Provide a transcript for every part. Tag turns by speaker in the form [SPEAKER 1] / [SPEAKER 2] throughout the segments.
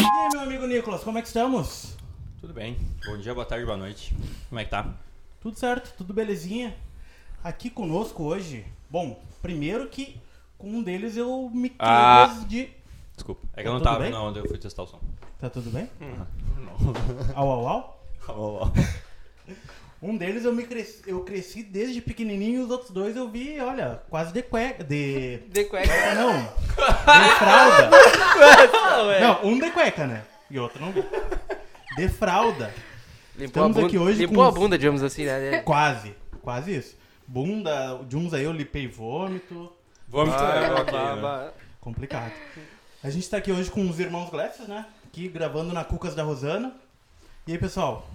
[SPEAKER 1] E aí, meu amigo Nicolas, como é que estamos?
[SPEAKER 2] Tudo bem. Bom dia, boa tarde, boa noite. Como é que tá?
[SPEAKER 1] Tudo certo, tudo belezinha. Aqui conosco hoje, bom, primeiro que com um deles eu me quis
[SPEAKER 2] Ah.
[SPEAKER 1] de.
[SPEAKER 2] Desculpa. É que eu não
[SPEAKER 1] Tudo
[SPEAKER 2] tava.
[SPEAKER 1] bem?
[SPEAKER 2] Não, eu fui testar o som.
[SPEAKER 1] Tá tudo bem?
[SPEAKER 3] Hum.
[SPEAKER 1] Ah.
[SPEAKER 2] Não.
[SPEAKER 1] Au, au, au.
[SPEAKER 2] Ó, ó.
[SPEAKER 1] Um deles eu me cresci, eu cresci desde pequenininho, os outros dois eu vi, olha, quase de cueca, de
[SPEAKER 3] De cueca.
[SPEAKER 1] Ah, Não. De fralda.
[SPEAKER 3] Não, é.
[SPEAKER 1] Não, um de cueca, né? E outro não. De fralda.
[SPEAKER 3] Limpou a
[SPEAKER 1] Estamos
[SPEAKER 3] bunda.
[SPEAKER 1] aqui hoje
[SPEAKER 3] Limpou
[SPEAKER 1] com
[SPEAKER 3] a
[SPEAKER 1] os-
[SPEAKER 3] bunda, digamos assim, né?
[SPEAKER 1] Quase. Quase isso. Bunda, de uns aí eu limpei vômito.
[SPEAKER 2] Vamos
[SPEAKER 3] Ah,
[SPEAKER 2] ok,
[SPEAKER 3] bah,
[SPEAKER 2] né?
[SPEAKER 3] bah.
[SPEAKER 1] Complicado. A gente tá aqui hoje com os irmãos Glesses, né? Aqui gravando na Cucas da Rosana. E aí, pessoal?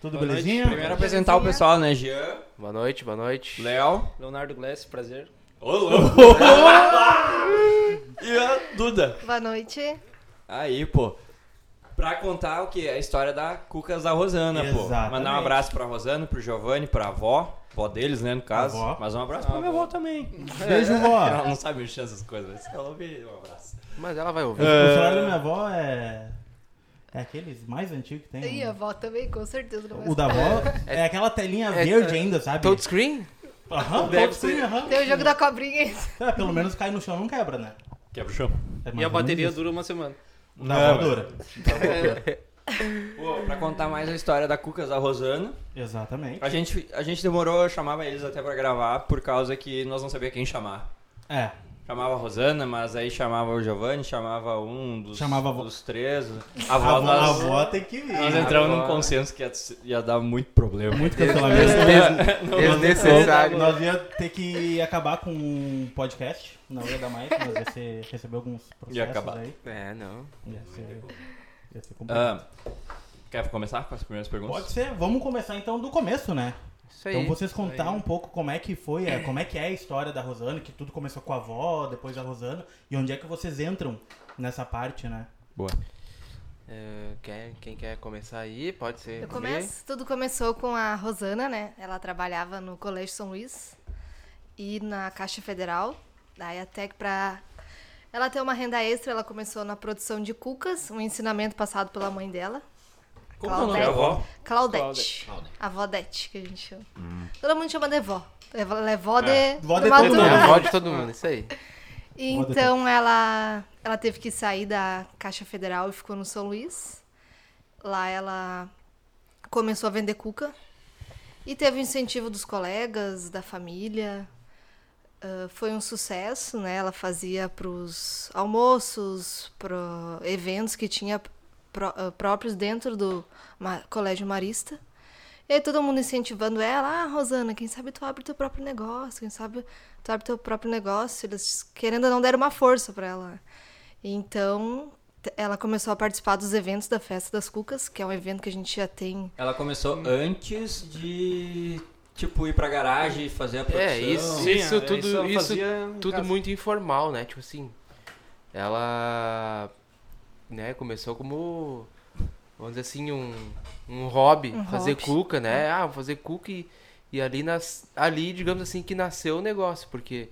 [SPEAKER 1] Tudo
[SPEAKER 2] Boa noite.
[SPEAKER 1] belezinha?
[SPEAKER 2] Primeiro apresentar o pessoal, né? Jean,
[SPEAKER 3] Boa noite, boa noite.
[SPEAKER 2] Léo.
[SPEAKER 3] Leonardo Glass, prazer.
[SPEAKER 2] Ô, louco. E a Duda.
[SPEAKER 4] Boa noite.
[SPEAKER 2] Aí, pô. Pra contar o que? A história da Cucas da Rosana, pô.
[SPEAKER 1] Exatamente.
[SPEAKER 2] Mandar um abraço pra Rosana, pro Giovanni, pra avó. Vó deles, né, no caso.
[SPEAKER 1] Avó.
[SPEAKER 2] Mas um abraço pra minha avó também.
[SPEAKER 1] Beijo, vó.
[SPEAKER 2] Ela
[SPEAKER 3] É.
[SPEAKER 2] não sabe mexer essas coisas, mas ela ouve um abraço.
[SPEAKER 3] Mas ela vai
[SPEAKER 1] O
[SPEAKER 3] ouvir.
[SPEAKER 1] celular da minha avó é. É aqueles mais antigos que tem.
[SPEAKER 4] E a avó também, com certeza. Não vai
[SPEAKER 1] O da avó é aquela telinha
[SPEAKER 3] É-
[SPEAKER 1] verde ainda, sabe?
[SPEAKER 3] Touchscreen?
[SPEAKER 1] Aham,
[SPEAKER 3] Deve
[SPEAKER 1] touchscreen,
[SPEAKER 3] ser.
[SPEAKER 1] aham.
[SPEAKER 4] Tem o jogo da cobrinha.
[SPEAKER 1] É, pelo menos cai no chão não quebra, né?
[SPEAKER 2] Quebra o chão.
[SPEAKER 1] É mais
[SPEAKER 3] E a
[SPEAKER 1] ou menos
[SPEAKER 3] bateria
[SPEAKER 1] isso.
[SPEAKER 3] dura uma semana.
[SPEAKER 1] Da
[SPEAKER 3] Tá
[SPEAKER 2] Não,
[SPEAKER 1] avó dura.
[SPEAKER 2] Pô, pra contar mais a história da Cucas da Rosana,
[SPEAKER 1] Exatamente.
[SPEAKER 2] a gente, a gente demorou, eu chamava eles até pra gravar, por causa que nós não sabia quem chamar.
[SPEAKER 1] É.
[SPEAKER 2] Chamava a Rosana, mas aí chamava o Giovanni, chamava um dos,
[SPEAKER 1] Chamava a avó.
[SPEAKER 2] dos três. A
[SPEAKER 1] A
[SPEAKER 2] avó,
[SPEAKER 1] avó, a
[SPEAKER 2] nós,
[SPEAKER 1] avó tem que vir.
[SPEAKER 2] nós entramos num consenso que ia, ia dar muito problema.
[SPEAKER 1] Muito cancelamento.
[SPEAKER 3] Desnecessário.
[SPEAKER 1] Nós ia ter que acabar com um podcast. Não ia dar mais, mas ia ser, receber alguns processos
[SPEAKER 2] Ia acabar.
[SPEAKER 1] aí.
[SPEAKER 3] É, não.
[SPEAKER 1] Ia ser, ia ser complicado.
[SPEAKER 2] Ah, quer começar com as primeiras perguntas?
[SPEAKER 1] Pode ser, vamos começar então do começo, né?
[SPEAKER 3] Isso aí.
[SPEAKER 1] então vocês contar um pouco como é que foi, é, como é que é a história da Rosana, que tudo começou com a avó, depois a Rosana, e onde é que vocês entram nessa parte, né?
[SPEAKER 2] Boa.
[SPEAKER 3] É, quer- quem quer começar aí, pode ser.
[SPEAKER 4] Eu
[SPEAKER 3] também.
[SPEAKER 4] começo, tudo começou com a Rosana, né? Ela trabalhava no Colégio São Luís e na Caixa Federal. Daí até que pra ela ter uma renda extra, ela começou na produção de cucas, um ensinamento passado pela mãe dela.
[SPEAKER 2] Como que é o nome da avó?
[SPEAKER 4] Claudete. A Vodete, que a gente chama. Todo mundo chama de vó. Ela é vó de...
[SPEAKER 2] É.
[SPEAKER 1] Vó de
[SPEAKER 4] numa
[SPEAKER 1] todo
[SPEAKER 3] É
[SPEAKER 1] mundo.
[SPEAKER 4] altura.
[SPEAKER 3] a voz de todo mundo, isso aí.
[SPEAKER 4] E Então ela, ela teve que sair da Caixa Federal e ficou no São Luís. Lá ela começou a vender cuca e teve o incentivo dos colegas, da família. Ah, foi um sucesso, né? Ela fazia para os almoços, para eventos que tinha pró- ah, próprios dentro do ma- Colégio Marista. E aí todo mundo incentivando ela, ah, Rosana, quem sabe tu abre teu próprio negócio, quem sabe tu abre teu próprio negócio. Eles querendo ou não deram uma força para ela. Então, t- ela começou a participar dos eventos da Festa das Cucas, que é um evento que a gente já tem.
[SPEAKER 2] Ela começou antes de, tipo, ir pra garagem e fazer a produção.
[SPEAKER 3] É, isso,
[SPEAKER 5] Sim,
[SPEAKER 3] isso
[SPEAKER 5] é, isso
[SPEAKER 3] tudo,
[SPEAKER 5] ela
[SPEAKER 3] isso
[SPEAKER 5] fazia em
[SPEAKER 3] tudo
[SPEAKER 5] casa.
[SPEAKER 3] muito informal, né? Tipo assim, ela, né, começou como, vamos dizer assim, um, um hobby,
[SPEAKER 4] Um
[SPEAKER 3] fazer
[SPEAKER 4] hobby.
[SPEAKER 3] cuca, né? Ah, vou fazer cuca e, e ali, nas, ali, digamos assim, que nasceu o negócio, porque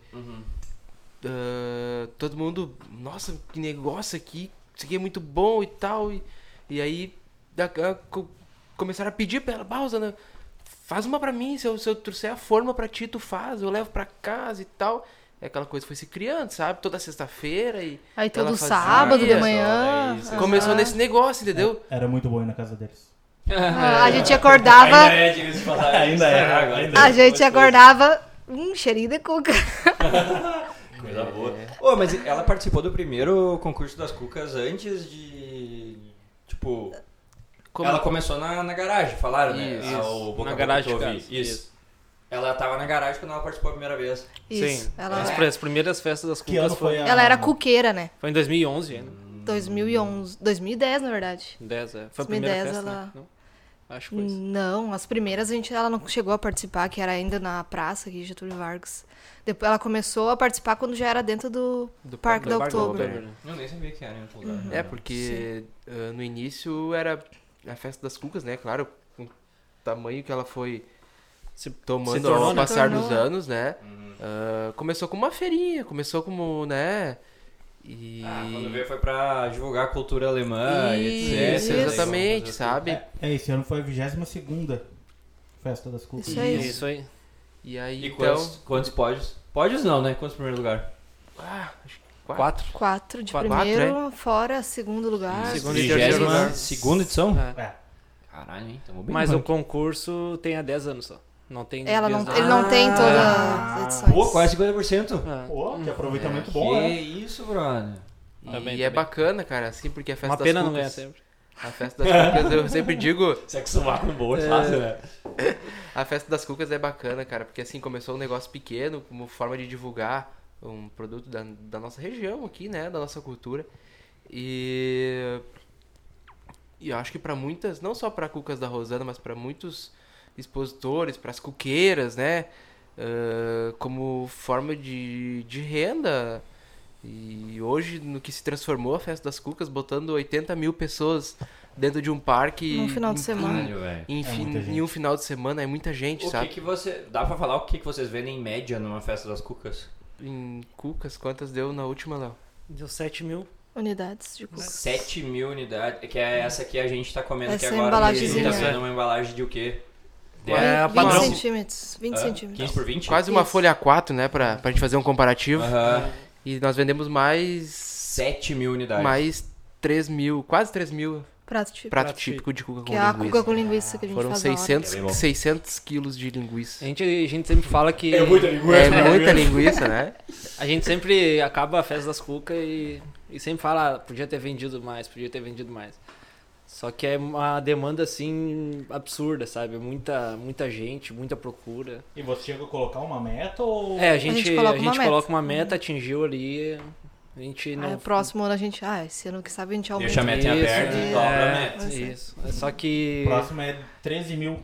[SPEAKER 3] ah, todo mundo, nossa, que negócio aqui, isso aqui é muito bom e tal, e, e aí da, a- co- começaram a pedir pra ela, Balzana, faz uma pra mim, se eu, se eu trouxer a forma pra ti, tu faz, eu levo pra casa e tal. E aquela coisa foi se criando, sabe? Toda sexta-feira e.
[SPEAKER 4] Aí
[SPEAKER 3] ela
[SPEAKER 4] todo
[SPEAKER 3] fazia.
[SPEAKER 4] sábado de
[SPEAKER 3] Isso,
[SPEAKER 4] manhã.
[SPEAKER 2] olha isso.
[SPEAKER 3] Começou
[SPEAKER 4] Aham.
[SPEAKER 3] nesse negócio, entendeu?
[SPEAKER 1] Era muito bom ir na casa deles.
[SPEAKER 4] Ah, A gente acordava,
[SPEAKER 2] é, diga-se de passagem.
[SPEAKER 1] Ainda é,
[SPEAKER 2] Ah, agora
[SPEAKER 1] ainda
[SPEAKER 2] tá.
[SPEAKER 4] a gente acordava, hum, cheirinho de cuca.
[SPEAKER 2] Coisa boa. Ô, mas ela participou do primeiro concurso das cucas antes de. Tipo.
[SPEAKER 3] Como- é?
[SPEAKER 2] Ela começou na, na garagem, falaram, né?
[SPEAKER 3] Isso.
[SPEAKER 2] Ah, o boca
[SPEAKER 5] Na
[SPEAKER 2] a boca
[SPEAKER 5] garagem
[SPEAKER 2] que eu
[SPEAKER 5] de
[SPEAKER 2] ouvi.
[SPEAKER 5] casa.
[SPEAKER 2] Isso. Ela tava na garagem quando ela participou a primeira vez.
[SPEAKER 4] Isso.
[SPEAKER 5] Sim.
[SPEAKER 4] Ela,
[SPEAKER 5] as, as primeiras festas das
[SPEAKER 1] Que
[SPEAKER 5] Cucas
[SPEAKER 1] ano
[SPEAKER 5] foi,
[SPEAKER 1] foi a...
[SPEAKER 4] ela era cuqueira, né?
[SPEAKER 5] foi em 2011, ainda.
[SPEAKER 4] 2011, 2010, na verdade.
[SPEAKER 5] 10, né? é. Foi a primeira
[SPEAKER 4] 2010
[SPEAKER 5] festa,
[SPEAKER 4] ela-
[SPEAKER 5] né? Não? Acho que foi isso.
[SPEAKER 4] Não, as primeiras a gente, ela não chegou a participar, que era ainda na praça aqui, Getúlio Vargas. Depois ela começou a participar quando já era dentro do, Parque da
[SPEAKER 5] Parque né? da
[SPEAKER 4] Outubro.
[SPEAKER 3] Outubro.
[SPEAKER 2] Eu nem sabia que era em outro lugar.
[SPEAKER 5] Uhum.
[SPEAKER 3] É, porque ah, no início era a festa das cucas, né? Claro, com o tamanho que ela foi
[SPEAKER 5] Se-
[SPEAKER 3] tomando
[SPEAKER 5] se tornou,
[SPEAKER 3] ao
[SPEAKER 5] né?
[SPEAKER 3] passar
[SPEAKER 4] Tornou,
[SPEAKER 3] dos
[SPEAKER 4] é.
[SPEAKER 2] Uhum.
[SPEAKER 3] anos, né? Ah, começou como uma feirinha, começou como, né? E...
[SPEAKER 2] Ah, quando veio foi pra divulgar a cultura alemã
[SPEAKER 3] Isso,
[SPEAKER 2] e etc. né?
[SPEAKER 3] exatamente,
[SPEAKER 2] Coisas assim.
[SPEAKER 3] sabe?
[SPEAKER 1] É, esse ano foi a 22 Festa das Culturas.
[SPEAKER 4] Isso aí.
[SPEAKER 5] Isso aí.
[SPEAKER 3] E aí,
[SPEAKER 2] E
[SPEAKER 3] então...
[SPEAKER 2] quantos, quantos pódios? Pódios não, né? Quantos primeiro lugar?
[SPEAKER 3] Ah, acho que quatro.
[SPEAKER 5] Quatro.
[SPEAKER 4] Quatro de
[SPEAKER 3] Quatro,
[SPEAKER 4] primeiro, fora, segundo lugar.
[SPEAKER 5] Segundo e terceiro
[SPEAKER 2] Trigésima
[SPEAKER 5] lugar.
[SPEAKER 2] segunda edição?
[SPEAKER 5] É. um
[SPEAKER 1] É.
[SPEAKER 2] Caralho, hein? Tamo bem
[SPEAKER 5] Mas o
[SPEAKER 2] longe.
[SPEAKER 5] concurso tem há 10 anos só. Não tem.
[SPEAKER 4] Ela não,
[SPEAKER 5] 10
[SPEAKER 4] ele
[SPEAKER 5] anos.
[SPEAKER 4] não tem todas
[SPEAKER 1] Ah.
[SPEAKER 4] as edições.
[SPEAKER 2] Pô, quase 50%.
[SPEAKER 5] Ah,
[SPEAKER 1] Pô, que aproveitamento
[SPEAKER 2] É, que
[SPEAKER 1] bom, né?
[SPEAKER 2] isso, brother.
[SPEAKER 3] E
[SPEAKER 5] Também,
[SPEAKER 3] é
[SPEAKER 5] também.
[SPEAKER 3] bacana, cara, assim, porque a festa
[SPEAKER 5] Uma
[SPEAKER 3] das
[SPEAKER 5] pena não ganhar
[SPEAKER 3] cucas...
[SPEAKER 5] sempre.
[SPEAKER 3] a festa das cucas, eu sempre digo,
[SPEAKER 2] Se acostumar com boa, é fácil, né?
[SPEAKER 3] a festa das cucas é bacana, cara, porque assim, começou um negócio pequeno, como forma de divulgar um produto da, da nossa região aqui, né, da nossa cultura. E... E eu acho que pra muitas, não só pra Cucas da Rosana, mas pra muitos expositores, pras cuqueiras, né? ah, como forma de, de renda. E hoje, no que se transformou a Festa das Cucas, botando 80 mil pessoas dentro de um parque.
[SPEAKER 4] Num final de
[SPEAKER 3] em-
[SPEAKER 4] semana.
[SPEAKER 2] Caralho, velho.
[SPEAKER 3] Em, em
[SPEAKER 1] É
[SPEAKER 3] fi-
[SPEAKER 1] muita gente.
[SPEAKER 3] em um final de semana, é muita gente,
[SPEAKER 2] O que
[SPEAKER 3] sabe?
[SPEAKER 2] que você... Dá pra falar o que que vocês vendem em média numa festa das cucas?
[SPEAKER 3] Em Cucas, quantas deu na última, Léo?
[SPEAKER 5] Deu 7 mil.
[SPEAKER 4] Unidades de cucas.
[SPEAKER 2] 7 mil unidades. Que é essa que a gente tá comendo
[SPEAKER 4] Essa
[SPEAKER 2] aqui agora.
[SPEAKER 4] embalagenzinha.
[SPEAKER 2] Tá vendo uma embalagem de o quê? De-
[SPEAKER 5] É,
[SPEAKER 4] Vinte
[SPEAKER 5] padrão.
[SPEAKER 4] centímetros. 20
[SPEAKER 2] Hã?
[SPEAKER 4] centímetros.
[SPEAKER 2] 15 Ah, por 20?
[SPEAKER 3] Quase uma
[SPEAKER 4] Isso.
[SPEAKER 3] folha A4, né? Pra, pra gente fazer um comparativo.
[SPEAKER 2] Aham.
[SPEAKER 3] E nós vendemos mais.
[SPEAKER 2] 7 mil unidades.
[SPEAKER 3] Mais 3 mil, quase 3 mil
[SPEAKER 4] Prato típico.
[SPEAKER 3] prato
[SPEAKER 5] Prato
[SPEAKER 3] típico
[SPEAKER 5] típico.
[SPEAKER 3] de cuca com
[SPEAKER 4] Que é a
[SPEAKER 3] linguiça.
[SPEAKER 4] cuca com linguiça que a gente
[SPEAKER 3] Foram
[SPEAKER 4] faz na hora.
[SPEAKER 3] 600,
[SPEAKER 2] É bem bom.
[SPEAKER 3] 600 quilos de
[SPEAKER 5] A
[SPEAKER 3] linguiça.
[SPEAKER 5] gente, a gente sempre fala que.
[SPEAKER 3] É muita linguiça, né?
[SPEAKER 5] A gente sempre acaba a festa das cucas e, e sempre fala, ah, podia ter vendido mais, podia ter vendido mais. Só que é uma demanda assim absurda, sabe? Muita, muita gente, muita procura.
[SPEAKER 1] E você chega a colocar uma meta ou.
[SPEAKER 5] É, a gente, a gente coloca, uma,
[SPEAKER 4] meta.
[SPEAKER 5] meta, atingiu ali, a gente
[SPEAKER 4] Aí,
[SPEAKER 5] não.
[SPEAKER 4] o próximo ano a gente. Ah, esse ano que sabe a gente aumenta.
[SPEAKER 2] Deixa a meta em
[SPEAKER 5] Isso,
[SPEAKER 2] aberto e
[SPEAKER 5] é,
[SPEAKER 2] dobra a meta.
[SPEAKER 4] Nossa.
[SPEAKER 5] Isso. É Só que.
[SPEAKER 1] Próximo é 13 mil.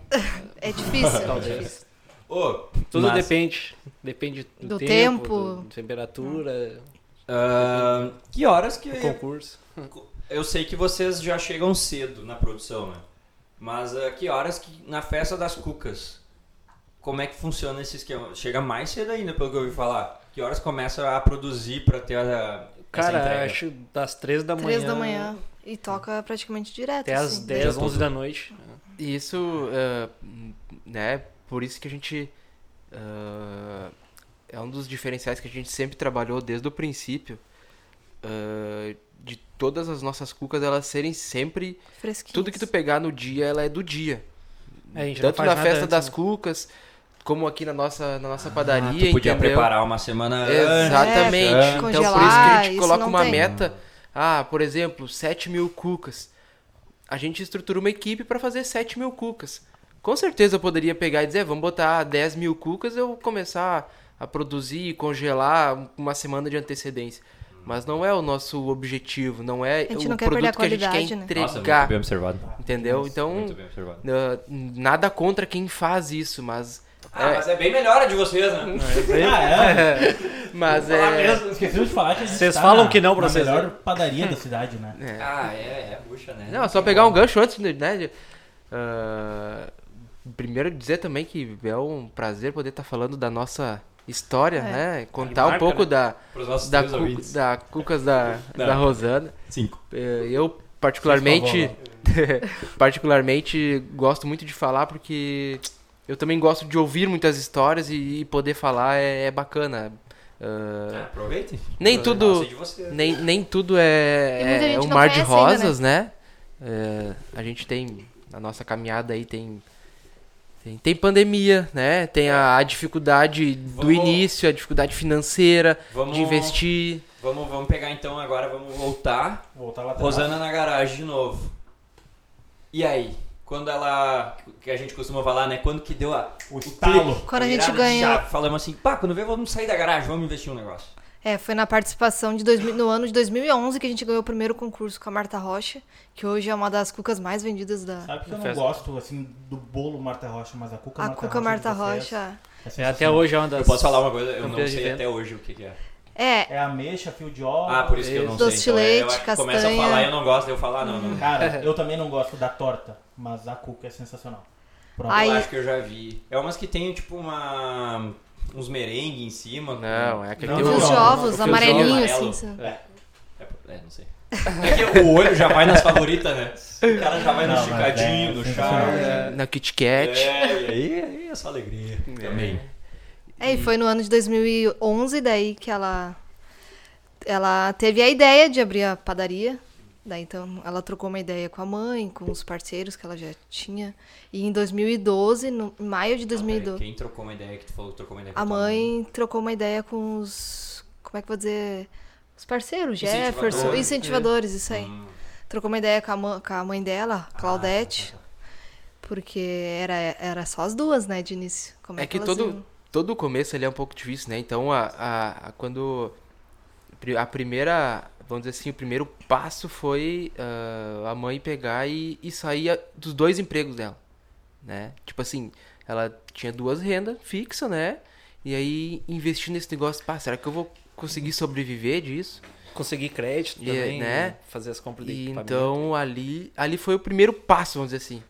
[SPEAKER 4] É difícil.
[SPEAKER 5] Talvez.
[SPEAKER 2] Ô,
[SPEAKER 5] Tudo
[SPEAKER 2] mas,
[SPEAKER 5] depende. Depende do,
[SPEAKER 4] Do
[SPEAKER 5] tempo,
[SPEAKER 4] tempo.
[SPEAKER 5] do- temperatura,
[SPEAKER 2] ah, que horas que.
[SPEAKER 5] do concurso.
[SPEAKER 2] Eu sei que vocês já chegam cedo na produção, né? Mas ah, que horas que. Na festa das cucas. Como é que funciona esse esquema? Chega mais cedo ainda, pelo que eu ouvi falar. Que horas começa a produzir pra ter a, essa
[SPEAKER 5] Cara,
[SPEAKER 2] entrega?
[SPEAKER 5] acho das três da manhã.
[SPEAKER 4] Três da manhã. E toca praticamente direto.
[SPEAKER 5] Até as
[SPEAKER 4] assim.
[SPEAKER 5] 10, 11 da noite.
[SPEAKER 3] E isso, ah, hum, né, por isso que a gente, ah, é um dos diferenciais que a gente sempre trabalhou desde o princípio, ah, de todas as nossas cucas, elas serem sempre,
[SPEAKER 4] Fresquinho.
[SPEAKER 3] tudo que tu pegar no dia, ela é do dia.
[SPEAKER 5] É, a gente não
[SPEAKER 3] Tanto
[SPEAKER 5] faz
[SPEAKER 3] na
[SPEAKER 5] nada
[SPEAKER 3] festa
[SPEAKER 5] antes,
[SPEAKER 3] das
[SPEAKER 5] né?
[SPEAKER 3] cucas, como aqui na nossa, na nossa
[SPEAKER 2] Ah,
[SPEAKER 3] padaria,
[SPEAKER 2] tu podia
[SPEAKER 3] entendeu?
[SPEAKER 2] preparar uma semana antes.
[SPEAKER 3] Exatamente.
[SPEAKER 2] É,
[SPEAKER 3] então
[SPEAKER 4] congelar,
[SPEAKER 3] por isso que a gente
[SPEAKER 4] isso
[SPEAKER 3] coloca
[SPEAKER 4] não
[SPEAKER 3] uma
[SPEAKER 4] tem.
[SPEAKER 3] meta. Ah, por exemplo, 7 mil cucas. A gente estrutura uma equipe para fazer 7 mil cucas. Com certeza eu poderia pegar e dizer, vamos botar 10 mil cucas, eu vou começar a produzir e congelar com uma semana de antecedência. Mas não é o nosso objetivo, não é
[SPEAKER 4] gente
[SPEAKER 3] o
[SPEAKER 4] não quer perder a
[SPEAKER 3] produto que a gente quer
[SPEAKER 4] qualidade, né?
[SPEAKER 2] Nossa, é
[SPEAKER 3] entregar.
[SPEAKER 2] muito bem observado.
[SPEAKER 3] entendeu? Então,
[SPEAKER 2] Muito bem observado.
[SPEAKER 3] ah, nada contra quem faz isso, mas.
[SPEAKER 2] Ah, mas é bem melhor a de vocês, né?
[SPEAKER 1] Ah, é.
[SPEAKER 3] mas
[SPEAKER 2] Falar
[SPEAKER 3] é.
[SPEAKER 2] mesmo.
[SPEAKER 1] Esquecemos de falar que a gente
[SPEAKER 5] Vocês
[SPEAKER 1] tá
[SPEAKER 5] falam
[SPEAKER 1] na-
[SPEAKER 5] que não pra
[SPEAKER 1] na
[SPEAKER 5] vocês,
[SPEAKER 1] melhor padaria da cidade, né?
[SPEAKER 3] é.
[SPEAKER 2] Ah, é, é bucha, né?
[SPEAKER 3] Não, só pegar um gancho antes, né? de- Ah, primeiro dizer também que é um prazer poder estar falando da nossa história, né? Contar
[SPEAKER 5] marca,
[SPEAKER 3] um pouco
[SPEAKER 5] né?
[SPEAKER 3] da,
[SPEAKER 2] Pros nossos
[SPEAKER 3] da,
[SPEAKER 2] três
[SPEAKER 3] cu-
[SPEAKER 2] ouvintes.
[SPEAKER 3] da Cucas da,
[SPEAKER 2] Não.
[SPEAKER 3] da Rosana.
[SPEAKER 2] Cinco.
[SPEAKER 3] Eh, Eu particularmente
[SPEAKER 2] né?
[SPEAKER 3] particularmente gosto muito de falar porque eu também gosto de ouvir muitas histórias e, e poder falar é, é bacana. Ah,
[SPEAKER 2] Ah, aproveite.
[SPEAKER 3] Nem
[SPEAKER 2] Eu
[SPEAKER 3] tudo-
[SPEAKER 2] não sei de vocês.
[SPEAKER 3] nem, nem tudo é,
[SPEAKER 4] E muita
[SPEAKER 3] é
[SPEAKER 4] gente
[SPEAKER 3] um
[SPEAKER 4] não
[SPEAKER 3] mar de
[SPEAKER 4] conhece ainda,
[SPEAKER 3] rosas, né? É, a gente tem. A nossa caminhada aí tem. Tem, tem pandemia, né? Tem a, a dificuldade do
[SPEAKER 2] Vamos-
[SPEAKER 3] início, a dificuldade financeira,
[SPEAKER 2] Vamos,
[SPEAKER 3] de investir.
[SPEAKER 2] Vamos, vamos pegar então agora, vamos voltar.
[SPEAKER 1] Voltar lá atrás.
[SPEAKER 2] Rosana na garagem de novo. E aí? Quando ela. Que a gente costuma falar, né? Quando que deu a.
[SPEAKER 1] O estalo.
[SPEAKER 2] clique,
[SPEAKER 4] Quando a
[SPEAKER 2] virada
[SPEAKER 4] gente
[SPEAKER 2] Tá de
[SPEAKER 4] ganhou-
[SPEAKER 2] chave. Falamos assim, pá, quando vê, vamos sair da garagem, vamos investir um negócio.
[SPEAKER 4] É, foi na participação de 2000, no ano de 2011 que a gente ganhou o primeiro concurso com a Marta Rocha, que hoje é uma das cucas mais vendidas da.
[SPEAKER 1] Sabe que eu não
[SPEAKER 5] Festa.
[SPEAKER 1] gosto, assim, do bolo Marta Rocha, mas a cuca
[SPEAKER 4] A
[SPEAKER 1] Marta
[SPEAKER 4] cuca
[SPEAKER 1] Rocha.
[SPEAKER 4] Marta
[SPEAKER 1] de vocês
[SPEAKER 4] Rocha.
[SPEAKER 5] É, até
[SPEAKER 1] sensacional.
[SPEAKER 5] hoje é uma das.
[SPEAKER 2] Eu posso falar uma coisa, eu não
[SPEAKER 5] Campeões de
[SPEAKER 2] sei
[SPEAKER 5] vento.
[SPEAKER 2] até hoje o que, que é.
[SPEAKER 4] É,
[SPEAKER 1] É ameixa, fio de óleo.
[SPEAKER 2] Ah, por isso que eu não
[SPEAKER 4] Doce
[SPEAKER 2] sei. então,
[SPEAKER 4] de
[SPEAKER 2] é, eu
[SPEAKER 4] leite,
[SPEAKER 2] acho que Começa a
[SPEAKER 4] castanha. Hum.
[SPEAKER 2] falar e eu não gosto de eu falar, não. não.
[SPEAKER 1] Cara, eu também não gosto da torta, mas a cuca é sensacional. Pronto.
[SPEAKER 4] Ai.
[SPEAKER 2] Eu
[SPEAKER 4] Aí-
[SPEAKER 2] acho que eu já vi. É umas que tem, tipo, uma... uns merengue em cima.
[SPEAKER 3] Não, é aquele
[SPEAKER 1] Não,
[SPEAKER 3] tem o-
[SPEAKER 1] não,
[SPEAKER 4] os
[SPEAKER 1] não.
[SPEAKER 4] ovos,
[SPEAKER 3] o fiozinho
[SPEAKER 4] amarelinho,
[SPEAKER 2] amarelo.
[SPEAKER 4] assim. sabe?
[SPEAKER 2] É, não sei. É que o olho já vai nas favoritas, né? O cara já vai no
[SPEAKER 1] Não, mas
[SPEAKER 2] chicadinho,
[SPEAKER 1] é
[SPEAKER 2] no
[SPEAKER 1] sensacional.
[SPEAKER 2] chá.
[SPEAKER 3] Na Kit Kat.
[SPEAKER 2] É, e aí, aí é só alegria. Também.
[SPEAKER 4] É, e foi no ano de 2011 daí que ela ela teve a ideia de abrir a padaria. Daí então ela trocou uma ideia com a mãe, com os parceiros que ela já tinha. E em 2012, no em maio de
[SPEAKER 2] Não, peraí,
[SPEAKER 4] 2012,
[SPEAKER 2] Quem trocou uma ideia que tu falou que trocou uma ideia com
[SPEAKER 4] a
[SPEAKER 2] tua
[SPEAKER 4] mãe trocou uma ideia com os como é que eu vou dizer, os parceiros, Jefferson,
[SPEAKER 2] Incentivadores.
[SPEAKER 4] incentivadores, isso aí.
[SPEAKER 2] Hum.
[SPEAKER 4] Trocou uma ideia com a, mã- com a mãe dela, Claudete, porque era era só as duas, né, de início. Como é,
[SPEAKER 3] É que
[SPEAKER 4] elas
[SPEAKER 3] todo-
[SPEAKER 4] iam-
[SPEAKER 3] todo o começo ali é um pouco difícil, né? Então, a, a, a- quando pri- a primeira, vamos dizer assim, o primeiro passo foi ah, a mãe pegar e, e sair a- dos dois empregos dela, né? Tipo assim, ela tinha duas rendas fixas, né? E aí investir nesse negócio, pá, será que eu vou conseguir sobreviver disso?
[SPEAKER 5] Conseguir crédito
[SPEAKER 3] E,
[SPEAKER 5] também,
[SPEAKER 3] né?
[SPEAKER 5] fazer as compras de
[SPEAKER 3] E
[SPEAKER 5] equipamento.
[SPEAKER 3] então ali, ali foi o primeiro passo, vamos dizer assim.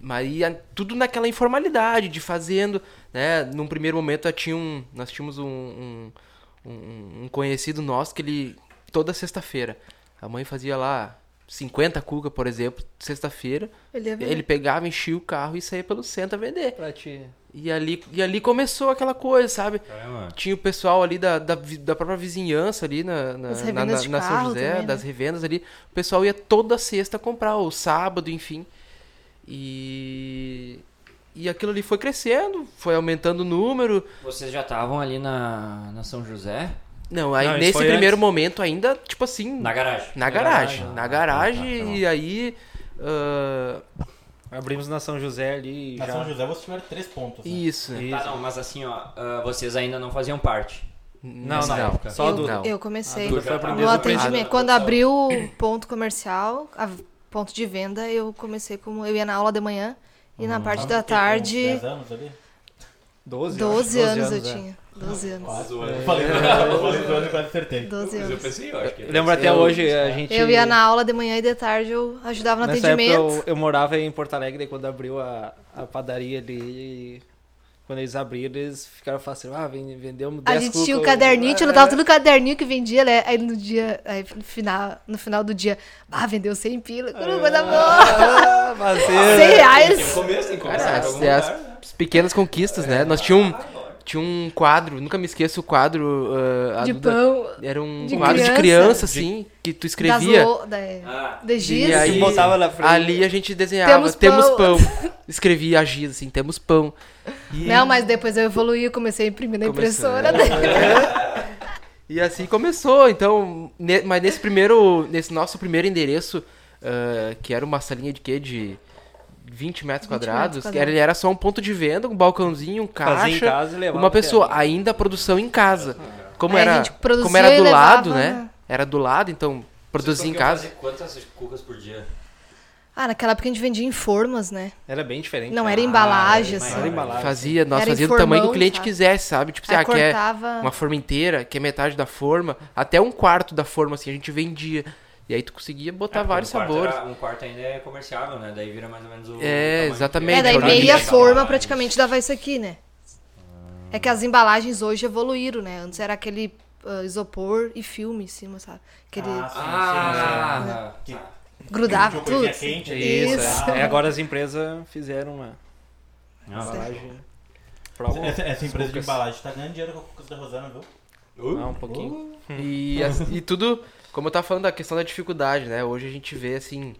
[SPEAKER 3] Mas ia- tudo naquela informalidade de fazendo, né? Num primeiro momento eu tinha um- nós tínhamos um, um, um- um conhecido nosso que ele toda sexta-feira a mãe fazia lá 50 cuca, por exemplo, sexta-feira.
[SPEAKER 4] Ele ia
[SPEAKER 3] Ele pegava, enchia o carro e saía pelo centro a vender.
[SPEAKER 5] Pra te...
[SPEAKER 3] E ali, e ali começou aquela coisa, sabe?
[SPEAKER 2] Caramba.
[SPEAKER 3] Tinha o pessoal ali da, da, vi- da própria vizinhança ali na, na,
[SPEAKER 4] Das
[SPEAKER 3] na-
[SPEAKER 4] revendas
[SPEAKER 3] na-
[SPEAKER 4] de
[SPEAKER 3] na São
[SPEAKER 4] carro
[SPEAKER 3] José,
[SPEAKER 4] também, né?
[SPEAKER 3] das revendas ali. O pessoal ia toda sexta comprar, ou sábado, enfim. E. E aquilo ali foi crescendo, foi aumentando o número.
[SPEAKER 2] Vocês já estavam ali na, na São José?
[SPEAKER 3] Não, aí
[SPEAKER 5] Não, isso
[SPEAKER 3] nesse
[SPEAKER 5] foi
[SPEAKER 3] primeiro
[SPEAKER 5] antes.
[SPEAKER 3] momento ainda, tipo assim.
[SPEAKER 2] Na
[SPEAKER 3] Na,
[SPEAKER 2] garagem.
[SPEAKER 3] garagem.
[SPEAKER 5] garagem.
[SPEAKER 3] Na
[SPEAKER 2] Ah,
[SPEAKER 3] garagem,
[SPEAKER 2] tá, tá, tá
[SPEAKER 3] e aí. ah,
[SPEAKER 5] Abrimos na São José ali e
[SPEAKER 1] Na
[SPEAKER 5] já...
[SPEAKER 1] São José você tiver três pontos. né?
[SPEAKER 3] isso. né?
[SPEAKER 2] Tá, não, mas assim, ó, ah, vocês ainda não faziam parte.
[SPEAKER 5] Não,
[SPEAKER 2] Nessa
[SPEAKER 5] não.
[SPEAKER 2] época.
[SPEAKER 5] Só
[SPEAKER 4] eu,
[SPEAKER 5] do...
[SPEAKER 3] Não.
[SPEAKER 4] eu comecei.
[SPEAKER 5] Duda foi a
[SPEAKER 4] No
[SPEAKER 5] primeira
[SPEAKER 2] Ah,
[SPEAKER 4] atendimento, quando abriu o ponto comercial, a v- ponto de venda, eu comecei como. Eu ia na aula de manhã e
[SPEAKER 1] Uhum.
[SPEAKER 4] na
[SPEAKER 1] Ah,
[SPEAKER 4] parte da tarde,
[SPEAKER 1] 10 anos ali?
[SPEAKER 5] 12,
[SPEAKER 4] 12,
[SPEAKER 5] eu acho.
[SPEAKER 4] anos, eu
[SPEAKER 5] é.
[SPEAKER 4] tinha. 12 anos.
[SPEAKER 1] Quase. Eu falei, eu falei dois anos e quase acertei.
[SPEAKER 4] 12
[SPEAKER 2] Mas eu
[SPEAKER 4] anos.
[SPEAKER 2] pensei, eu acho que. um
[SPEAKER 5] Eu lembro até
[SPEAKER 3] Eu-
[SPEAKER 5] hoje a gente...
[SPEAKER 4] Eu ia na aula de manhã e de tarde eu ajudava no
[SPEAKER 5] Nessa época
[SPEAKER 4] atendimento.
[SPEAKER 5] eu, eu morava em Porto Alegre quando abriu a, a padaria ali e quando eles abriram eles ficaram falando assim, ah, vende- vendemos 10
[SPEAKER 4] A gente tinha o
[SPEAKER 5] cuca,
[SPEAKER 4] caderninho,
[SPEAKER 5] é,
[SPEAKER 4] tinha lutava tudo no caderninho que vendia, né? Aí no dia, aí no final, no final do dia, ah, vendeu 100 pila, coisa boa,
[SPEAKER 5] Ah, fazer-
[SPEAKER 4] 100
[SPEAKER 2] Tem
[SPEAKER 4] reais.
[SPEAKER 2] começo, tem começo.
[SPEAKER 3] Cara, as, as pequenas conquistas, né? Nós tinha um, tinha um quadro, nunca me esqueço o quadro. ah, a
[SPEAKER 4] De
[SPEAKER 3] Duda-
[SPEAKER 4] pão,
[SPEAKER 3] Era um
[SPEAKER 4] De
[SPEAKER 3] quadro de
[SPEAKER 4] criança.
[SPEAKER 3] criança, assim, que tu
[SPEAKER 4] das
[SPEAKER 3] escrevia.
[SPEAKER 4] lo- da,
[SPEAKER 2] Ah,
[SPEAKER 4] de giz.
[SPEAKER 3] aí-
[SPEAKER 5] Tu botava na frente.
[SPEAKER 3] Ali a gente desenhava,
[SPEAKER 4] Temos
[SPEAKER 3] temos pão.
[SPEAKER 4] pão.
[SPEAKER 3] Escrevia a giz, assim, temos pão. E,
[SPEAKER 4] Não, mas depois eu evoluí, eu comecei a imprimir na
[SPEAKER 3] Começou,
[SPEAKER 4] impressora.
[SPEAKER 3] né?
[SPEAKER 4] né?
[SPEAKER 3] e assim começou. Então, ne- mas nesse primeiro, nesse nosso primeiro endereço, ah, que era uma salinha de quê? De 20 metros quadrados.
[SPEAKER 4] metros
[SPEAKER 3] que era- Ele era só um ponto de venda, um balcãozinho, um
[SPEAKER 5] Fazia em
[SPEAKER 3] caixa.
[SPEAKER 5] casa e levava
[SPEAKER 3] Uma
[SPEAKER 5] até
[SPEAKER 3] pessoa,
[SPEAKER 5] ali.
[SPEAKER 3] ainda a produção em casa. Como
[SPEAKER 4] Uhum. Aí a
[SPEAKER 3] era,
[SPEAKER 4] gente produzia
[SPEAKER 3] como era
[SPEAKER 4] e
[SPEAKER 3] do lado,
[SPEAKER 4] levava,
[SPEAKER 3] né?
[SPEAKER 4] né?
[SPEAKER 3] Era do lado, então produzia em
[SPEAKER 2] conseguiam
[SPEAKER 3] casa.
[SPEAKER 2] fazer Quantas cucas por dia?
[SPEAKER 4] Ah, naquela época a gente vendia em formas, né?
[SPEAKER 5] Era bem diferente.
[SPEAKER 4] Não
[SPEAKER 5] né?
[SPEAKER 3] Ah,
[SPEAKER 4] era embalagem,
[SPEAKER 2] era
[SPEAKER 4] assim.
[SPEAKER 5] Era embalagem.
[SPEAKER 3] Fazia, nós
[SPEAKER 4] Era
[SPEAKER 3] fazia do
[SPEAKER 4] informal,
[SPEAKER 3] tamanho que o cliente
[SPEAKER 4] sabe?
[SPEAKER 3] quisesse, sabe? Tipo, assim,
[SPEAKER 4] Aí
[SPEAKER 3] ah, quer
[SPEAKER 4] cortava.
[SPEAKER 3] uma forma inteira, quer metade da forma, até um quarto da forma, assim, a gente vendia. E aí tu conseguia botar
[SPEAKER 2] Ah,
[SPEAKER 3] vários
[SPEAKER 2] um quarto
[SPEAKER 3] sabores.
[SPEAKER 2] era- um quarto ainda é comerciável, né? Daí vira mais ou menos o.
[SPEAKER 3] É,
[SPEAKER 2] tamanho
[SPEAKER 3] exatamente.
[SPEAKER 4] É, daí
[SPEAKER 3] Jornalista.
[SPEAKER 4] meia forma
[SPEAKER 2] Embalagem.
[SPEAKER 4] praticamente dava isso aqui, né? É que as embalagens hoje evoluíram, né? Antes era aquele ah, isopor e filme em cima, sabe? Aquele
[SPEAKER 1] Ah, sim, sim, sim.
[SPEAKER 2] Ah, tá.
[SPEAKER 1] Que-
[SPEAKER 4] grudava
[SPEAKER 1] Tinha
[SPEAKER 4] tudo.
[SPEAKER 1] coisinha quente ali.
[SPEAKER 5] Isso.
[SPEAKER 4] Isso.
[SPEAKER 5] É. É, agora as empresas fizeram uma
[SPEAKER 2] Não,
[SPEAKER 5] embalagem própria.
[SPEAKER 1] Essa, essa empresa de
[SPEAKER 5] Cucas.
[SPEAKER 1] embalagem tá ganhando dinheiro com o Cucas da Rosana, viu?
[SPEAKER 5] Ah, um pouquinho.
[SPEAKER 3] E, as- e tudo, como eu tava falando da questão da dificuldade, né? Hoje a gente vê, assim,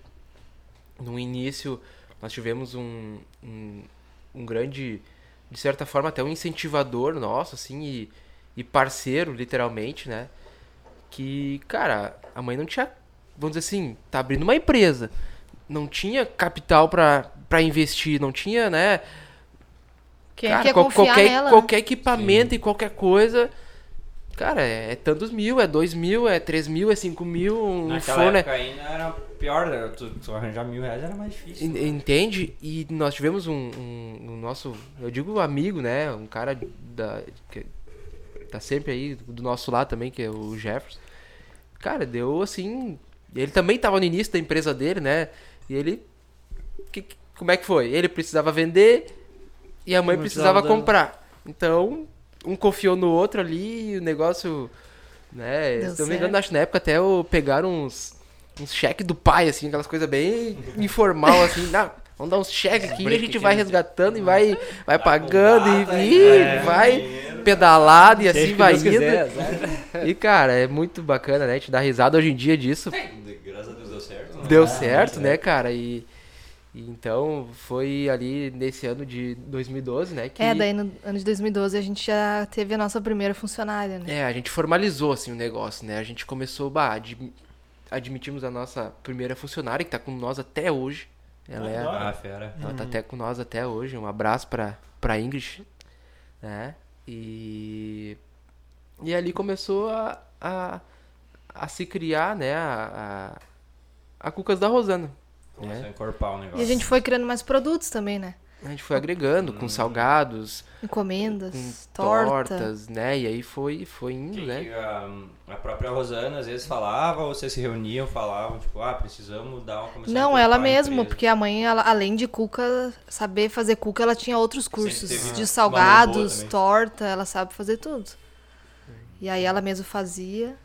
[SPEAKER 3] no início, nós tivemos um, um, um grande, de certa forma, até um incentivador nosso, assim, e, e parceiro, literalmente, né? Que, cara, a mãe não tinha, vamos dizer assim, tá abrindo uma empresa. Não tinha capital pra, pra investir, não tinha, né?
[SPEAKER 4] Quem
[SPEAKER 3] Cara,
[SPEAKER 4] quer
[SPEAKER 3] qual-
[SPEAKER 4] confiar
[SPEAKER 3] qualquer,
[SPEAKER 4] nela? né?
[SPEAKER 3] qualquer equipamento e qualquer coisa. Cara, é, é tantos mil, é dois mil, é três mil, é cinco mil, um
[SPEAKER 2] Naquela
[SPEAKER 3] fone.
[SPEAKER 2] época ainda era pior, né? tu, tu arranjar mil reais era mais difícil.
[SPEAKER 3] En- Entende? E nós tivemos um, um- um nosso, eu digo amigo, né? Um cara da, que tá sempre aí do nosso lado também, que é o Jefferson. Cara, deu assim. Ele também tava no início da empresa dele, né? E ele. que- que- como é que foi? Ele precisava vender e a mãe
[SPEAKER 5] Não
[SPEAKER 3] precisava
[SPEAKER 5] precisava da-
[SPEAKER 3] comprar. Então, um confiou no outro ali e o negócio Né? Se eu
[SPEAKER 4] Deu
[SPEAKER 3] não me
[SPEAKER 4] certo.
[SPEAKER 3] engano, acho que na época até eu pegaram uns, uns cheques do pai, assim, aquelas coisas bem informal, assim. "Não, vamos dar uns cheques aqui e a
[SPEAKER 5] break
[SPEAKER 3] gente
[SPEAKER 5] aqui,
[SPEAKER 3] vai
[SPEAKER 5] né?
[SPEAKER 3] resgatando e vai, vai
[SPEAKER 2] Dá
[SPEAKER 3] pagando
[SPEAKER 2] combata,
[SPEAKER 3] e, ih,
[SPEAKER 2] é,
[SPEAKER 3] vai
[SPEAKER 2] dinheiro.
[SPEAKER 3] pedalado e
[SPEAKER 5] Seja
[SPEAKER 3] assim
[SPEAKER 5] o que
[SPEAKER 3] vai
[SPEAKER 5] Deus
[SPEAKER 3] indo.
[SPEAKER 5] quiser, né? sabe?
[SPEAKER 3] E, cara, é muito bacana, né? Te dar risada hoje em dia disso.
[SPEAKER 2] Graças a Deus deu certo. né?
[SPEAKER 5] Ah,
[SPEAKER 3] Deu certo,
[SPEAKER 5] é.
[SPEAKER 3] né, cara? E, e então foi ali nesse ano de 2012, né? Que
[SPEAKER 4] É, daí no ano de 2012 a gente já teve a nossa primeira funcionária, né?
[SPEAKER 3] É, a gente formalizou assim o negócio, né? A gente começou, bah, admi- admitimos a nossa primeira funcionária que tá com nós até hoje. Ela é,
[SPEAKER 1] Legal.
[SPEAKER 2] Ah, fera.
[SPEAKER 3] ela tá até com nós até hoje. Um abraço pra para Ingrid, né? E e ali começou a, a, a se criar, né, a, a, a Cucas da Rosana. É.
[SPEAKER 2] Começou a encorpar o negócio.
[SPEAKER 4] E a gente foi criando mais produtos também, né?
[SPEAKER 3] A gente foi agregando com salgados, com
[SPEAKER 4] Encomendas, torta.
[SPEAKER 3] tortas, né? E aí foi foi indo,
[SPEAKER 2] Que-
[SPEAKER 3] né?
[SPEAKER 2] que a, a própria Rosana às vezes falava, ou vocês se reuniam, falavam, tipo, ah, precisamos dar uma começar a
[SPEAKER 4] Não,
[SPEAKER 2] encorpar
[SPEAKER 4] ela
[SPEAKER 2] a
[SPEAKER 4] mesma,
[SPEAKER 2] empresa.
[SPEAKER 4] porque a mãe, ela, além de cuca, saber fazer cuca, ela tinha outros cursos
[SPEAKER 2] teve uma-
[SPEAKER 4] de
[SPEAKER 2] uma mão boa
[SPEAKER 4] salgados,
[SPEAKER 2] também.
[SPEAKER 4] torta, ela sabe fazer tudo. E aí ela mesma fazia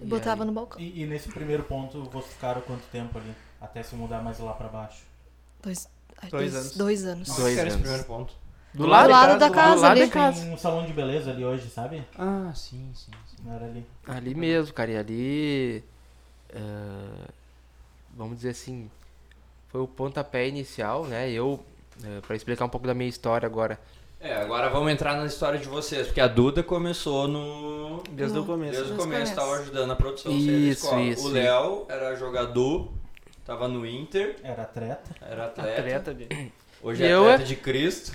[SPEAKER 4] e, botava no balcão.
[SPEAKER 1] E, e nesse primeiro ponto, vocês ficaram quanto tempo ali? Até se mudar mais lá pra baixo.
[SPEAKER 4] Dois, ai,
[SPEAKER 5] Dois
[SPEAKER 4] dois-
[SPEAKER 5] anos.
[SPEAKER 4] dois anos.
[SPEAKER 2] Nossa,
[SPEAKER 3] Dois
[SPEAKER 2] que era esse
[SPEAKER 3] anos.
[SPEAKER 2] primeiro ponto.
[SPEAKER 3] Do
[SPEAKER 4] lado lado da
[SPEAKER 5] do
[SPEAKER 4] casa
[SPEAKER 3] lado
[SPEAKER 4] ali.
[SPEAKER 3] da casa.
[SPEAKER 1] Tem um salão de beleza ali hoje, sabe?
[SPEAKER 2] Ah, sim, sim, sim.
[SPEAKER 1] Não Era ali.
[SPEAKER 3] Ali mesmo, cara, e ali. ah, vamos dizer assim. Foi o pontapé inicial, né? Eu. eh, pra explicar um pouco da minha história agora.
[SPEAKER 2] É, agora vamos entrar na história de vocês, porque a Duda começou no.
[SPEAKER 5] Desde o começo.
[SPEAKER 2] Desde o
[SPEAKER 4] Desde
[SPEAKER 2] começo,
[SPEAKER 4] o começo.
[SPEAKER 2] estava ajudando a produção do Centro
[SPEAKER 3] Isso,
[SPEAKER 2] Escola.
[SPEAKER 3] isso,
[SPEAKER 2] O
[SPEAKER 3] isso.
[SPEAKER 2] Léo era jogador, tava no Inter,
[SPEAKER 1] Era a treta.
[SPEAKER 2] era atleta.
[SPEAKER 5] Atleta ali.
[SPEAKER 2] Hoje
[SPEAKER 3] E
[SPEAKER 2] é
[SPEAKER 3] eu
[SPEAKER 2] atleta de Cristo.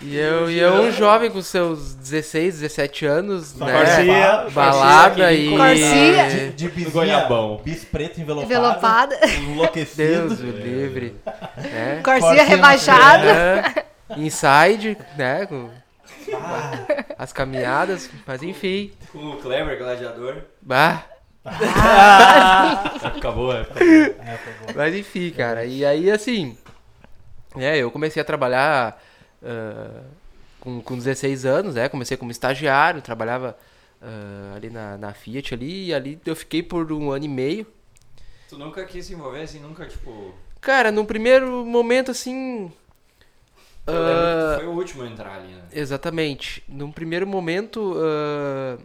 [SPEAKER 3] E eu, e eu um jovem com seus 16, 17 anos,
[SPEAKER 1] Só
[SPEAKER 3] né?
[SPEAKER 1] Corsia,
[SPEAKER 3] ba- balada
[SPEAKER 2] aquele
[SPEAKER 3] e.
[SPEAKER 4] Corsia.
[SPEAKER 3] É.
[SPEAKER 1] De, de bisinha,
[SPEAKER 2] goiabão.
[SPEAKER 1] bis preto envelopado.
[SPEAKER 4] Envelopada,
[SPEAKER 1] Enlouquecido. É,
[SPEAKER 3] Deus o livre. Né?
[SPEAKER 4] corsia rebaixada.
[SPEAKER 3] É, inside, né? Com
[SPEAKER 1] Ah,
[SPEAKER 3] as caminhadas, mas enfim.
[SPEAKER 2] Com o Kleber, gladiador.
[SPEAKER 3] Bah.
[SPEAKER 2] Acabou, é.
[SPEAKER 1] é, foi bom.
[SPEAKER 3] Mas enfim, cara. E aí, assim. É, eu comecei a trabalhar ah, com, com 16 anos, né? Comecei como estagiário, trabalhava ah, ali na, na Fiat ali. E ali eu fiquei por um ano e meio.
[SPEAKER 2] Tu nunca quis se envolver assim, nunca, tipo.
[SPEAKER 3] Cara, num primeiro momento, assim.
[SPEAKER 2] Eu lembro que
[SPEAKER 3] ah,
[SPEAKER 2] tu foi o último a entrar ali, né?
[SPEAKER 3] Exatamente. Num primeiro momento, ah,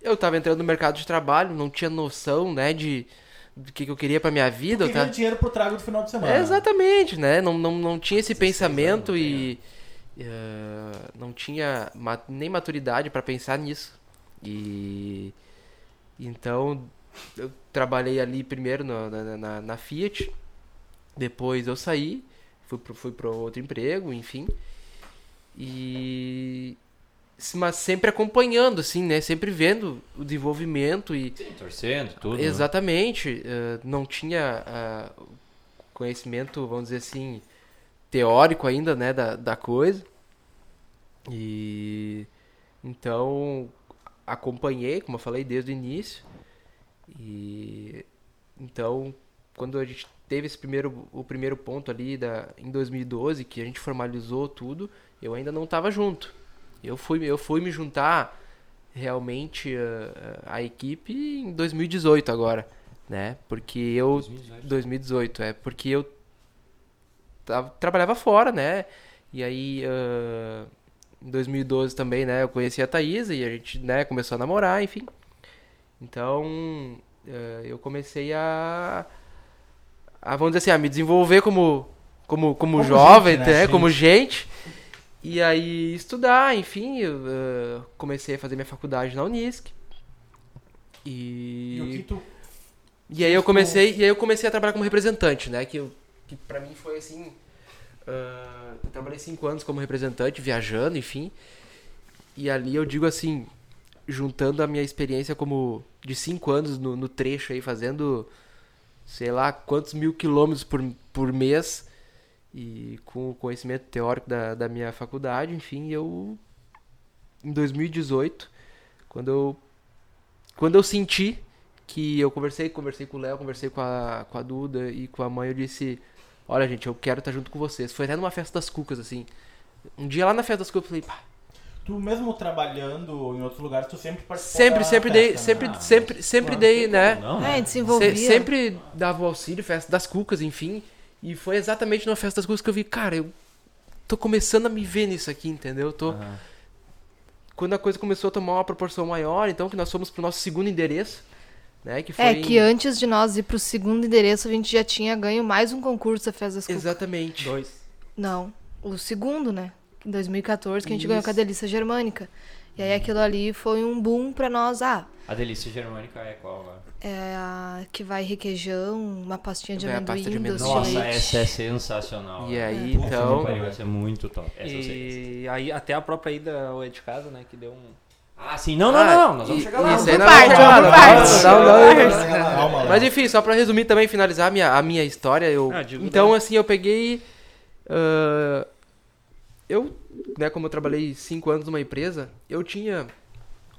[SPEAKER 3] eu tava entrando no mercado de trabalho, não tinha noção, né, de do que, que eu queria pra minha vida. eu
[SPEAKER 1] Queria
[SPEAKER 3] tava-
[SPEAKER 1] dinheiro pro trago do final de semana.
[SPEAKER 3] É, exatamente, né? Não, não, não tinha esse
[SPEAKER 2] 16
[SPEAKER 3] pensamento
[SPEAKER 2] anos,
[SPEAKER 3] e eh, não tinha ma- nem maturidade pra pensar nisso. E então eu trabalhei ali primeiro na, na, na- na Fiat, depois eu saí, fui pro, fui pro outro emprego, enfim. E se- mas sempre acompanhando, assim, né? Sempre vendo o desenvolvimento e
[SPEAKER 2] Sim, torcendo, tudo. né?
[SPEAKER 3] Exatamente. eh, não tinha ah, conhecimento, vamos dizer assim, teórico ainda, né, da, da coisa. E então acompanhei, como eu falei, desde o início. E então quando a gente teve esse primeiro o primeiro ponto ali da em 2012 que a gente formalizou tudo, eu ainda não estava junto. Eu fui eu fui me juntar realmente ah, ah, a equipe em 2018 agora, né? Porque eu
[SPEAKER 2] 2018.
[SPEAKER 3] 2018, é, porque eu tava- trabalhava fora, né? E aí, ah, em 2012 também, né, eu conheci a Thaís e a gente, né, começou a namorar, enfim. Então, ah, eu comecei a, a, vamos dizer assim, a me desenvolver como, como, como,
[SPEAKER 1] Como
[SPEAKER 3] jovem,
[SPEAKER 1] gente, né,
[SPEAKER 3] né,
[SPEAKER 1] gente.
[SPEAKER 3] como gente. E aí, estudar, enfim, eu, ah, comecei a fazer minha faculdade na Unisc.
[SPEAKER 1] E o que tu
[SPEAKER 3] E aí eu
[SPEAKER 1] Tipo-
[SPEAKER 3] comecei, e aí eu comecei a trabalhar como representante, né? Que, eu- que pra mim foi assim. ah, eu trabalhei cinco anos como representante, viajando, enfim. E ali eu digo assim, juntando a minha experiência como de cinco anos no, no trecho aí, fazendo sei lá quantos mil quilômetros por, por mês. E com o conhecimento teórico da, da minha faculdade, enfim, eu. Em 2018, quando eu. Quando eu senti que eu conversei, conversei com o Léo, conversei com a, com a Duda e com a mãe, eu disse, olha gente, eu quero estar junto com vocês. Foi até numa festa das cucas, assim. Um dia lá na festa das cucas eu falei, pá,
[SPEAKER 1] Tu mesmo trabalhando em outros lugares, tu sempre participou
[SPEAKER 3] Sempre,
[SPEAKER 1] da
[SPEAKER 3] sempre
[SPEAKER 1] festa,
[SPEAKER 3] dei,
[SPEAKER 1] né?
[SPEAKER 3] sempre,
[SPEAKER 2] Ah,
[SPEAKER 3] sempre, sempre dei, né?
[SPEAKER 2] Não,
[SPEAKER 4] É, a
[SPEAKER 2] né?
[SPEAKER 4] gente se envolvia.
[SPEAKER 3] Se- sempre dava o auxílio, festa das cucas, enfim. E foi exatamente numa festa das cucas que eu vi, cara, eu tô começando a me ver nisso aqui, entendeu? Eu Tô,
[SPEAKER 2] Aham.
[SPEAKER 3] Quando a coisa começou a tomar uma proporção maior, então que nós fomos pro nosso segundo endereço, né? Que foi
[SPEAKER 4] É
[SPEAKER 3] em-
[SPEAKER 4] que antes de nós ir pro segundo endereço, a gente já tinha ganho mais um concurso da Festa das Cucas.
[SPEAKER 3] Exatamente.
[SPEAKER 5] Dois.
[SPEAKER 4] Não, o segundo, né? Em 2014, que a gente
[SPEAKER 3] Isso.
[SPEAKER 4] ganhou com a Delícia Germânica. E aí aquilo ali foi um boom pra nós. Ah,
[SPEAKER 2] A delícia germânica é qual agora?
[SPEAKER 4] é a que vai requeijão, uma pastinha de
[SPEAKER 3] Vai a
[SPEAKER 4] amendoim,
[SPEAKER 3] pasta de amendoim.
[SPEAKER 4] doce
[SPEAKER 2] Nossa,
[SPEAKER 4] de leite.
[SPEAKER 2] essa é sensacional.
[SPEAKER 3] E
[SPEAKER 2] né?
[SPEAKER 3] aí,
[SPEAKER 2] Puta,
[SPEAKER 3] então.
[SPEAKER 2] meu pai, Vai ser muito top. Essa eu sei.
[SPEAKER 5] E aí até a própria ida ao é de casa, né? Que deu um.
[SPEAKER 2] Ah, sim. Não, não, não. Nós vamos
[SPEAKER 3] E-
[SPEAKER 2] chegar lá.
[SPEAKER 3] Isso aí
[SPEAKER 4] Por
[SPEAKER 3] nós vamos
[SPEAKER 4] parte,
[SPEAKER 3] chegar
[SPEAKER 4] por
[SPEAKER 3] lá,
[SPEAKER 4] parte.
[SPEAKER 3] nós vamos- nós vamos-
[SPEAKER 1] Calma,
[SPEAKER 3] um Mas
[SPEAKER 1] Léo.
[SPEAKER 3] enfim, só pra resumir também, finalizar a minha, a minha história, eu.
[SPEAKER 5] Ah, digo
[SPEAKER 3] então,
[SPEAKER 5] daí.
[SPEAKER 3] assim, eu peguei. ah, eu, né, como eu trabalhei cinco anos numa empresa, eu tinha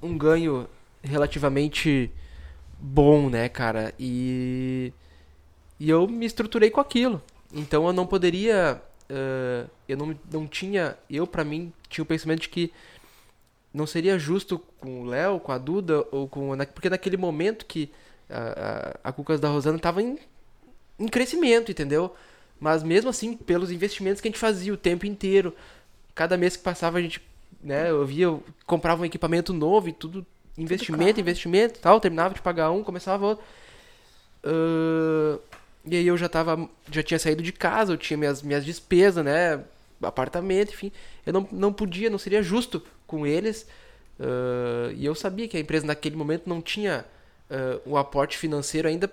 [SPEAKER 3] um ganho relativamente bom, né, cara? E. E eu me estruturei com aquilo. Então eu não poderia. ah, eu não, não tinha. Eu, pra mim, tinha o pensamento de que não seria justo com o Léo, com a Duda, ou com. na- Porque naquele momento que a, a, a Cucas da Rosana tava em, em crescimento, entendeu? Mas mesmo assim, pelos investimentos que a gente fazia o tempo inteiro, cada mês que passava a gente, né, eu via, eu comprava um equipamento novo e tudo, investimento, investimento e tal, terminava de pagar um, começava outro. Ahn, e aí eu já tava, já tinha saído de casa, eu tinha minhas, minhas despesas, né, apartamento, enfim, eu não, não podia, não seria justo com eles, Ahn, Ah, e eu sabia que a empresa naquele momento não tinha ah, o aporte financeiro ainda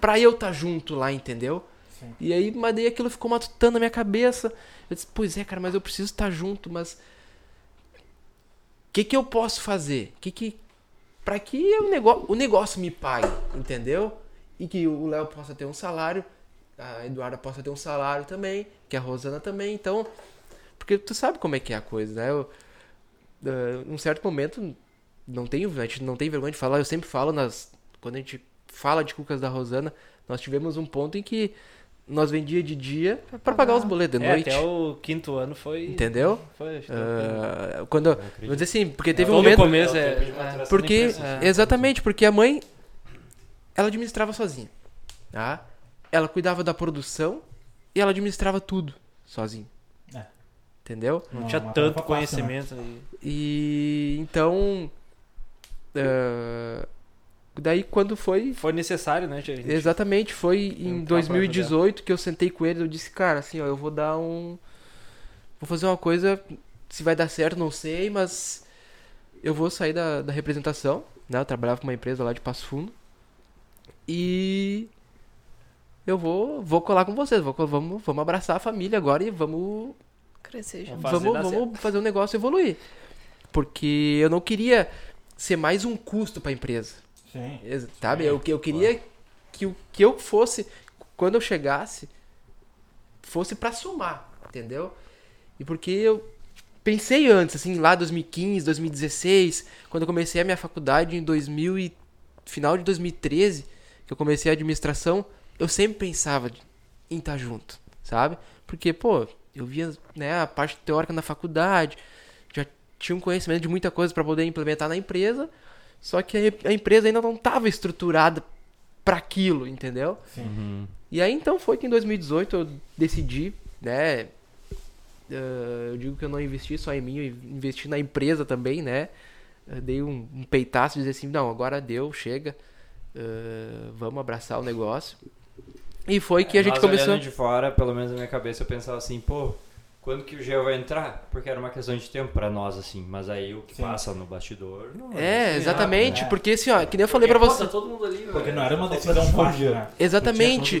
[SPEAKER 3] pra eu estar junto lá, entendeu?
[SPEAKER 1] Sim.
[SPEAKER 3] E aí, mas daí aquilo ficou matutando na minha cabeça. Eu disse, pois é, cara, mas eu preciso estar junto, mas. O que, que eu posso fazer? Que que... Para que o negócio, o negócio me pague, entendeu? E que o Léo possa ter um salário, a Eduarda possa ter um salário também, que a Rosana também, então. Porque tu sabe como é que é a coisa, né? Eu, ah, num certo momento, não tenho, a gente não tem vergonha de falar, eu sempre falo nas quando a gente fala de cucas da Rosana, nós tivemos um ponto em que nós vendia de dia
[SPEAKER 4] Pra
[SPEAKER 3] para pagar
[SPEAKER 4] pagar.
[SPEAKER 3] os boletos de
[SPEAKER 5] É,
[SPEAKER 3] noite,
[SPEAKER 5] até o quinto ano foi.
[SPEAKER 3] entendeu?
[SPEAKER 5] Foi, acho que
[SPEAKER 3] Ah, quando, vou dizer assim, porque teve um
[SPEAKER 5] Todo
[SPEAKER 3] momento
[SPEAKER 5] começo é.
[SPEAKER 2] Tempo de maturação da
[SPEAKER 3] porque é,
[SPEAKER 2] empresa.
[SPEAKER 5] né?
[SPEAKER 3] exatamente, porque a mãe ela administrava sozinha, tá? Ela cuidava da produção e ela administrava tudo sozinha.
[SPEAKER 1] É.
[SPEAKER 3] Entendeu?
[SPEAKER 5] Não,
[SPEAKER 1] Não,
[SPEAKER 5] tinha
[SPEAKER 1] uma
[SPEAKER 5] tanto
[SPEAKER 1] tarefa fácil, né?
[SPEAKER 5] conhecimento. aí.
[SPEAKER 3] E então ah, daí quando foi
[SPEAKER 5] Foi necessário, né, gente?
[SPEAKER 3] Exatamente, foi em
[SPEAKER 5] Entrar pra
[SPEAKER 3] 2018 que eu sentei com ele, eu disse, cara, assim, ó, eu vou dar um vou fazer uma coisa, se vai dar certo, não sei, mas eu vou sair da, da representação, né? Eu trabalhava com uma empresa lá de Passo Fundo. E eu vou vou colar com vocês, vou, co- vamos vamos abraçar a família agora e vamos
[SPEAKER 4] Crescer junto.
[SPEAKER 5] Vamos fazer
[SPEAKER 3] vamos,
[SPEAKER 5] dar
[SPEAKER 3] vamos fazer o negócio evoluir. Porque eu não queria ser mais um custo para a empresa.
[SPEAKER 1] Sim. é,
[SPEAKER 3] Ex- Sabe? Eu, eu queria que o que eu fosse, quando eu chegasse, fosse pra somar, entendeu? E porque eu pensei antes, assim, lá 2015, 2016, quando eu comecei a minha faculdade em 2000 e final de 2013, que eu comecei a administração, eu sempre pensava de- em estar junto, sabe? Porque, pô, eu via né, a parte teórica na faculdade, já tinha um conhecimento de muita coisa pra poder implementar na empresa, só que a, a empresa ainda não estava estruturada pra aquilo, entendeu?
[SPEAKER 2] Uhum.
[SPEAKER 3] E aí então foi que em 2018 eu decidi, né? ah, eu digo que eu não investi só em mim, eu investi na empresa também, né? Eu dei um, um peitaço de dizer assim, não, agora deu, chega, ah, vamos abraçar o negócio. E foi que a gente
[SPEAKER 2] É, Nós
[SPEAKER 3] começou.
[SPEAKER 2] olhando de fora, pelo menos na minha cabeça, eu pensava assim, pô, quando que o Geo vai entrar? Porque era uma questão de tempo pra nós, assim. Mas aí o que
[SPEAKER 1] Sim.
[SPEAKER 2] passa no bastidor... Não
[SPEAKER 3] É,
[SPEAKER 2] assim,
[SPEAKER 3] exatamente,
[SPEAKER 1] né?
[SPEAKER 3] porque assim, ó, que nem eu falei pra
[SPEAKER 2] Porque, pô,
[SPEAKER 3] você.
[SPEAKER 2] tá todo mundo ali, velho.
[SPEAKER 1] Porque não era uma decisão fácil, né?
[SPEAKER 3] Exatamente.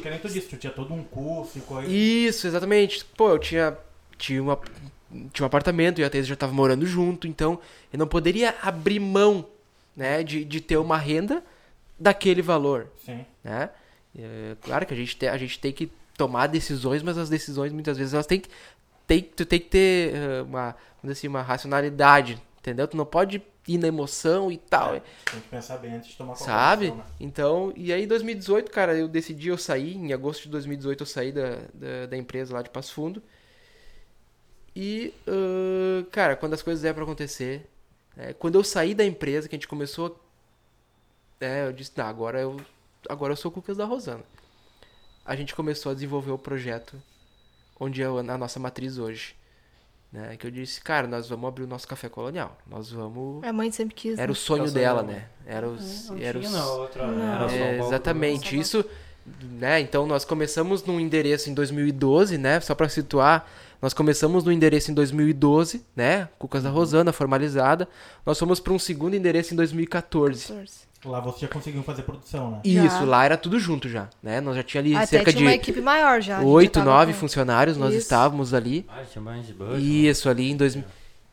[SPEAKER 1] Tu tinha todo, que nem tu disse, tu tinha todo um curso e coisa.
[SPEAKER 3] Isso, exatamente. Pô, eu tinha. Tinha, uma, tinha um apartamento e a Thais já tava morando junto, então eu não poderia abrir mão, né, de, de ter uma renda daquele valor,
[SPEAKER 1] Sim.
[SPEAKER 3] né? É, claro que a gente, tem, a gente tem que tomar decisões, mas as decisões muitas vezes elas têm que. Tem, tu tem que ter eh, uma, vamos dizer assim, uma racionalidade, entendeu? Tu não pode ir na emoção e tal.
[SPEAKER 1] Tem que pensar bem antes de tomar qualquer
[SPEAKER 3] Sabe?
[SPEAKER 1] decisão, né?
[SPEAKER 3] Então, e aí 2018, cara, eu decidi, eu saí, em agosto de 2018 eu saí da, da, da empresa lá de Passo Fundo. E, ah, cara, quando as coisas é pra acontecer. né, quando eu saí da empresa, que a gente começou. né, eu disse, tá, agora eu, agora eu sou o Cucas da Rosana. A gente começou a desenvolver o projeto onde é a nossa matriz hoje. Né? Que eu disse, cara, nós vamos abrir o nosso café colonial. Nós vamos.
[SPEAKER 4] Minha mãe sempre quis.
[SPEAKER 3] Era o
[SPEAKER 4] né?
[SPEAKER 3] sonho
[SPEAKER 5] Nossa,
[SPEAKER 3] dela,
[SPEAKER 5] não.
[SPEAKER 3] né? Era os.
[SPEAKER 2] É, ah, Não
[SPEAKER 3] era
[SPEAKER 2] tinha
[SPEAKER 3] os-
[SPEAKER 2] na outra,
[SPEAKER 4] Não.
[SPEAKER 2] né? Era São
[SPEAKER 3] é,
[SPEAKER 2] Paulo.
[SPEAKER 3] exatamente. Isso, né? Então nós começamos num endereço em 2012, né? Só pra situar, nós começamos no endereço em 2012, né? Cucas
[SPEAKER 4] Uhum.
[SPEAKER 3] da Rosana, formalizada. Nós fomos pra um segundo endereço em 2014.
[SPEAKER 4] 14.
[SPEAKER 1] Lá você já conseguiu fazer produção, né?
[SPEAKER 4] Uhum. Já.
[SPEAKER 3] Isso, lá era tudo junto já, né? Nós já tinha ali
[SPEAKER 4] Até
[SPEAKER 3] cerca
[SPEAKER 4] Ah, tinha uma
[SPEAKER 3] de
[SPEAKER 4] equipe maior já. a gente já
[SPEAKER 3] 8,
[SPEAKER 4] tava
[SPEAKER 3] 9
[SPEAKER 4] com-
[SPEAKER 3] funcionários, nós
[SPEAKER 4] Isso.
[SPEAKER 3] estávamos ali.
[SPEAKER 2] Ah, tinha mais de bug.
[SPEAKER 3] Isso, ali em, dois,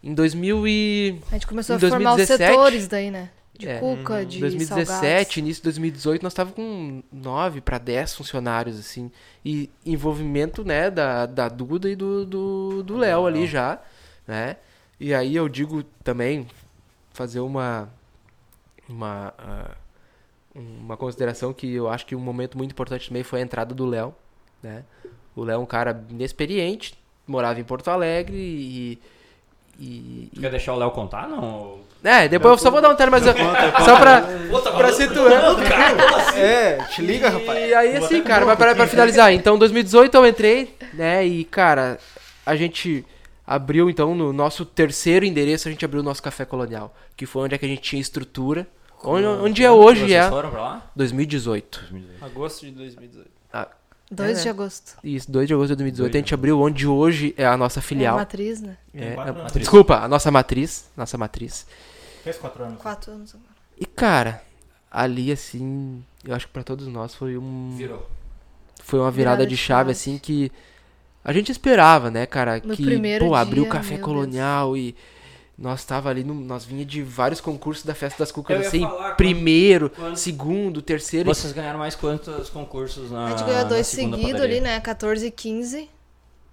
[SPEAKER 3] em 2000 e...
[SPEAKER 4] A gente começou
[SPEAKER 3] Em
[SPEAKER 4] a formar
[SPEAKER 3] 2017.
[SPEAKER 4] os setores daí, né? De
[SPEAKER 3] É.
[SPEAKER 4] cuca, de
[SPEAKER 3] 2017,
[SPEAKER 4] salgados.
[SPEAKER 3] início de 2018, nós estávamos com 9 para 10 funcionários, assim. E envolvimento, né, da, da Duda e do, do, do Léo ali já, né? E aí eu digo também, fazer uma... Uma... ah, uma consideração que eu acho que um momento muito importante também foi a entrada do Léo, né? O Léo é um cara inexperiente, morava em Porto Alegre e... e,
[SPEAKER 2] Tu Quer deixar o Léo contar, não?
[SPEAKER 3] é, depois eu só vou dar um termo, mas eu- só pra...
[SPEAKER 2] Puta,
[SPEAKER 3] Ah, Pra situar.
[SPEAKER 5] É, te liga, rapaz.
[SPEAKER 3] assim? E aí, assim, cara, mas pra, pra finalizar, então, 2018 eu entrei, né, e, cara, a gente abriu, então, no nosso terceiro endereço, a gente abriu o nosso café colonial, que foi onde é que a gente tinha estrutura, onde, onde é hoje,
[SPEAKER 2] Vocês
[SPEAKER 3] é
[SPEAKER 2] foram pra lá?
[SPEAKER 3] 2018.
[SPEAKER 5] Agosto de 2018.
[SPEAKER 3] Ah,
[SPEAKER 4] 2
[SPEAKER 3] É,
[SPEAKER 4] de agosto.
[SPEAKER 3] isso, 2 de agosto de 2018, a gente abriu onde hoje é a nossa
[SPEAKER 4] É,
[SPEAKER 3] filial.
[SPEAKER 4] matriz, né?
[SPEAKER 1] Tem
[SPEAKER 3] É,
[SPEAKER 1] quatro
[SPEAKER 3] a-
[SPEAKER 1] anos.
[SPEAKER 3] desculpa, a nossa matriz, nossa matriz.
[SPEAKER 1] Fez quatro anos. né?
[SPEAKER 4] Quatro anos agora.
[SPEAKER 3] E cara, ali assim, eu acho que pra todos nós foi um
[SPEAKER 2] Virou.
[SPEAKER 3] foi uma virada,
[SPEAKER 4] Virada
[SPEAKER 3] de
[SPEAKER 4] de
[SPEAKER 3] chave
[SPEAKER 4] chave.
[SPEAKER 3] assim que a gente esperava, né, cara,
[SPEAKER 4] No
[SPEAKER 3] que
[SPEAKER 4] primeiro
[SPEAKER 3] pô, abriu o
[SPEAKER 4] dia,
[SPEAKER 3] café
[SPEAKER 4] meu
[SPEAKER 3] colonial e nós tava ali no, nós vinha de vários concursos da festa das
[SPEAKER 2] Eu
[SPEAKER 3] cucas
[SPEAKER 2] ia
[SPEAKER 3] assim,
[SPEAKER 2] falar quando-
[SPEAKER 3] primeiro,
[SPEAKER 2] quando-
[SPEAKER 3] segundo, terceiro. e-
[SPEAKER 2] Vocês ganharam mais quantos concursos Ah, na.
[SPEAKER 4] a gente ganhou dois
[SPEAKER 2] seguidos
[SPEAKER 4] seguidos ali, né? 14 e 15.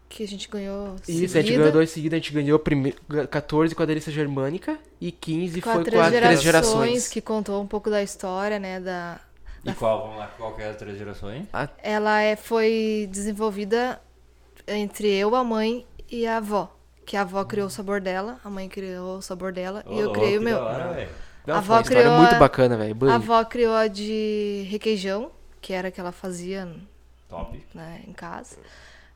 [SPEAKER 4] Que a gente ganhou seguida.
[SPEAKER 3] Isso, a gente ganhou dois seguidos, a gente ganhou prime... 14 com a delícia germânica e 15
[SPEAKER 4] Com
[SPEAKER 3] foi
[SPEAKER 4] a
[SPEAKER 3] com as
[SPEAKER 4] três
[SPEAKER 3] três
[SPEAKER 4] gerações,
[SPEAKER 3] gerações.
[SPEAKER 4] que contou um pouco da história, né? Da...
[SPEAKER 2] E qual? Vamos lá, qual que é as três gerações?
[SPEAKER 4] Ela é, foi desenvolvida entre eu, a mãe e a avó. Que a avó criou o sabor dela, a mãe criou o sabor dela e eu
[SPEAKER 2] Ô,
[SPEAKER 4] criei o
[SPEAKER 2] que
[SPEAKER 4] meu.
[SPEAKER 2] da hora, velho.
[SPEAKER 3] Não,
[SPEAKER 4] a
[SPEAKER 3] foi uma
[SPEAKER 4] avó
[SPEAKER 3] história é
[SPEAKER 4] criou
[SPEAKER 3] muito
[SPEAKER 4] a-
[SPEAKER 3] bacana, velho.
[SPEAKER 4] A
[SPEAKER 3] Bui.
[SPEAKER 4] avó criou a de requeijão, que era a que ela fazia
[SPEAKER 2] Top.
[SPEAKER 4] né, em casa.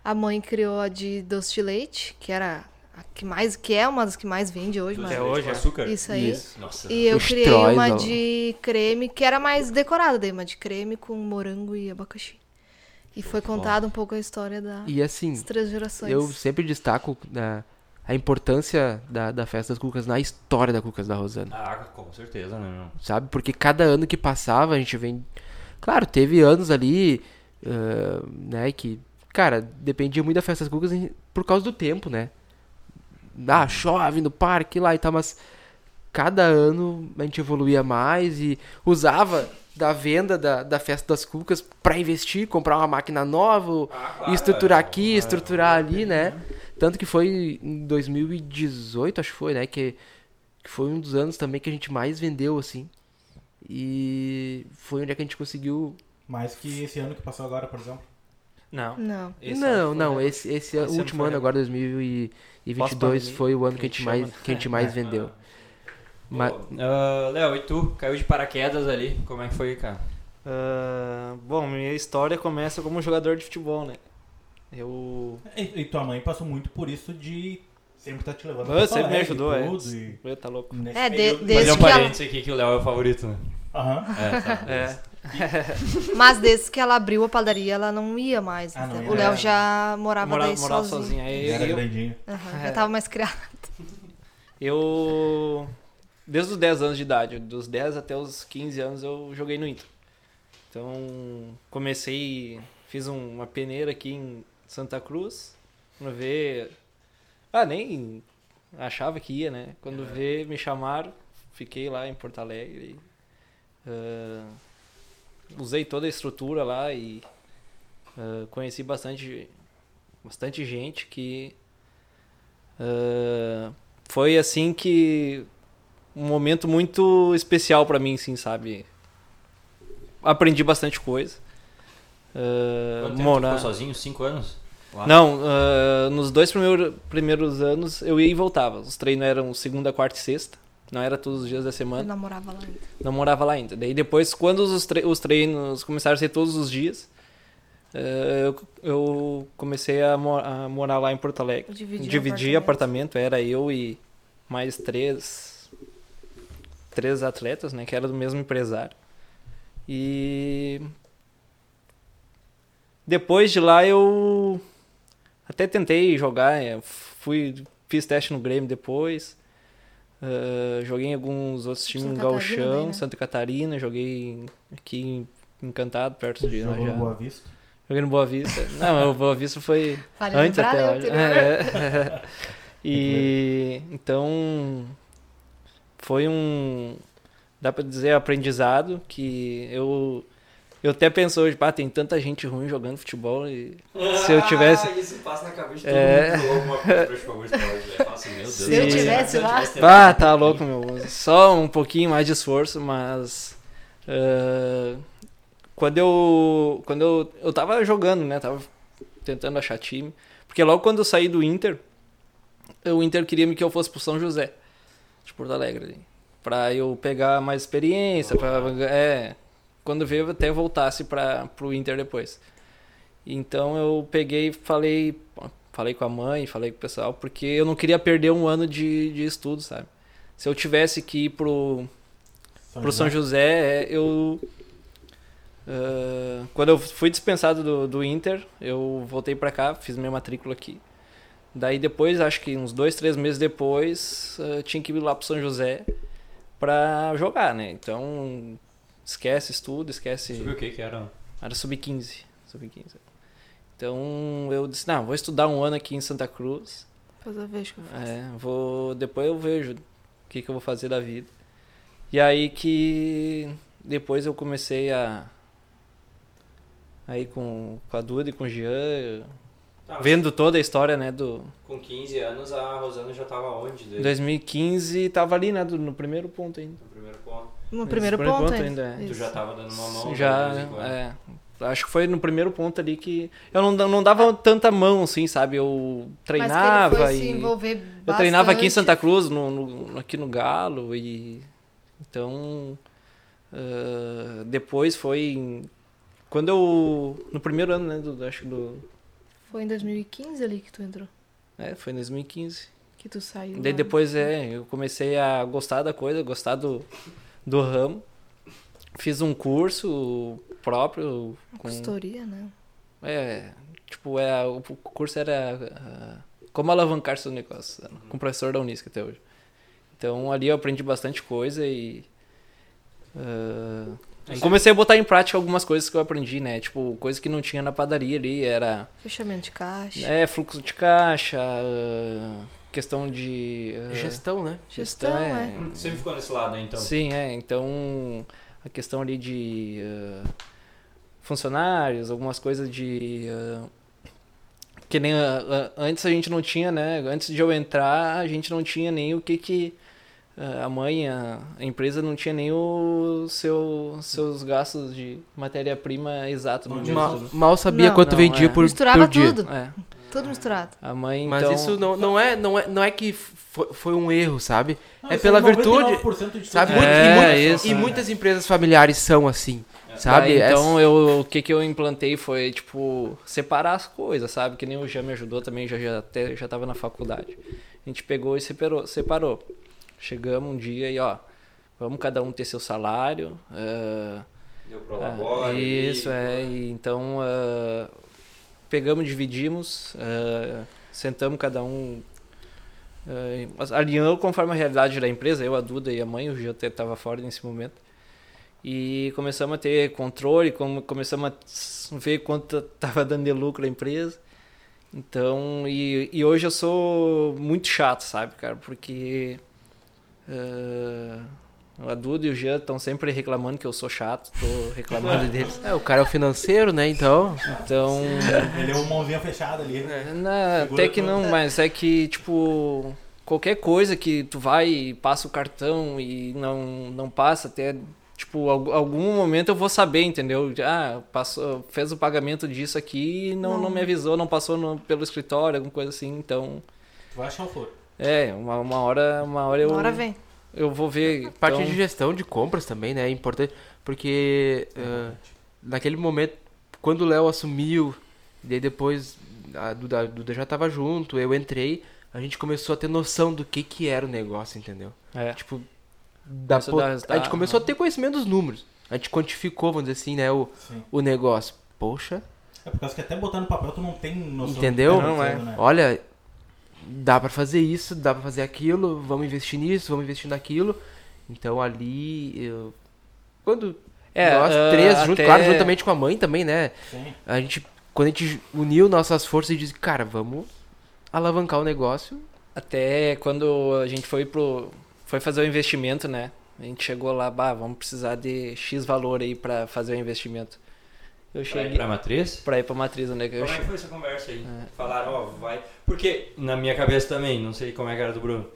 [SPEAKER 4] A mãe criou a de doce de leite, que era a que mais, que é uma das que mais vende hoje, mas
[SPEAKER 2] Doce de leite com açúcar?
[SPEAKER 4] isso aí.
[SPEAKER 2] Nossa.
[SPEAKER 4] E eu
[SPEAKER 3] Os
[SPEAKER 4] criei
[SPEAKER 3] trois,
[SPEAKER 4] uma
[SPEAKER 3] ó.
[SPEAKER 4] de creme, que era mais decorada daí, uma de creme com morango e abacaxi. E foi contada um pouco a história da-
[SPEAKER 3] E assim,
[SPEAKER 4] das três gerações.
[SPEAKER 3] Eu sempre destaco né, a importância da, da festa das cucas na história da Cucas da Rosana.
[SPEAKER 2] Ah, com certeza, né? meu?
[SPEAKER 3] Sabe? Porque cada ano que passava, a gente vem. Claro, teve anos ali, ah, né, que. Cara, dependia muito da festa das cucas em- por causa do tempo, né? Ah, chove no parque lá e tal, mas cada ano a gente evoluía mais e usava da venda da, da festa das cucas pra investir, comprar uma máquina nova,
[SPEAKER 2] Ah,
[SPEAKER 3] e
[SPEAKER 2] claro,
[SPEAKER 3] estruturar
[SPEAKER 2] é,
[SPEAKER 3] aqui,
[SPEAKER 2] é,
[SPEAKER 3] estruturar ali, né? Tanto que foi em 2018, acho que foi, né? Que, que foi um dos anos também que a gente mais vendeu, assim. E foi onde é que a gente conseguiu.
[SPEAKER 1] Mais que esse ano que passou agora, por exemplo.
[SPEAKER 5] Não.
[SPEAKER 4] Não.
[SPEAKER 5] esse ano
[SPEAKER 3] não,
[SPEAKER 5] foi
[SPEAKER 3] não,
[SPEAKER 5] recorde.
[SPEAKER 3] esse, esse,
[SPEAKER 5] ano
[SPEAKER 3] último
[SPEAKER 5] foi
[SPEAKER 3] ano,
[SPEAKER 5] né? recorde.
[SPEAKER 3] agora 2022,
[SPEAKER 5] Pós-pandemia,
[SPEAKER 3] foi é o ano que a
[SPEAKER 5] que a
[SPEAKER 3] gente
[SPEAKER 5] gente
[SPEAKER 3] mais,
[SPEAKER 5] chama. É.
[SPEAKER 3] que a gente mais vendeu. Mas-
[SPEAKER 2] Pô, ah, Léo, e tu? Caiu de paraquedas ali. Como é que foi, cara?
[SPEAKER 5] Ah, bom, minha história começa como um jogador de futebol, né? Eu.
[SPEAKER 1] E, e tua mãe passou muito por isso de sempre tá te levando.
[SPEAKER 5] Ah,
[SPEAKER 1] pra
[SPEAKER 5] sempre
[SPEAKER 1] Porto
[SPEAKER 5] me
[SPEAKER 1] Alegre,
[SPEAKER 5] ajudou, é.
[SPEAKER 1] tudo, e
[SPEAKER 5] Eu tá louco.
[SPEAKER 1] nesse
[SPEAKER 4] É, de-
[SPEAKER 1] período-
[SPEAKER 4] Desde
[SPEAKER 2] Fazer um
[SPEAKER 4] que ela-
[SPEAKER 2] parênteses aqui que o Léo é o favorito, né?
[SPEAKER 1] Aham.
[SPEAKER 2] É, tá.
[SPEAKER 5] É.
[SPEAKER 4] Mas desde que ela abriu a padaria, ela não ia mais.
[SPEAKER 1] Ah, não
[SPEAKER 4] né?
[SPEAKER 1] ia.
[SPEAKER 4] o Léo
[SPEAKER 5] É.
[SPEAKER 4] já morava
[SPEAKER 5] Morava,
[SPEAKER 4] daí
[SPEAKER 5] morava
[SPEAKER 4] sozinho.
[SPEAKER 5] sozinho. Aí
[SPEAKER 1] Era
[SPEAKER 5] É, eu,
[SPEAKER 1] grandinho.
[SPEAKER 4] Aham, Já tava mais criada.
[SPEAKER 5] eu. Desde os 10 anos de idade, dos 10 até os 15 anos eu joguei no Inter. Então, comecei. Fiz um- uma peneira aqui em Santa Cruz. Quando vê. Ah, nem achava que ia, né? Quando vê, me chamaram. Fiquei lá em Porto Alegre. Ah, usei toda a estrutura lá e ah, conheci bastante, bastante gente que ah, foi assim que um momento muito especial pra mim, sim, sabe? Aprendi bastante coisa. Ah,
[SPEAKER 2] Quanto tempo tu
[SPEAKER 5] morar-
[SPEAKER 2] ficou sozinho? Cinco anos? Uau.
[SPEAKER 5] Não, ah, nos dois primeiro- primeiros anos eu ia e voltava. Os treinos eram segunda, quarta e sexta. Não era todos os dias da
[SPEAKER 4] Eu
[SPEAKER 5] semana.
[SPEAKER 4] namorava lá ainda.
[SPEAKER 5] Não morava lá ainda. Daí depois, quando os, tre- os treinos começaram a ser todos os dias, ah, eu, eu comecei a, mo- a morar lá em Porto Alegre.
[SPEAKER 4] Eu dividia
[SPEAKER 5] Dividia
[SPEAKER 4] apartamento.
[SPEAKER 5] apartamento. era eu e mais três três atletas, né, que era do mesmo empresário. E depois de lá eu até tentei jogar, eh, fui fiz teste no Grêmio depois. ah, joguei em alguns outros times
[SPEAKER 4] Santa
[SPEAKER 5] no
[SPEAKER 4] Catarina
[SPEAKER 5] Gauchão,
[SPEAKER 4] daí, né?
[SPEAKER 5] Santa Catarina, joguei em- aqui em Encantado, perto de
[SPEAKER 1] Jogou
[SPEAKER 5] Irajá.
[SPEAKER 1] no Boa Vista.
[SPEAKER 5] Joguei no Boa Vista. Não, o Boa Vista foi
[SPEAKER 4] Vale
[SPEAKER 5] Antes
[SPEAKER 4] lembrar,
[SPEAKER 5] até
[SPEAKER 4] né,
[SPEAKER 5] hoje.
[SPEAKER 4] anterior.
[SPEAKER 5] É. E então foi um dá pra dizer aprendizado que eu eu até penso hoje, pá, tem tanta gente ruim jogando futebol e Se eu tivesse-
[SPEAKER 2] Ah, isso passa na cabeça de todo
[SPEAKER 5] É.
[SPEAKER 2] mundo que falou alguma coisa pra jogar esporte. É fácil, meu Deus.
[SPEAKER 5] Se
[SPEAKER 2] do céu,
[SPEAKER 5] eu
[SPEAKER 4] tivesse lá-
[SPEAKER 5] pá, tá louco, meu. Só um pouquinho mais de esforço, mas ah, quando eu quando eu, eu tava jogando, né, tava tentando achar time, porque logo quando eu saí do Inter, o Inter queria que eu fosse pro São José, de Porto Alegre, ali, pra eu pegar mais experiência, pra, é, quando veio eu até voltasse para pro Inter depois. Então eu peguei e falei, falei com a mãe, falei com o pessoal, porque eu não queria perder um ano de, de estudo, sabe? Se eu tivesse que ir pro, pro São José, é, eu. ah, quando eu fui dispensado do, do Inter, eu voltei pra cá, fiz minha matrícula aqui. Daí depois, acho que uns dois, três meses depois, ah, tinha que ir lá pro São José pra jogar, né? Então, esquece estudo, esquece.
[SPEAKER 2] Sabe o que que era?
[SPEAKER 5] Era sub-15. Sub-15. Então eu disse, não, vou estudar um ano aqui em Santa Cruz.
[SPEAKER 4] Depois eu vejo o que eu faço.
[SPEAKER 5] É, vou, depois eu vejo o que, que eu vou fazer da vida. E aí que depois eu comecei a. Aí com, com a Duda e com o Jean, eu-
[SPEAKER 2] Tá,
[SPEAKER 5] vendo toda a história, né, do
[SPEAKER 2] Com 15 anos, a Rosana já tava onde? daí?
[SPEAKER 5] 2015, tava ali, né, do- no primeiro ponto ainda.
[SPEAKER 2] No primeiro ponto.
[SPEAKER 4] No
[SPEAKER 5] Isso,
[SPEAKER 4] primeiro
[SPEAKER 5] por
[SPEAKER 4] ponto
[SPEAKER 5] enquanto
[SPEAKER 4] ainda.
[SPEAKER 5] ainda é.
[SPEAKER 2] Tu
[SPEAKER 4] Isso.
[SPEAKER 2] já tava dando uma mão. né,
[SPEAKER 5] já,
[SPEAKER 2] de vez em quando.
[SPEAKER 5] é. Acho que foi no primeiro ponto ali que eu não, não dava tanta mão, assim, sabe? Eu treinava
[SPEAKER 4] Mas que ele foi se
[SPEAKER 5] e
[SPEAKER 4] envolver
[SPEAKER 5] eu treinava aqui em
[SPEAKER 4] bastante.
[SPEAKER 5] Santa Cruz, no, no- aqui no Galo e então ah, depois foi em- quando eu no primeiro ano, né? Do, acho que do
[SPEAKER 4] Foi em 2015 ali que tu entrou,
[SPEAKER 5] é, foi em 2015.
[SPEAKER 4] que tu saiu.
[SPEAKER 5] Daí
[SPEAKER 4] lá.
[SPEAKER 5] depois é, eu comecei a gostar da coisa, gostar do, do ramo. Fiz um curso próprio com
[SPEAKER 4] Consultoria, né?
[SPEAKER 5] É, tipo, é, o curso era ah, como alavancar seu negócio, né? com o professor da Unisc até hoje. Então ali eu aprendi bastante coisa e ah,
[SPEAKER 2] Mas
[SPEAKER 5] comecei a botar em prática algumas coisas que eu aprendi, né? Tipo, coisa que não tinha na padaria ali, era
[SPEAKER 4] Fechamento de caixa.
[SPEAKER 5] é, fluxo de caixa, ah, questão de ah,
[SPEAKER 3] Gestão, né?
[SPEAKER 4] Gestão,
[SPEAKER 5] então
[SPEAKER 4] é.
[SPEAKER 2] Sempre ficou nesse lado, então.
[SPEAKER 5] Sim, é. Então, a questão ali de ah, funcionários, algumas coisas de. ah, que nem. ah, ah, antes a gente não tinha, né? Antes de eu entrar, a gente não tinha nem o que que. ah, a mãe, a, a empresa não tinha nem os seu, seus gastos de matéria-prima exato no
[SPEAKER 1] Não
[SPEAKER 5] dia.
[SPEAKER 1] tinha
[SPEAKER 3] Ma-
[SPEAKER 1] Gestão.
[SPEAKER 3] mal sabia
[SPEAKER 4] Não,
[SPEAKER 3] quanto
[SPEAKER 5] não,
[SPEAKER 3] vendia
[SPEAKER 5] é.
[SPEAKER 3] por,
[SPEAKER 4] Misturava
[SPEAKER 3] por dia.
[SPEAKER 4] tudo,
[SPEAKER 5] É.
[SPEAKER 4] tudo misturado.
[SPEAKER 5] A mãe,
[SPEAKER 3] Mas
[SPEAKER 5] então...
[SPEAKER 3] isso não, não, é, não, é, não é que fo- foi um erro, sabe?
[SPEAKER 1] Não,
[SPEAKER 3] é
[SPEAKER 1] isso
[SPEAKER 3] pela
[SPEAKER 1] 99%
[SPEAKER 3] virtude.
[SPEAKER 1] de
[SPEAKER 3] Sabe?
[SPEAKER 1] tudo.
[SPEAKER 3] Muito-
[SPEAKER 5] É,
[SPEAKER 3] e, muito-
[SPEAKER 5] isso,
[SPEAKER 3] e
[SPEAKER 5] né?
[SPEAKER 3] muitas empresas familiares são assim, sabe?
[SPEAKER 5] Daí,
[SPEAKER 3] É-
[SPEAKER 5] então eu, o que, que eu implantei foi, tipo, separar as coisas, sabe? Que nem o Jean me ajudou também, já, já, até, já tava na faculdade. A gente pegou e separou. separou. Chegamos um dia e, ó, vamos cada um ter seu salário. ah,
[SPEAKER 2] Deu
[SPEAKER 5] ah,
[SPEAKER 2] prolabore.
[SPEAKER 5] isso, é. e então, ah, pegamos, dividimos, ah, sentamos cada um. ah, mas alinhou conforme a realidade da empresa, eu, a Duda e a mãe, o Gil até estava fora nesse momento. E começamos a ter controle, como- começamos a s- ver quanto estava dando de lucro a empresa. Então, e, e hoje eu sou muito chato, sabe, cara? Porque ah, a Duda e o Jean estão sempre reclamando que eu sou chato, tô reclamando deles.
[SPEAKER 3] É, o cara é o financeiro, né? Então.
[SPEAKER 5] Então,
[SPEAKER 1] Ele é uma mãozinha fechada ali.
[SPEAKER 3] é.
[SPEAKER 1] né?
[SPEAKER 5] na- até que não, mas é que, tipo, qualquer coisa que tu vai e passa o cartão e não, não passa até, tipo, tipo, al- algum momento eu vou saber, entendeu? De, Ah, passou, fez o pagamento disso aqui e não, não me avisou, não passou no- pelo escritório, alguma coisa assim, então.
[SPEAKER 1] Tu vai achar o furo.
[SPEAKER 5] É, uma, uma hora, uma hora eu,
[SPEAKER 4] Agora vem.
[SPEAKER 5] eu vou ver.
[SPEAKER 3] Parte
[SPEAKER 5] então,
[SPEAKER 3] de gestão de compras também, né? É importante. Porque
[SPEAKER 5] É
[SPEAKER 3] ah, naquele momento, quando o Léo assumiu, e daí depois a Duda, a Duda já tava junto, eu entrei, a gente começou a ter noção do que, que era o negócio, entendeu?
[SPEAKER 5] É.
[SPEAKER 3] Tipo, da
[SPEAKER 5] Começou a
[SPEAKER 3] po-
[SPEAKER 5] dar
[SPEAKER 3] a gente
[SPEAKER 5] resultado, né?
[SPEAKER 3] começou a ter conhecimento dos números. A gente quantificou, vamos dizer assim, né, o,
[SPEAKER 1] Sim.
[SPEAKER 3] o negócio. Poxa,
[SPEAKER 1] É por causa que até botar no papel tu não tem noção. do
[SPEAKER 3] Entendeu?
[SPEAKER 1] que tá
[SPEAKER 5] Não, é.
[SPEAKER 1] acontecendo, né?
[SPEAKER 3] olha, dá pra fazer isso, dá pra fazer aquilo, vamos investir nisso, vamos investir naquilo. Então ali, eu... quando
[SPEAKER 5] É,
[SPEAKER 3] nós
[SPEAKER 5] ah,
[SPEAKER 3] três, junto,
[SPEAKER 5] até-
[SPEAKER 3] claro, juntamente com a mãe também, né?
[SPEAKER 1] Sim.
[SPEAKER 3] A gente, quando a gente uniu nossas forças e disse, cara, vamos alavancar o negócio.
[SPEAKER 5] Até quando a gente foi pro. Foi fazer o investimento, né? A gente chegou lá, bah, vamos precisar de X valor aí pra fazer o investimento.
[SPEAKER 2] Pra
[SPEAKER 5] Eu
[SPEAKER 2] ir
[SPEAKER 5] cheguei.
[SPEAKER 2] pra matriz?
[SPEAKER 5] Pra ir pra matriz, onde é que eu
[SPEAKER 2] Como é
[SPEAKER 5] É.
[SPEAKER 2] que
[SPEAKER 5] cheguei?
[SPEAKER 2] foi essa conversa aí? Falaram, ó, vai. Porque, na minha cabeça também, não sei como é que era do Bruno.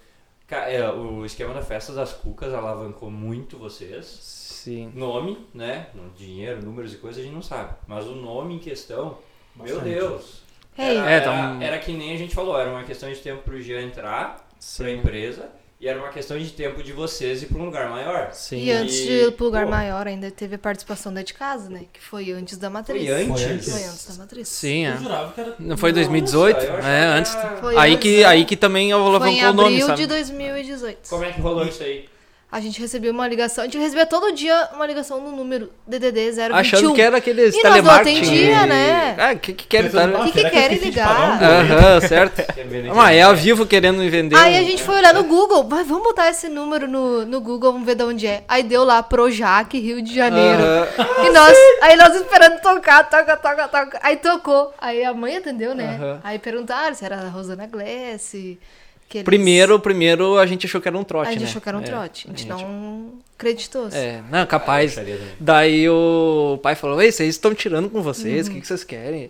[SPEAKER 2] Ca- é, O esquema da festa das cucas alavancou muito vocês.
[SPEAKER 5] Sim.
[SPEAKER 2] Nome, né? Dinheiro, números e coisas a gente não sabe. Mas o nome em questão, meu
[SPEAKER 1] Bastante.
[SPEAKER 2] Deus.
[SPEAKER 4] Ei.
[SPEAKER 2] Era,
[SPEAKER 5] É,
[SPEAKER 2] era-
[SPEAKER 5] então-
[SPEAKER 2] era que nem a gente falou, era uma questão de tempo pro Jean entrar pra
[SPEAKER 5] Sim.
[SPEAKER 2] empresa e era uma questão de tempo de vocês ir pra um lugar maior.
[SPEAKER 5] Sim.
[SPEAKER 4] E antes de ir pro lugar
[SPEAKER 2] Pô.
[SPEAKER 4] maior, ainda teve a participação da de casa, né? Que foi antes da matriz.
[SPEAKER 2] Foi antes?
[SPEAKER 1] Foi antes.
[SPEAKER 4] Foi antes da matriz.
[SPEAKER 5] Sim,
[SPEAKER 1] Eu
[SPEAKER 5] é.
[SPEAKER 1] jurava que era.
[SPEAKER 5] Não foi em 2018?
[SPEAKER 2] Nossa, eu achava
[SPEAKER 5] é,
[SPEAKER 2] que
[SPEAKER 5] antes.
[SPEAKER 2] era-
[SPEAKER 4] Foi
[SPEAKER 5] aí,
[SPEAKER 4] antes. né?
[SPEAKER 5] que, aí que também
[SPEAKER 4] Foi em
[SPEAKER 5] alavancou o
[SPEAKER 4] abril
[SPEAKER 5] nome, um sabe?
[SPEAKER 4] de 2018.
[SPEAKER 2] Como é que rolou isso aí?
[SPEAKER 4] A gente recebeu uma ligação. A gente recebia todo dia uma ligação no número DDD 021.
[SPEAKER 5] Achando que era aqueles
[SPEAKER 4] E nós não
[SPEAKER 5] telemarketing.
[SPEAKER 4] atendia, né?
[SPEAKER 5] Ah, que que quer
[SPEAKER 1] Pensando,
[SPEAKER 5] estar...
[SPEAKER 1] "Ah,
[SPEAKER 4] Que que
[SPEAKER 1] será eu
[SPEAKER 4] querem
[SPEAKER 1] esqueci de
[SPEAKER 4] ligar?"
[SPEAKER 1] pagar um boleto?
[SPEAKER 2] né?
[SPEAKER 5] Aham, certo.
[SPEAKER 2] Quer ver na
[SPEAKER 5] Mas é ao
[SPEAKER 2] internet?
[SPEAKER 5] vivo querendo me vender. um
[SPEAKER 4] Aí a gente foi olhar
[SPEAKER 5] é.
[SPEAKER 4] no Google, mas vamos botar esse número no, no Google, vamos ver de onde é. Aí deu lá Projac, Rio de Janeiro.
[SPEAKER 5] Aham.
[SPEAKER 4] E nós, aí nós esperando tocar, toca, toca, toca. Aí tocou. Aí a mãe atendeu, né?
[SPEAKER 5] Aham.
[SPEAKER 4] Aí perguntaram se era a Rosana Gless. que eles-
[SPEAKER 5] Primeiro, primeiro a gente achou que era um trote,
[SPEAKER 4] A gente
[SPEAKER 5] né?
[SPEAKER 4] achou que era um
[SPEAKER 5] É,
[SPEAKER 4] trote. A gente não acreditou. assim.
[SPEAKER 5] É, não, capaz.
[SPEAKER 2] Ah, eu acharia também.
[SPEAKER 5] Daí o pai falou: Ei, vocês estão tirando com vocês,
[SPEAKER 4] Uhum.
[SPEAKER 5] o que, que vocês querem?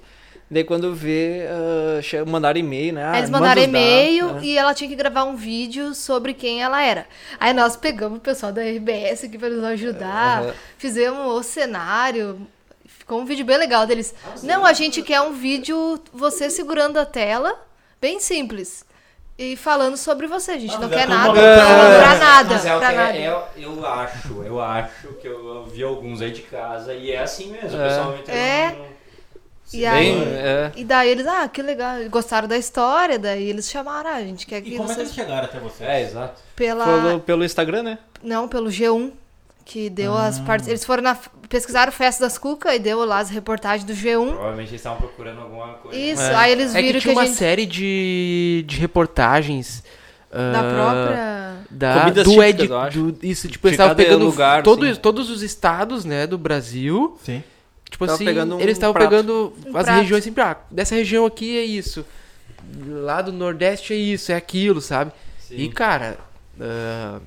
[SPEAKER 5] Daí quando vê, ah, che- mandaram e-mail, né? Ah,
[SPEAKER 4] Aí eles
[SPEAKER 5] manda
[SPEAKER 4] mandaram
[SPEAKER 5] os dados,
[SPEAKER 4] e-mail
[SPEAKER 5] né?
[SPEAKER 4] e ela tinha que gravar um vídeo sobre quem ela era. Aí nós pegamos o pessoal da RBS aqui pra nos ajudar,
[SPEAKER 5] É, Aham.
[SPEAKER 4] fizemos o cenário. Ficou um vídeo bem legal deles. Não, a gente quer um vídeo você segurando a tela, bem simples. E falando sobre você. A gente
[SPEAKER 1] Ah,
[SPEAKER 4] não
[SPEAKER 1] mas
[SPEAKER 4] quer
[SPEAKER 1] é tudo
[SPEAKER 4] nada,
[SPEAKER 1] uma propaganda.
[SPEAKER 4] pra nada,
[SPEAKER 2] Mas é o que
[SPEAKER 4] pra
[SPEAKER 2] é-
[SPEAKER 4] nada.
[SPEAKER 2] é- eu acho, eu acho que eu vi alguns aí de casa e é assim mesmo,
[SPEAKER 5] É.
[SPEAKER 2] o pessoal entra
[SPEAKER 4] É.
[SPEAKER 2] no-
[SPEAKER 4] E aí,
[SPEAKER 5] Bem, é.
[SPEAKER 4] e daí eles, ah, que legal, gostaram da história, daí eles chamaram, ah, a gente quer
[SPEAKER 1] E
[SPEAKER 4] que
[SPEAKER 1] como é que eles
[SPEAKER 4] vocês
[SPEAKER 1] chegaram até você?
[SPEAKER 2] É, exato.
[SPEAKER 4] pela
[SPEAKER 5] Pelo, pelo Instagram, né?
[SPEAKER 4] Não, pelo G1, que deu as
[SPEAKER 3] Ah.
[SPEAKER 4] partes. Eles foram na. Pesquisaram Festa das Cuca e deu lá as reportagens do G1.
[SPEAKER 2] Provavelmente eles estavam procurando alguma coisa.
[SPEAKER 4] Isso,
[SPEAKER 5] É.
[SPEAKER 4] aí eles
[SPEAKER 3] É que
[SPEAKER 4] viram que,
[SPEAKER 3] tinha
[SPEAKER 4] a
[SPEAKER 3] uma
[SPEAKER 4] gente.
[SPEAKER 3] série de, de reportagens.
[SPEAKER 4] Da
[SPEAKER 3] ah,
[SPEAKER 4] própria.
[SPEAKER 3] da,
[SPEAKER 5] Comidas
[SPEAKER 3] do
[SPEAKER 5] típicas,
[SPEAKER 3] Ed,
[SPEAKER 5] eu acho.
[SPEAKER 3] do, isso, tipo,
[SPEAKER 5] De
[SPEAKER 3] eles estavam
[SPEAKER 5] cada
[SPEAKER 3] pegando
[SPEAKER 5] lugar,
[SPEAKER 3] todos,
[SPEAKER 5] assim.
[SPEAKER 3] todos os estados, né, do Brasil.
[SPEAKER 1] Sim.
[SPEAKER 3] Tipo
[SPEAKER 5] Tava
[SPEAKER 3] assim,
[SPEAKER 5] pegando um
[SPEAKER 3] eles estavam
[SPEAKER 5] prato.
[SPEAKER 3] pegando
[SPEAKER 4] Um
[SPEAKER 3] as
[SPEAKER 4] prato.
[SPEAKER 3] regiões sempre, ah, dessa região aqui é isso, lá do Nordeste é isso, é aquilo, sabe?
[SPEAKER 2] Sim.
[SPEAKER 3] E, cara, ah,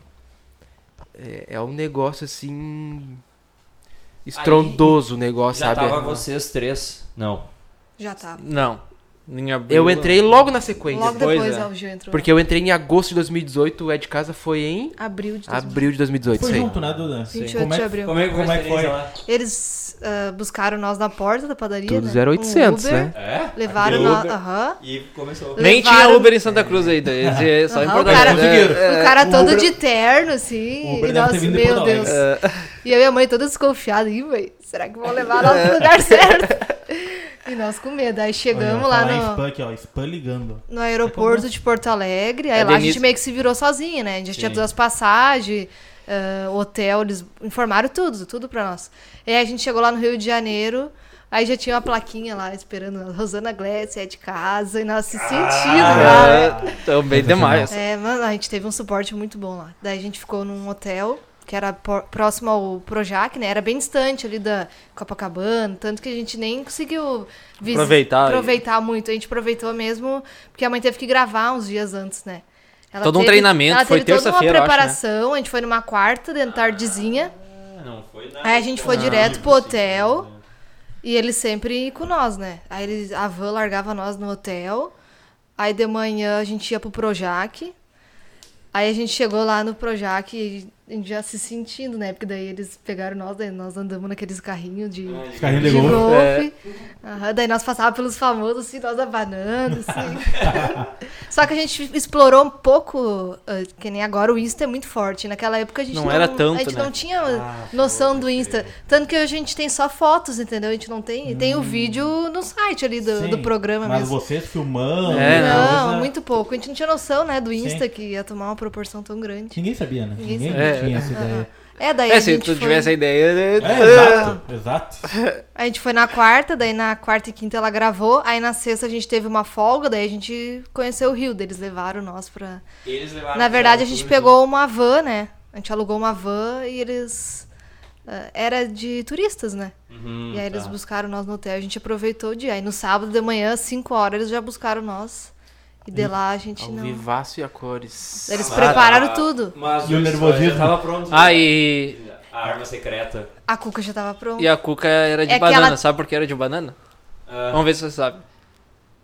[SPEAKER 3] é, é um negócio, assim, estrondoso o negócio,
[SPEAKER 2] Já
[SPEAKER 3] sabe?
[SPEAKER 2] tava vocês três. Não.
[SPEAKER 4] Já tá.
[SPEAKER 5] Não. Em abril,
[SPEAKER 3] Eu entrei logo na sequência,
[SPEAKER 4] Logo
[SPEAKER 5] depois,
[SPEAKER 4] depois,
[SPEAKER 5] é.
[SPEAKER 4] ó, o G1 entrou.
[SPEAKER 3] porque eu entrei em agosto de 2018, o Ed Casa foi em
[SPEAKER 4] Abril de 2000.
[SPEAKER 3] abril de 2018,
[SPEAKER 1] Foi
[SPEAKER 3] sei.
[SPEAKER 1] junto, né, Duda?
[SPEAKER 4] 28
[SPEAKER 1] Como é
[SPEAKER 4] de
[SPEAKER 1] que-
[SPEAKER 4] abril.
[SPEAKER 2] Como é,
[SPEAKER 1] Como é que
[SPEAKER 2] que foi?
[SPEAKER 1] foi?
[SPEAKER 2] Lá?
[SPEAKER 4] Eles ah, buscaram nós na porta da padaria.
[SPEAKER 3] Tudo
[SPEAKER 4] né?
[SPEAKER 3] 0800,
[SPEAKER 4] um Uber,
[SPEAKER 3] né?
[SPEAKER 2] É?
[SPEAKER 4] Levaram
[SPEAKER 2] Abriu
[SPEAKER 4] nós.
[SPEAKER 2] Uber.
[SPEAKER 4] Aham.
[SPEAKER 2] E começou.
[SPEAKER 5] Nem
[SPEAKER 4] levaram- É.
[SPEAKER 5] tinha Uber em Santa Cruz ainda. esse é Só em
[SPEAKER 4] Aham,
[SPEAKER 5] Porto
[SPEAKER 4] o cara,
[SPEAKER 5] Alegre.
[SPEAKER 1] Conseguiram.
[SPEAKER 5] É, é.
[SPEAKER 4] o cara
[SPEAKER 1] o
[SPEAKER 4] todo
[SPEAKER 1] Uber-
[SPEAKER 4] de terno, assim.
[SPEAKER 1] o Uber
[SPEAKER 4] e
[SPEAKER 1] deve
[SPEAKER 4] nós,
[SPEAKER 1] ter vindo de
[SPEAKER 4] meu
[SPEAKER 1] Porto Alegre.
[SPEAKER 4] Deus.
[SPEAKER 5] É.
[SPEAKER 4] E a minha mãe toda desconfiada. Ih, véi, será que vão levar nós
[SPEAKER 5] É.
[SPEAKER 4] pro lugar certo? E nós com medo. Aí chegamos
[SPEAKER 1] Olha,
[SPEAKER 4] lá
[SPEAKER 1] tá
[SPEAKER 4] no.
[SPEAKER 1] em spam aqui, ó. Spam ligando.
[SPEAKER 4] no aeroporto de Porto Alegre. Aí
[SPEAKER 5] É,
[SPEAKER 4] lá a
[SPEAKER 5] Denise-
[SPEAKER 4] gente meio que se virou sozinha, né? A gente já tinha
[SPEAKER 2] Sim.
[SPEAKER 4] todas as passagens, ah, hotel, eles informaram tudo, tudo pra nós. E aí a gente chegou lá no Rio de Janeiro, aí já tinha uma plaquinha lá esperando nós, Rosana Gless é de casa, e nós se sentindo lá. né?
[SPEAKER 5] É, Também demais.
[SPEAKER 4] É, mano, a gente teve um suporte muito bom lá. Daí a gente ficou num hotel que era por- próximo ao Projac, né? Era bem distante ali da Copacabana, tanto que a gente nem conseguiu visi-
[SPEAKER 5] Aproveitar.
[SPEAKER 4] aproveitar muito. A gente aproveitou mesmo porque a mãe teve que gravar uns dias antes, né? Ela
[SPEAKER 5] Todo um treinamento,
[SPEAKER 4] ela
[SPEAKER 5] foi
[SPEAKER 4] teve toda uma
[SPEAKER 5] terça-feira, eu acho, né?
[SPEAKER 4] preparação, a gente foi numa quarta de tardezinha,
[SPEAKER 2] Ah, não foi nada.
[SPEAKER 4] aí a gente foi
[SPEAKER 2] Ah,
[SPEAKER 4] direto
[SPEAKER 2] tipo
[SPEAKER 4] pro
[SPEAKER 2] assim,
[SPEAKER 4] hotel.
[SPEAKER 2] né?
[SPEAKER 4] E ele sempre com nós, né? Aí eles, a van largava nós no hotel. Aí de manhã a gente ia pro Projac. Aí a gente chegou lá no Projac e já se sentindo, né? Porque daí eles pegaram nós, daí nós andamos naqueles carrinhos de,
[SPEAKER 1] Os carrinhos de
[SPEAKER 4] de
[SPEAKER 1] golfe.
[SPEAKER 4] golfe.
[SPEAKER 5] É.
[SPEAKER 4] Aham, daí nós passávamos pelos famosos, assim, nós abanando, assim. Só que a gente explorou um pouco, ah, que nem agora o Insta é muito forte. Naquela época a gente
[SPEAKER 5] Não
[SPEAKER 4] não,
[SPEAKER 5] era tanto,
[SPEAKER 4] a gente
[SPEAKER 5] né?
[SPEAKER 4] não tinha
[SPEAKER 1] Ah,
[SPEAKER 4] noção
[SPEAKER 1] pode
[SPEAKER 4] do Insta.
[SPEAKER 1] crer. Hum.
[SPEAKER 4] Tanto que a gente tem só fotos, entendeu? A gente não tem. E tem o vídeo no site ali do,
[SPEAKER 1] Sim,
[SPEAKER 4] do programa
[SPEAKER 1] mas
[SPEAKER 4] mesmo.
[SPEAKER 1] vocês filmando.
[SPEAKER 5] É,
[SPEAKER 4] não,
[SPEAKER 1] coisa-
[SPEAKER 4] muito pouco. A gente não tinha noção, né, do
[SPEAKER 1] Sim.
[SPEAKER 4] Insta que ia tomar uma proporção tão grande.
[SPEAKER 1] Ninguém sabia, né?
[SPEAKER 4] Ninguém
[SPEAKER 1] Ninguém
[SPEAKER 5] sabia.
[SPEAKER 1] tinha
[SPEAKER 5] É.
[SPEAKER 1] essa ideia.
[SPEAKER 4] É, daí a
[SPEAKER 5] É, se
[SPEAKER 4] gente
[SPEAKER 5] tu
[SPEAKER 4] foi...
[SPEAKER 5] tivesse a ideia, né?
[SPEAKER 1] É, exato, exato.
[SPEAKER 4] A gente foi na quarta, daí na quarta e quinta ela gravou, aí na sexta a gente teve uma folga, daí a gente conheceu o Rio, daí eles levaram nós pra.
[SPEAKER 2] Eles levaram
[SPEAKER 4] Na
[SPEAKER 2] pra
[SPEAKER 4] verdade, a gente
[SPEAKER 2] tudo.
[SPEAKER 4] pegou uma van, né? A gente alugou uma van e eles. ah, Era de turistas, né?
[SPEAKER 2] Uhum,
[SPEAKER 4] e
[SPEAKER 3] Hum,
[SPEAKER 4] aí eles
[SPEAKER 2] tá.
[SPEAKER 4] buscaram nós no hotel, a gente aproveitou o dia. Aí no sábado de manhã, às 5 horas, eles já buscaram nós. E de lá a gente
[SPEAKER 3] Hum, Ao
[SPEAKER 4] não. É.
[SPEAKER 3] vivaço e a cores.
[SPEAKER 4] Eles
[SPEAKER 2] Ah,
[SPEAKER 4] prepararam
[SPEAKER 2] tá.
[SPEAKER 4] tudo.
[SPEAKER 2] Mas
[SPEAKER 1] E o
[SPEAKER 2] isso,
[SPEAKER 1] nervosismo.
[SPEAKER 2] já tava pronto. né?
[SPEAKER 5] Ah, e,
[SPEAKER 2] A arma secreta.
[SPEAKER 4] A cuca já tava pronta.
[SPEAKER 5] e a cuca era de
[SPEAKER 4] É que
[SPEAKER 5] banana.
[SPEAKER 4] ela-
[SPEAKER 5] Sabe por que era de banana?
[SPEAKER 2] Ah,
[SPEAKER 5] Vamos ver se você sabe.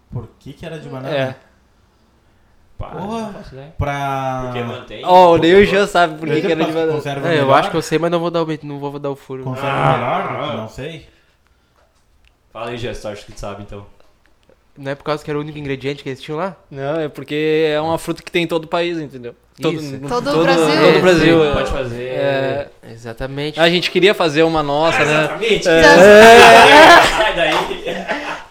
[SPEAKER 1] Por que que era de banana?
[SPEAKER 5] É.
[SPEAKER 2] pá,
[SPEAKER 1] Porra.
[SPEAKER 2] não faço ideia.
[SPEAKER 1] Pra...
[SPEAKER 2] Porque mantém.
[SPEAKER 5] Oh, nem o Jean sabe por que que era de
[SPEAKER 1] Conserva
[SPEAKER 5] banana.
[SPEAKER 1] conserva
[SPEAKER 3] É, eu
[SPEAKER 1] melhor?
[SPEAKER 3] acho que eu sei, mas não vou dar o, não vou dar o furo.
[SPEAKER 1] Conserva
[SPEAKER 2] Ah.
[SPEAKER 1] melhor? Não sei.
[SPEAKER 2] Fala aí, Gestor, acho que tu sabe então.
[SPEAKER 3] Não é por causa que era o único ingrediente que eles tinham lá?
[SPEAKER 5] Não, é porque é uma fruta que tem em todo o país, entendeu?
[SPEAKER 3] Isso.
[SPEAKER 5] no-
[SPEAKER 4] Todo o Brasil.
[SPEAKER 5] Todo o Brasil.
[SPEAKER 2] Sim,
[SPEAKER 5] é.
[SPEAKER 2] Pode fazer.
[SPEAKER 5] É,
[SPEAKER 3] Exatamente.
[SPEAKER 5] a gente queria fazer uma nossa, né?
[SPEAKER 2] Exatamente.
[SPEAKER 5] É.
[SPEAKER 2] Sai daí.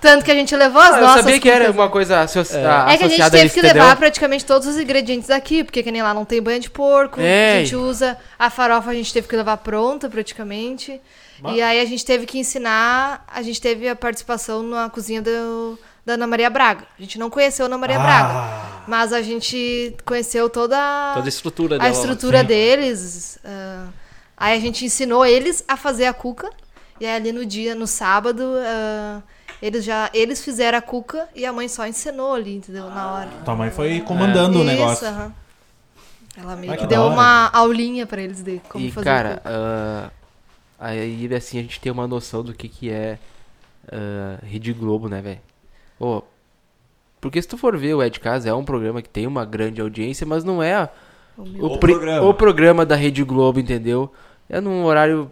[SPEAKER 4] Tanto que a gente levou as
[SPEAKER 3] Ah, eu
[SPEAKER 4] nossas.
[SPEAKER 3] sabia que era
[SPEAKER 4] cucas.
[SPEAKER 3] uma coisa asso- a-
[SPEAKER 4] É que a gente
[SPEAKER 3] associada
[SPEAKER 4] teve
[SPEAKER 3] isso,
[SPEAKER 4] que
[SPEAKER 3] entendeu?
[SPEAKER 4] levar praticamente todos os ingredientes daqui, porque que nem lá não tem banha de porco,
[SPEAKER 3] É.
[SPEAKER 4] a gente usa a farofa, a gente teve que levar pronta praticamente. E aí a gente teve que ensinar, a gente teve a participação na cozinha do- da Ana Maria Braga. A gente não conheceu a Ana Maria Braga,
[SPEAKER 1] Ah,
[SPEAKER 4] mas a gente conheceu toda a,
[SPEAKER 5] Toda a estrutura
[SPEAKER 4] a
[SPEAKER 5] dela.
[SPEAKER 4] estrutura
[SPEAKER 1] Sim.
[SPEAKER 4] deles. ah, aí a gente ensinou eles a fazer a cuca. E aí ali no dia, no sábado, ah, eles já eles fizeram a cuca e a mãe só ensinou ali, entendeu? Na hora.
[SPEAKER 1] tua mãe foi comandando o negócio.
[SPEAKER 4] aham. Ela meio
[SPEAKER 1] Ah,
[SPEAKER 4] que
[SPEAKER 1] que
[SPEAKER 4] deu
[SPEAKER 1] da hora.
[SPEAKER 4] uma aulinha pra eles de como
[SPEAKER 3] e,
[SPEAKER 4] fazer.
[SPEAKER 3] cara,
[SPEAKER 4] tudo.
[SPEAKER 3] ah, aí assim a gente tem uma noção do que que é ah, Rede Globo, né, velho? Ô, porque se tu for ver o É de Casa, é um programa que tem uma grande audiência, mas não é a-
[SPEAKER 4] O meu-
[SPEAKER 3] o,
[SPEAKER 2] O
[SPEAKER 3] pri-
[SPEAKER 2] programa.
[SPEAKER 3] o programa da Rede Globo, entendeu? É num horário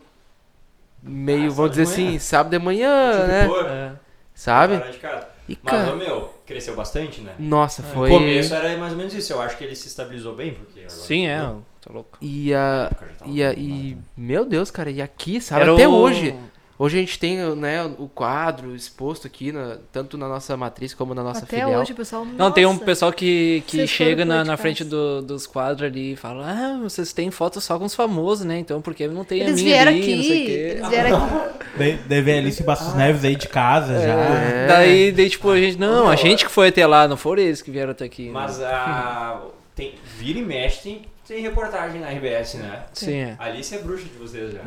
[SPEAKER 3] meio,
[SPEAKER 2] Ah,
[SPEAKER 3] vamos
[SPEAKER 2] sábado
[SPEAKER 3] dizer
[SPEAKER 2] de manhã.
[SPEAKER 3] assim, sábado de manhã, né?
[SPEAKER 2] Pô,
[SPEAKER 5] É.
[SPEAKER 3] Sabe?
[SPEAKER 2] parar Tipo, de casa.
[SPEAKER 3] E,
[SPEAKER 2] Mas, ô,
[SPEAKER 3] cara,
[SPEAKER 2] meu, cresceu bastante, né?
[SPEAKER 3] nossa, foi...
[SPEAKER 2] No começo é. era mais ou menos isso. Eu acho que ele se estabilizou bem, porque... agora-
[SPEAKER 5] Sim, é. Tô louco.
[SPEAKER 3] E a.
[SPEAKER 2] Cara,
[SPEAKER 4] Então,
[SPEAKER 2] já tava
[SPEAKER 3] E, a,
[SPEAKER 2] acostumado,
[SPEAKER 3] e
[SPEAKER 2] né?
[SPEAKER 3] meu Deus, cara, e aqui, sabe?
[SPEAKER 5] Era
[SPEAKER 3] Até
[SPEAKER 5] o-
[SPEAKER 3] hoje. Hoje a gente tem né, o quadro exposto aqui, na- tanto na nossa matriz como na nossa
[SPEAKER 4] Até
[SPEAKER 3] filial.
[SPEAKER 4] hoje o pessoal.
[SPEAKER 5] Não, tem um
[SPEAKER 4] nossa.
[SPEAKER 5] pessoal que, que
[SPEAKER 4] Vocês
[SPEAKER 5] chega
[SPEAKER 4] foram
[SPEAKER 5] na,
[SPEAKER 4] pra
[SPEAKER 5] na
[SPEAKER 4] de
[SPEAKER 5] frente
[SPEAKER 4] casa.
[SPEAKER 5] do- dos quadros ali e fala: Ah, vocês têm foto só com os famosos, né? Então por que não tem a
[SPEAKER 4] Eles
[SPEAKER 5] minha
[SPEAKER 4] vieram
[SPEAKER 5] ali, não sei
[SPEAKER 4] aqui.
[SPEAKER 5] o quê?"
[SPEAKER 4] Eles vieram aqui.
[SPEAKER 1] De- Deve a Alice Bastos Neves aí de casa já.
[SPEAKER 3] É.
[SPEAKER 5] Daí, daí, tipo, a gente. Não, a gente que foi até lá, não foram eles que vieram até aqui. né?
[SPEAKER 2] Mas a... Tem, vira e mexe, tem, tem reportagem na RBS, né?
[SPEAKER 5] Sim, é.
[SPEAKER 2] Alice é bruxa de vocês já.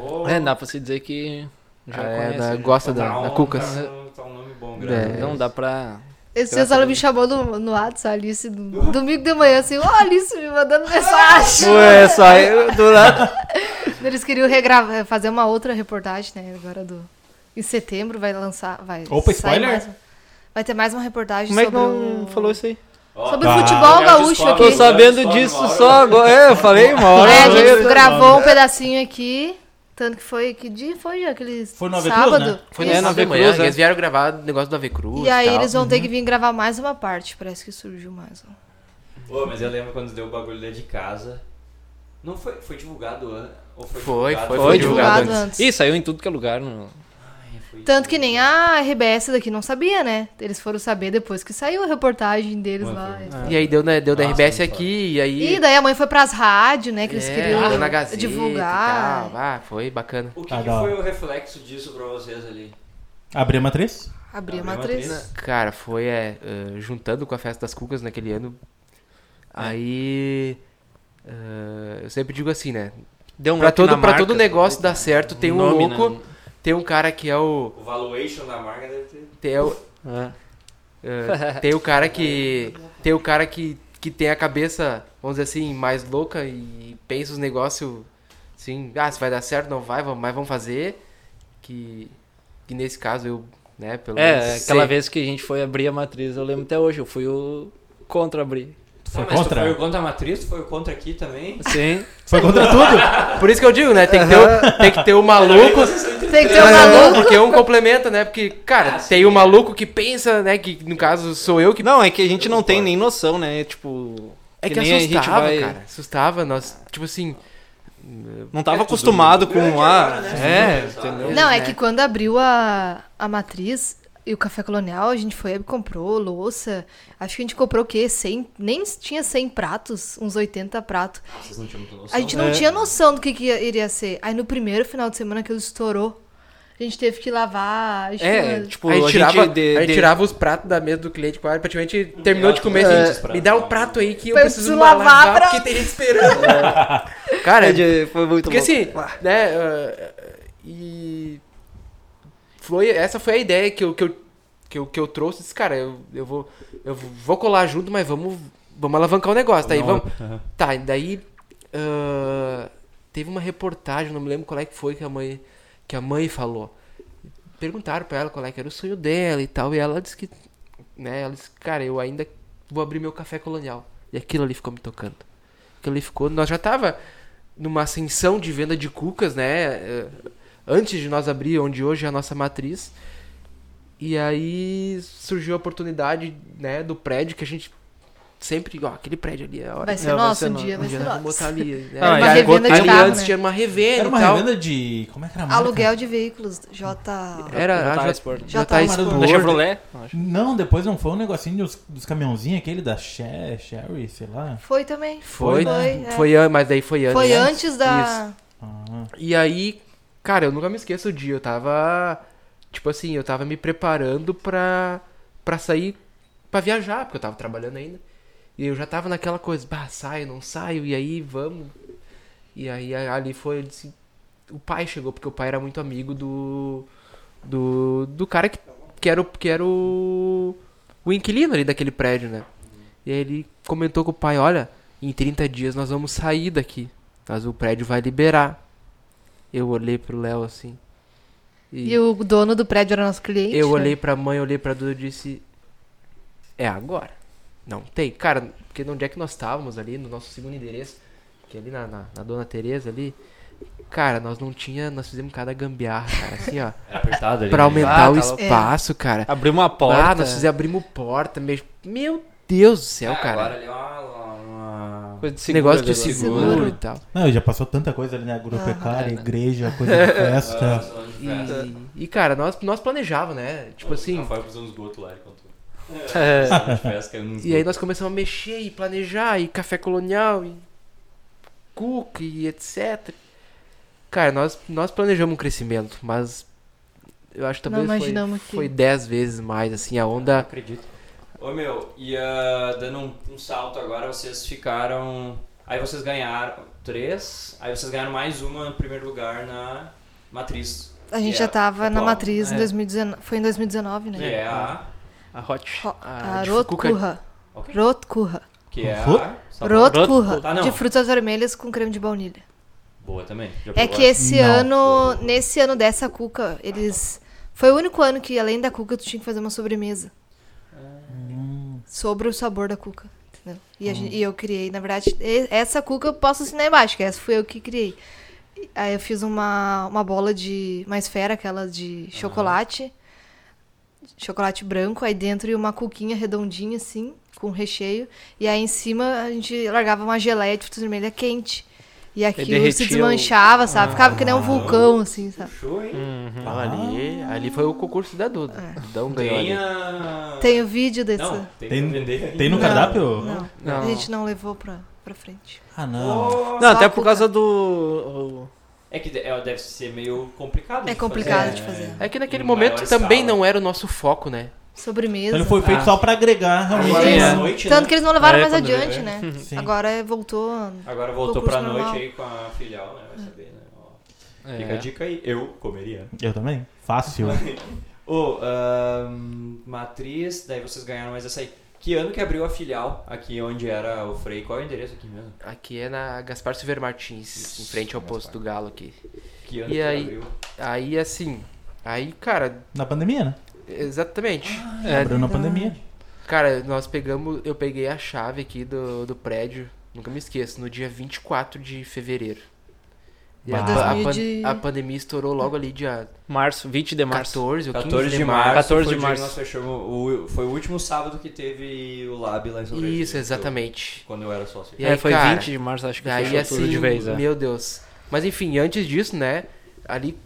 [SPEAKER 2] Ô,
[SPEAKER 5] É, dá pra se dizer que já
[SPEAKER 3] Ah, é,
[SPEAKER 5] conhece.
[SPEAKER 3] da-
[SPEAKER 5] já.
[SPEAKER 3] gosta
[SPEAKER 2] tá
[SPEAKER 3] da,
[SPEAKER 2] um-
[SPEAKER 3] da Cucas.
[SPEAKER 2] Tá um, tá um nome bom,
[SPEAKER 3] É.
[SPEAKER 2] grande.
[SPEAKER 5] Não dá pra.
[SPEAKER 3] Graças
[SPEAKER 4] Esse dias
[SPEAKER 3] a
[SPEAKER 4] ela me
[SPEAKER 3] Deus.
[SPEAKER 4] chamou no, no WhatsApp, a Alice, do- domingo de manhã, assim, ó, Alice me mandando mensagem.
[SPEAKER 5] Ué, só eu do nada.
[SPEAKER 4] Eles queriam regravar, fazer uma outra reportagem, né? Agora do. Em setembro vai lançar. Vai
[SPEAKER 1] Opa,
[SPEAKER 4] sair
[SPEAKER 1] spoiler?
[SPEAKER 4] mais- um, vai ter mais uma reportagem
[SPEAKER 5] Como é que
[SPEAKER 4] sobre.
[SPEAKER 5] não
[SPEAKER 4] o...
[SPEAKER 5] falou isso aí?
[SPEAKER 2] Ó,
[SPEAKER 4] Sobre
[SPEAKER 1] Ah,
[SPEAKER 4] o futebol
[SPEAKER 2] Gabriel
[SPEAKER 4] gaúcho
[SPEAKER 2] descobre.
[SPEAKER 4] aqui.
[SPEAKER 5] Tô sabendo disso só agora. É, eu falei uma hora.
[SPEAKER 4] É, a
[SPEAKER 5] eu
[SPEAKER 4] gente
[SPEAKER 5] falei-
[SPEAKER 4] gravou um pedacinho aqui. Tanto que foi. Que dia foi aquele
[SPEAKER 1] Foi no Ave Cruz,
[SPEAKER 4] sábado?
[SPEAKER 1] né?
[SPEAKER 3] Foi na
[SPEAKER 5] É, na
[SPEAKER 3] de
[SPEAKER 5] Ave
[SPEAKER 3] manhã,
[SPEAKER 5] Cruz, é.
[SPEAKER 3] eles vieram gravar o negócio do Ave Cruz.
[SPEAKER 4] E aí
[SPEAKER 3] tal.
[SPEAKER 4] eles vão
[SPEAKER 1] Uhum.
[SPEAKER 4] ter que vir gravar mais uma parte. Parece que surgiu mais um. uma.
[SPEAKER 2] Pô, mas eu lembro quando deu o bagulho lá de casa. Não foi, foi divulgado an- ou foi
[SPEAKER 3] Foi,
[SPEAKER 2] divulgado?
[SPEAKER 3] foi, divulgado
[SPEAKER 5] Foi
[SPEAKER 4] divulgado
[SPEAKER 3] antes.
[SPEAKER 4] antes.
[SPEAKER 5] Ih, saiu em tudo que é lugar. No...
[SPEAKER 2] Ai, foi
[SPEAKER 4] Tanto que nem
[SPEAKER 2] divulgado.
[SPEAKER 4] a RBS daqui não sabia, né? Eles foram saber depois que saiu a reportagem deles
[SPEAKER 2] Mano,
[SPEAKER 4] lá.
[SPEAKER 2] foi-
[SPEAKER 3] E aí deu, na, deu da
[SPEAKER 2] Nossa,
[SPEAKER 3] RBS
[SPEAKER 2] muito
[SPEAKER 3] aqui, e aí.
[SPEAKER 4] E daí a mãe foi pras rádios, né? Que eles
[SPEAKER 3] é, deu
[SPEAKER 4] queriam
[SPEAKER 3] na Gazeta
[SPEAKER 4] divulgar.
[SPEAKER 3] e tal. Ah, foi bacana.
[SPEAKER 2] O que,
[SPEAKER 1] Tá
[SPEAKER 2] que
[SPEAKER 1] da
[SPEAKER 2] foi
[SPEAKER 1] hora.
[SPEAKER 2] o reflexo disso pra vocês ali?
[SPEAKER 1] Abrir a matriz?
[SPEAKER 4] Abrir
[SPEAKER 2] Abrir a
[SPEAKER 4] a matriz.
[SPEAKER 2] matriz.
[SPEAKER 3] Cara, foi é, eh, juntando com a festa das cucas naquele ano.
[SPEAKER 5] É.
[SPEAKER 3] Aí. eh, eu sempre digo assim, né?
[SPEAKER 5] Deu um
[SPEAKER 3] Pra
[SPEAKER 5] up na
[SPEAKER 3] todo, pra
[SPEAKER 5] marca,
[SPEAKER 3] todo negócio dar certo, tem um
[SPEAKER 5] Nome,
[SPEAKER 3] louco,
[SPEAKER 5] né?
[SPEAKER 3] tem um cara que é o.
[SPEAKER 2] O valuation da marca deve ter.
[SPEAKER 3] Tem o,
[SPEAKER 5] É.
[SPEAKER 3] eh, tem o cara que. Tem o cara que, que tem a cabeça, vamos dizer assim, mais louca e pensa os negócios assim, ah, se vai dar certo, não vai, vamos- mas vamos fazer. Que. Que nesse caso eu, né, pelo
[SPEAKER 5] É,
[SPEAKER 3] menos
[SPEAKER 5] aquela
[SPEAKER 3] sei.
[SPEAKER 5] vez que a gente foi abrir a matriz, eu lembro até hoje, eu fui o contra abrir.
[SPEAKER 1] Tu Foi
[SPEAKER 2] ah, mas
[SPEAKER 1] contra?
[SPEAKER 2] tu foi contra a matriz, tu foi contra aqui também.
[SPEAKER 5] Sim.
[SPEAKER 1] Foi contra tudo.
[SPEAKER 3] Por isso que eu digo, né? Tem que ter, o, tem que ter o maluco.
[SPEAKER 4] Tem que ter um
[SPEAKER 3] Não,
[SPEAKER 4] maluco.
[SPEAKER 3] porque um complementa, né? Porque, cara,
[SPEAKER 2] Ah, sim.
[SPEAKER 3] tem o maluco que pensa, né? Que no caso sou eu que.
[SPEAKER 5] Não, é que a gente não tem nem noção, né? Tipo.
[SPEAKER 3] É que,
[SPEAKER 5] nem a gente
[SPEAKER 3] assustava,
[SPEAKER 5] vai-
[SPEAKER 3] cara. Assustava, nós. Tipo assim.
[SPEAKER 5] Não tava acostumado com a.
[SPEAKER 2] né?
[SPEAKER 3] É,
[SPEAKER 2] entendeu?
[SPEAKER 4] Não, é
[SPEAKER 3] né?
[SPEAKER 4] que quando abriu a, a matriz e o café colonial, a gente foi e comprou louça. Acho que a gente comprou o quê? 100, nem tinha 100 pratos, uns 80 pratos.
[SPEAKER 2] Vocês não tinham muita noção.
[SPEAKER 4] A gente não
[SPEAKER 5] É.
[SPEAKER 4] tinha noção do que, que iria ser. Aí no primeiro final de semana aquilo estourou. A gente teve que lavar. acho
[SPEAKER 5] É,
[SPEAKER 4] que-
[SPEAKER 5] tipo,
[SPEAKER 3] a gente, tirava,
[SPEAKER 5] de-
[SPEAKER 3] a gente
[SPEAKER 5] de- É.
[SPEAKER 3] tirava os pratos da mesa do cliente, claro, praticamente terminou de
[SPEAKER 2] eu
[SPEAKER 3] comer,
[SPEAKER 2] também
[SPEAKER 3] assim,
[SPEAKER 2] fiz prato.
[SPEAKER 3] me dá um prato aí que eu
[SPEAKER 4] Eu
[SPEAKER 3] preciso
[SPEAKER 4] preciso
[SPEAKER 3] lavar,
[SPEAKER 4] lavar pra-
[SPEAKER 3] porque tem gente esperando. Cara,
[SPEAKER 5] É, de- foi muito
[SPEAKER 3] porque
[SPEAKER 5] bom.
[SPEAKER 3] assim, né, ah, e foi, essa foi a ideia que eu, que eu, que eu, que eu trouxe, disse, cara, eu, eu, vou, eu vou colar junto, mas vamos, vamos alavancar o negócio, daí vamos, Tá, e daí. ah, teve uma reportagem, não me lembro qual é que foi que a mãe, que a mãe falou. Perguntaram pra ela qual é que era o sonho dela e tal. E ela disse que. Né, ela disse, cara, eu ainda vou abrir meu café colonial. E aquilo ali ficou me tocando. Aquilo ali ficou. Nós já tava numa ascensão de venda de cucas, né? eh, Antes de nós abrir onde hoje é a nossa matriz. E aí surgiu a oportunidade, né, do prédio que a gente sempre, ó, aquele prédio ali, é a hora
[SPEAKER 4] Vai ser
[SPEAKER 5] Não, vai
[SPEAKER 4] nosso
[SPEAKER 5] ser
[SPEAKER 4] um
[SPEAKER 5] nosso.
[SPEAKER 4] dia, vai ser
[SPEAKER 3] Onde ela botar
[SPEAKER 4] nosso.
[SPEAKER 3] ali, né?
[SPEAKER 5] Ah,
[SPEAKER 4] Era uma
[SPEAKER 5] e a
[SPEAKER 4] revenda
[SPEAKER 5] Gota-
[SPEAKER 4] de
[SPEAKER 3] Ali
[SPEAKER 4] carro,
[SPEAKER 3] antes
[SPEAKER 4] né?
[SPEAKER 3] tinha uma revenda
[SPEAKER 1] Era uma
[SPEAKER 3] e
[SPEAKER 5] Então,
[SPEAKER 3] tal.
[SPEAKER 1] revenda de. Como é que era a marca?
[SPEAKER 4] Aluguel de veículos, J...
[SPEAKER 3] Era
[SPEAKER 5] Já
[SPEAKER 3] a
[SPEAKER 5] tava
[SPEAKER 3] J- tá
[SPEAKER 5] exposto.
[SPEAKER 4] Já tá
[SPEAKER 3] JA
[SPEAKER 4] tava
[SPEAKER 3] Explorer.
[SPEAKER 5] Da Chevrolet?
[SPEAKER 1] Não, depois não foi um negocinho dos, dos caminhãozinhos, aquele da She- Sherry, sei lá.
[SPEAKER 4] Foi também.
[SPEAKER 3] Foi, né?
[SPEAKER 4] Foi, é.
[SPEAKER 3] foi an- mas daí foi antes.
[SPEAKER 4] Foi antes da...
[SPEAKER 1] Ah,
[SPEAKER 3] E aí, cara, eu nunca me esqueço o dia. Eu tava. Tipo assim, eu tava me preparando pra, pra sair pra viajar, porque eu tava trabalhando ainda. E eu já tava naquela coisa, bah, saio, não saio, e aí vamos. E aí a- ali foi. eu disse- o pai chegou, porque o pai era muito amigo do. Do. Do cara que, que era, o, que era o. O inquilino ali daquele prédio, né? E aí ele comentou com o pai, olha, em 30 dias nós vamos sair daqui. Mas o prédio vai liberar. Eu olhei pro Léo assim.
[SPEAKER 4] E o dono do prédio era nosso cliente.
[SPEAKER 3] Eu
[SPEAKER 4] né?
[SPEAKER 3] olhei pra mãe, olhei pra Duda e disse: É agora. Não tem. Cara, porque onde é que nós estávamos ali, no nosso segundo endereço, que é ali na, na, na Dona Tereza ali. Cara, nós não tinha, nós fizemos cada gambiarra, cara, assim, ó,
[SPEAKER 2] Era apertado ali.
[SPEAKER 3] pra
[SPEAKER 2] né?
[SPEAKER 3] aumentar
[SPEAKER 5] Ah,
[SPEAKER 3] o
[SPEAKER 5] tá
[SPEAKER 4] louco.
[SPEAKER 3] espaço, cara.
[SPEAKER 5] Abriu uma porta.
[SPEAKER 3] Ah, nós fizemos, abrimos porta mesmo. Meu Deus do céu,
[SPEAKER 2] Ah, Agora
[SPEAKER 3] cara.
[SPEAKER 2] ali é uma... uma-
[SPEAKER 5] Coisa de seguro,
[SPEAKER 3] Negócio de
[SPEAKER 5] agora.
[SPEAKER 3] seguro,
[SPEAKER 4] Seguro.
[SPEAKER 3] e tal.
[SPEAKER 1] Não, já passou tanta coisa ali, né? Agropecuária, igreja, coisa de festa.
[SPEAKER 2] uma-
[SPEAKER 3] E, e, cara, nós, nós planejávamos, né? Tipo assim,
[SPEAKER 2] Rafael pisou no esgoto lá, ele contou.
[SPEAKER 5] É.
[SPEAKER 2] Salão de festa caiu no
[SPEAKER 3] E
[SPEAKER 2] um
[SPEAKER 3] aí
[SPEAKER 2] esgoto.
[SPEAKER 3] nós começamos a mexer e planejar, e café colonial, e cuca, e etc. Cara, nós, nós planejamos um crescimento, mas eu acho que
[SPEAKER 4] Não
[SPEAKER 3] talvez foi,
[SPEAKER 4] imaginamos que...
[SPEAKER 3] foi 10 vezes mais, assim, a
[SPEAKER 2] Não
[SPEAKER 3] onda...
[SPEAKER 2] acredito. Ô meu, e ah, dando um, um salto agora, vocês ficaram. Aí vocês ganharam três, aí vocês ganharam mais uma em primeiro lugar na Matriz.
[SPEAKER 4] A gente
[SPEAKER 2] que
[SPEAKER 4] já
[SPEAKER 2] é
[SPEAKER 4] tava na
[SPEAKER 2] atual,
[SPEAKER 4] matriz em
[SPEAKER 5] é.
[SPEAKER 4] 2019. Foi em 2019, né?
[SPEAKER 2] Que é a.
[SPEAKER 5] A Hot.
[SPEAKER 4] Ro-
[SPEAKER 3] Ah,
[SPEAKER 4] a
[SPEAKER 3] de
[SPEAKER 4] Rotkurra.
[SPEAKER 2] Ok.
[SPEAKER 4] Rotkurra.
[SPEAKER 2] Que é
[SPEAKER 1] Rot-
[SPEAKER 2] a. Salvador.
[SPEAKER 4] Rotkurra.
[SPEAKER 2] Tá, não.
[SPEAKER 4] de frutas vermelhas com creme de baunilha.
[SPEAKER 2] Boa também. já
[SPEAKER 4] É
[SPEAKER 2] provou
[SPEAKER 4] que esse
[SPEAKER 1] Não.
[SPEAKER 4] ano, nesse ano dessa cuca, eles. Foi o único ano que, além da cuca, tu tinha que fazer uma sobremesa. Sobre o sabor da cuca. Entendeu? E, a gen- e eu criei, na verdade, e- essa cuca eu posso ensinar embaixo, que essa fui eu que criei. E- Aí eu fiz uma, uma bola de. Uma esfera, aquela de chocolate. Chocolate branco, aí dentro e uma cuquinha redondinha, assim, com recheio. E aí em cima a gente largava uma geleia de fruta vermelha quente. E aquilo se
[SPEAKER 5] derretia o-
[SPEAKER 4] desmanchava, sabe? Ficava que nem um vulcão, assim, sabe?
[SPEAKER 2] Show,
[SPEAKER 3] Hum,
[SPEAKER 2] hein?
[SPEAKER 3] Ali, ali foi o concurso da Duda. Dudão ganhou ali.
[SPEAKER 2] Tem a.
[SPEAKER 4] Tem o vídeo desse.
[SPEAKER 2] Não, tem,
[SPEAKER 1] Tem-
[SPEAKER 2] pra
[SPEAKER 5] Ah.
[SPEAKER 2] vender.
[SPEAKER 1] Tem no
[SPEAKER 4] Não,
[SPEAKER 1] cardápio?
[SPEAKER 4] Não.
[SPEAKER 3] Não.
[SPEAKER 4] A gente não levou pra, pra frente.
[SPEAKER 1] Ah, não.
[SPEAKER 5] Não,
[SPEAKER 4] Só
[SPEAKER 5] até
[SPEAKER 4] a
[SPEAKER 5] por
[SPEAKER 4] cuca.
[SPEAKER 5] causa do. o-
[SPEAKER 2] É que de- é, deve ser meio complicado.
[SPEAKER 4] É
[SPEAKER 2] de
[SPEAKER 4] complicado
[SPEAKER 2] fazer,
[SPEAKER 4] de
[SPEAKER 2] né?
[SPEAKER 4] fazer.
[SPEAKER 3] É que naquele
[SPEAKER 2] Em
[SPEAKER 3] momento
[SPEAKER 2] maior
[SPEAKER 3] também
[SPEAKER 2] escala.
[SPEAKER 3] não era o nosso foco, né?
[SPEAKER 4] Sobremesa.
[SPEAKER 1] Então ele foi feito
[SPEAKER 3] Ah.
[SPEAKER 1] só pra agregar realmente.
[SPEAKER 2] Agora é
[SPEAKER 4] Sim.
[SPEAKER 2] à noite,
[SPEAKER 4] Tanto
[SPEAKER 2] né?
[SPEAKER 4] que eles não levaram
[SPEAKER 5] É,
[SPEAKER 4] mais
[SPEAKER 5] quando
[SPEAKER 4] adiante,
[SPEAKER 2] vê,
[SPEAKER 4] né?
[SPEAKER 1] Sim.
[SPEAKER 4] Agora é, voltou.
[SPEAKER 2] Agora voltou
[SPEAKER 4] Concurso
[SPEAKER 2] pra noite
[SPEAKER 4] normal.
[SPEAKER 2] aí com a filial, né? Vai saber, né? Ó,
[SPEAKER 5] É.
[SPEAKER 2] Fica a dica aí. Eu comeria.
[SPEAKER 1] Eu também. Fácil.
[SPEAKER 2] Ô, ahn, Matriz, daí vocês ganharam mais essa aí. Que ano que abriu a filial aqui onde era o Frei? Qual é o endereço aqui mesmo?
[SPEAKER 3] Aqui é na Gaspar Silver Martins,
[SPEAKER 2] Isso,
[SPEAKER 3] em frente ao posto
[SPEAKER 2] Gaspar.
[SPEAKER 3] do Galo aqui.
[SPEAKER 2] Que ano
[SPEAKER 3] E
[SPEAKER 2] que
[SPEAKER 3] aí?
[SPEAKER 2] abriu?
[SPEAKER 3] Aí, assim, aí, cara,
[SPEAKER 1] Na pandemia, né?
[SPEAKER 3] exatamente.
[SPEAKER 5] É,
[SPEAKER 1] Abriu na pandemia.
[SPEAKER 3] Cara, nós pegamos. Eu peguei a chave aqui do, do prédio, nunca me esqueço, no dia 24 de fevereiro. E a,
[SPEAKER 1] Bah.
[SPEAKER 3] pa- a,
[SPEAKER 4] 2000
[SPEAKER 3] pan-
[SPEAKER 4] de-
[SPEAKER 3] a pandemia estourou logo ali dia
[SPEAKER 5] Março, 20 de março.
[SPEAKER 3] 14 ou 15
[SPEAKER 2] 14 de
[SPEAKER 3] março.
[SPEAKER 2] março.
[SPEAKER 5] 14
[SPEAKER 2] foi
[SPEAKER 5] de
[SPEAKER 2] o dia que
[SPEAKER 5] março.
[SPEAKER 2] Nós fechamos, o, foi o último sábado que teve o Lab lá em São Francisco,
[SPEAKER 3] Isso, exatamente.
[SPEAKER 2] Quando eu era sócio.
[SPEAKER 3] E
[SPEAKER 5] é,
[SPEAKER 3] aí,
[SPEAKER 5] foi
[SPEAKER 3] cara,
[SPEAKER 5] 20 de março, acho que
[SPEAKER 3] Aí
[SPEAKER 5] fechou tudo
[SPEAKER 3] assim,
[SPEAKER 5] de vez. É.
[SPEAKER 3] meu Deus. Mas enfim, antes disso, né? Ali,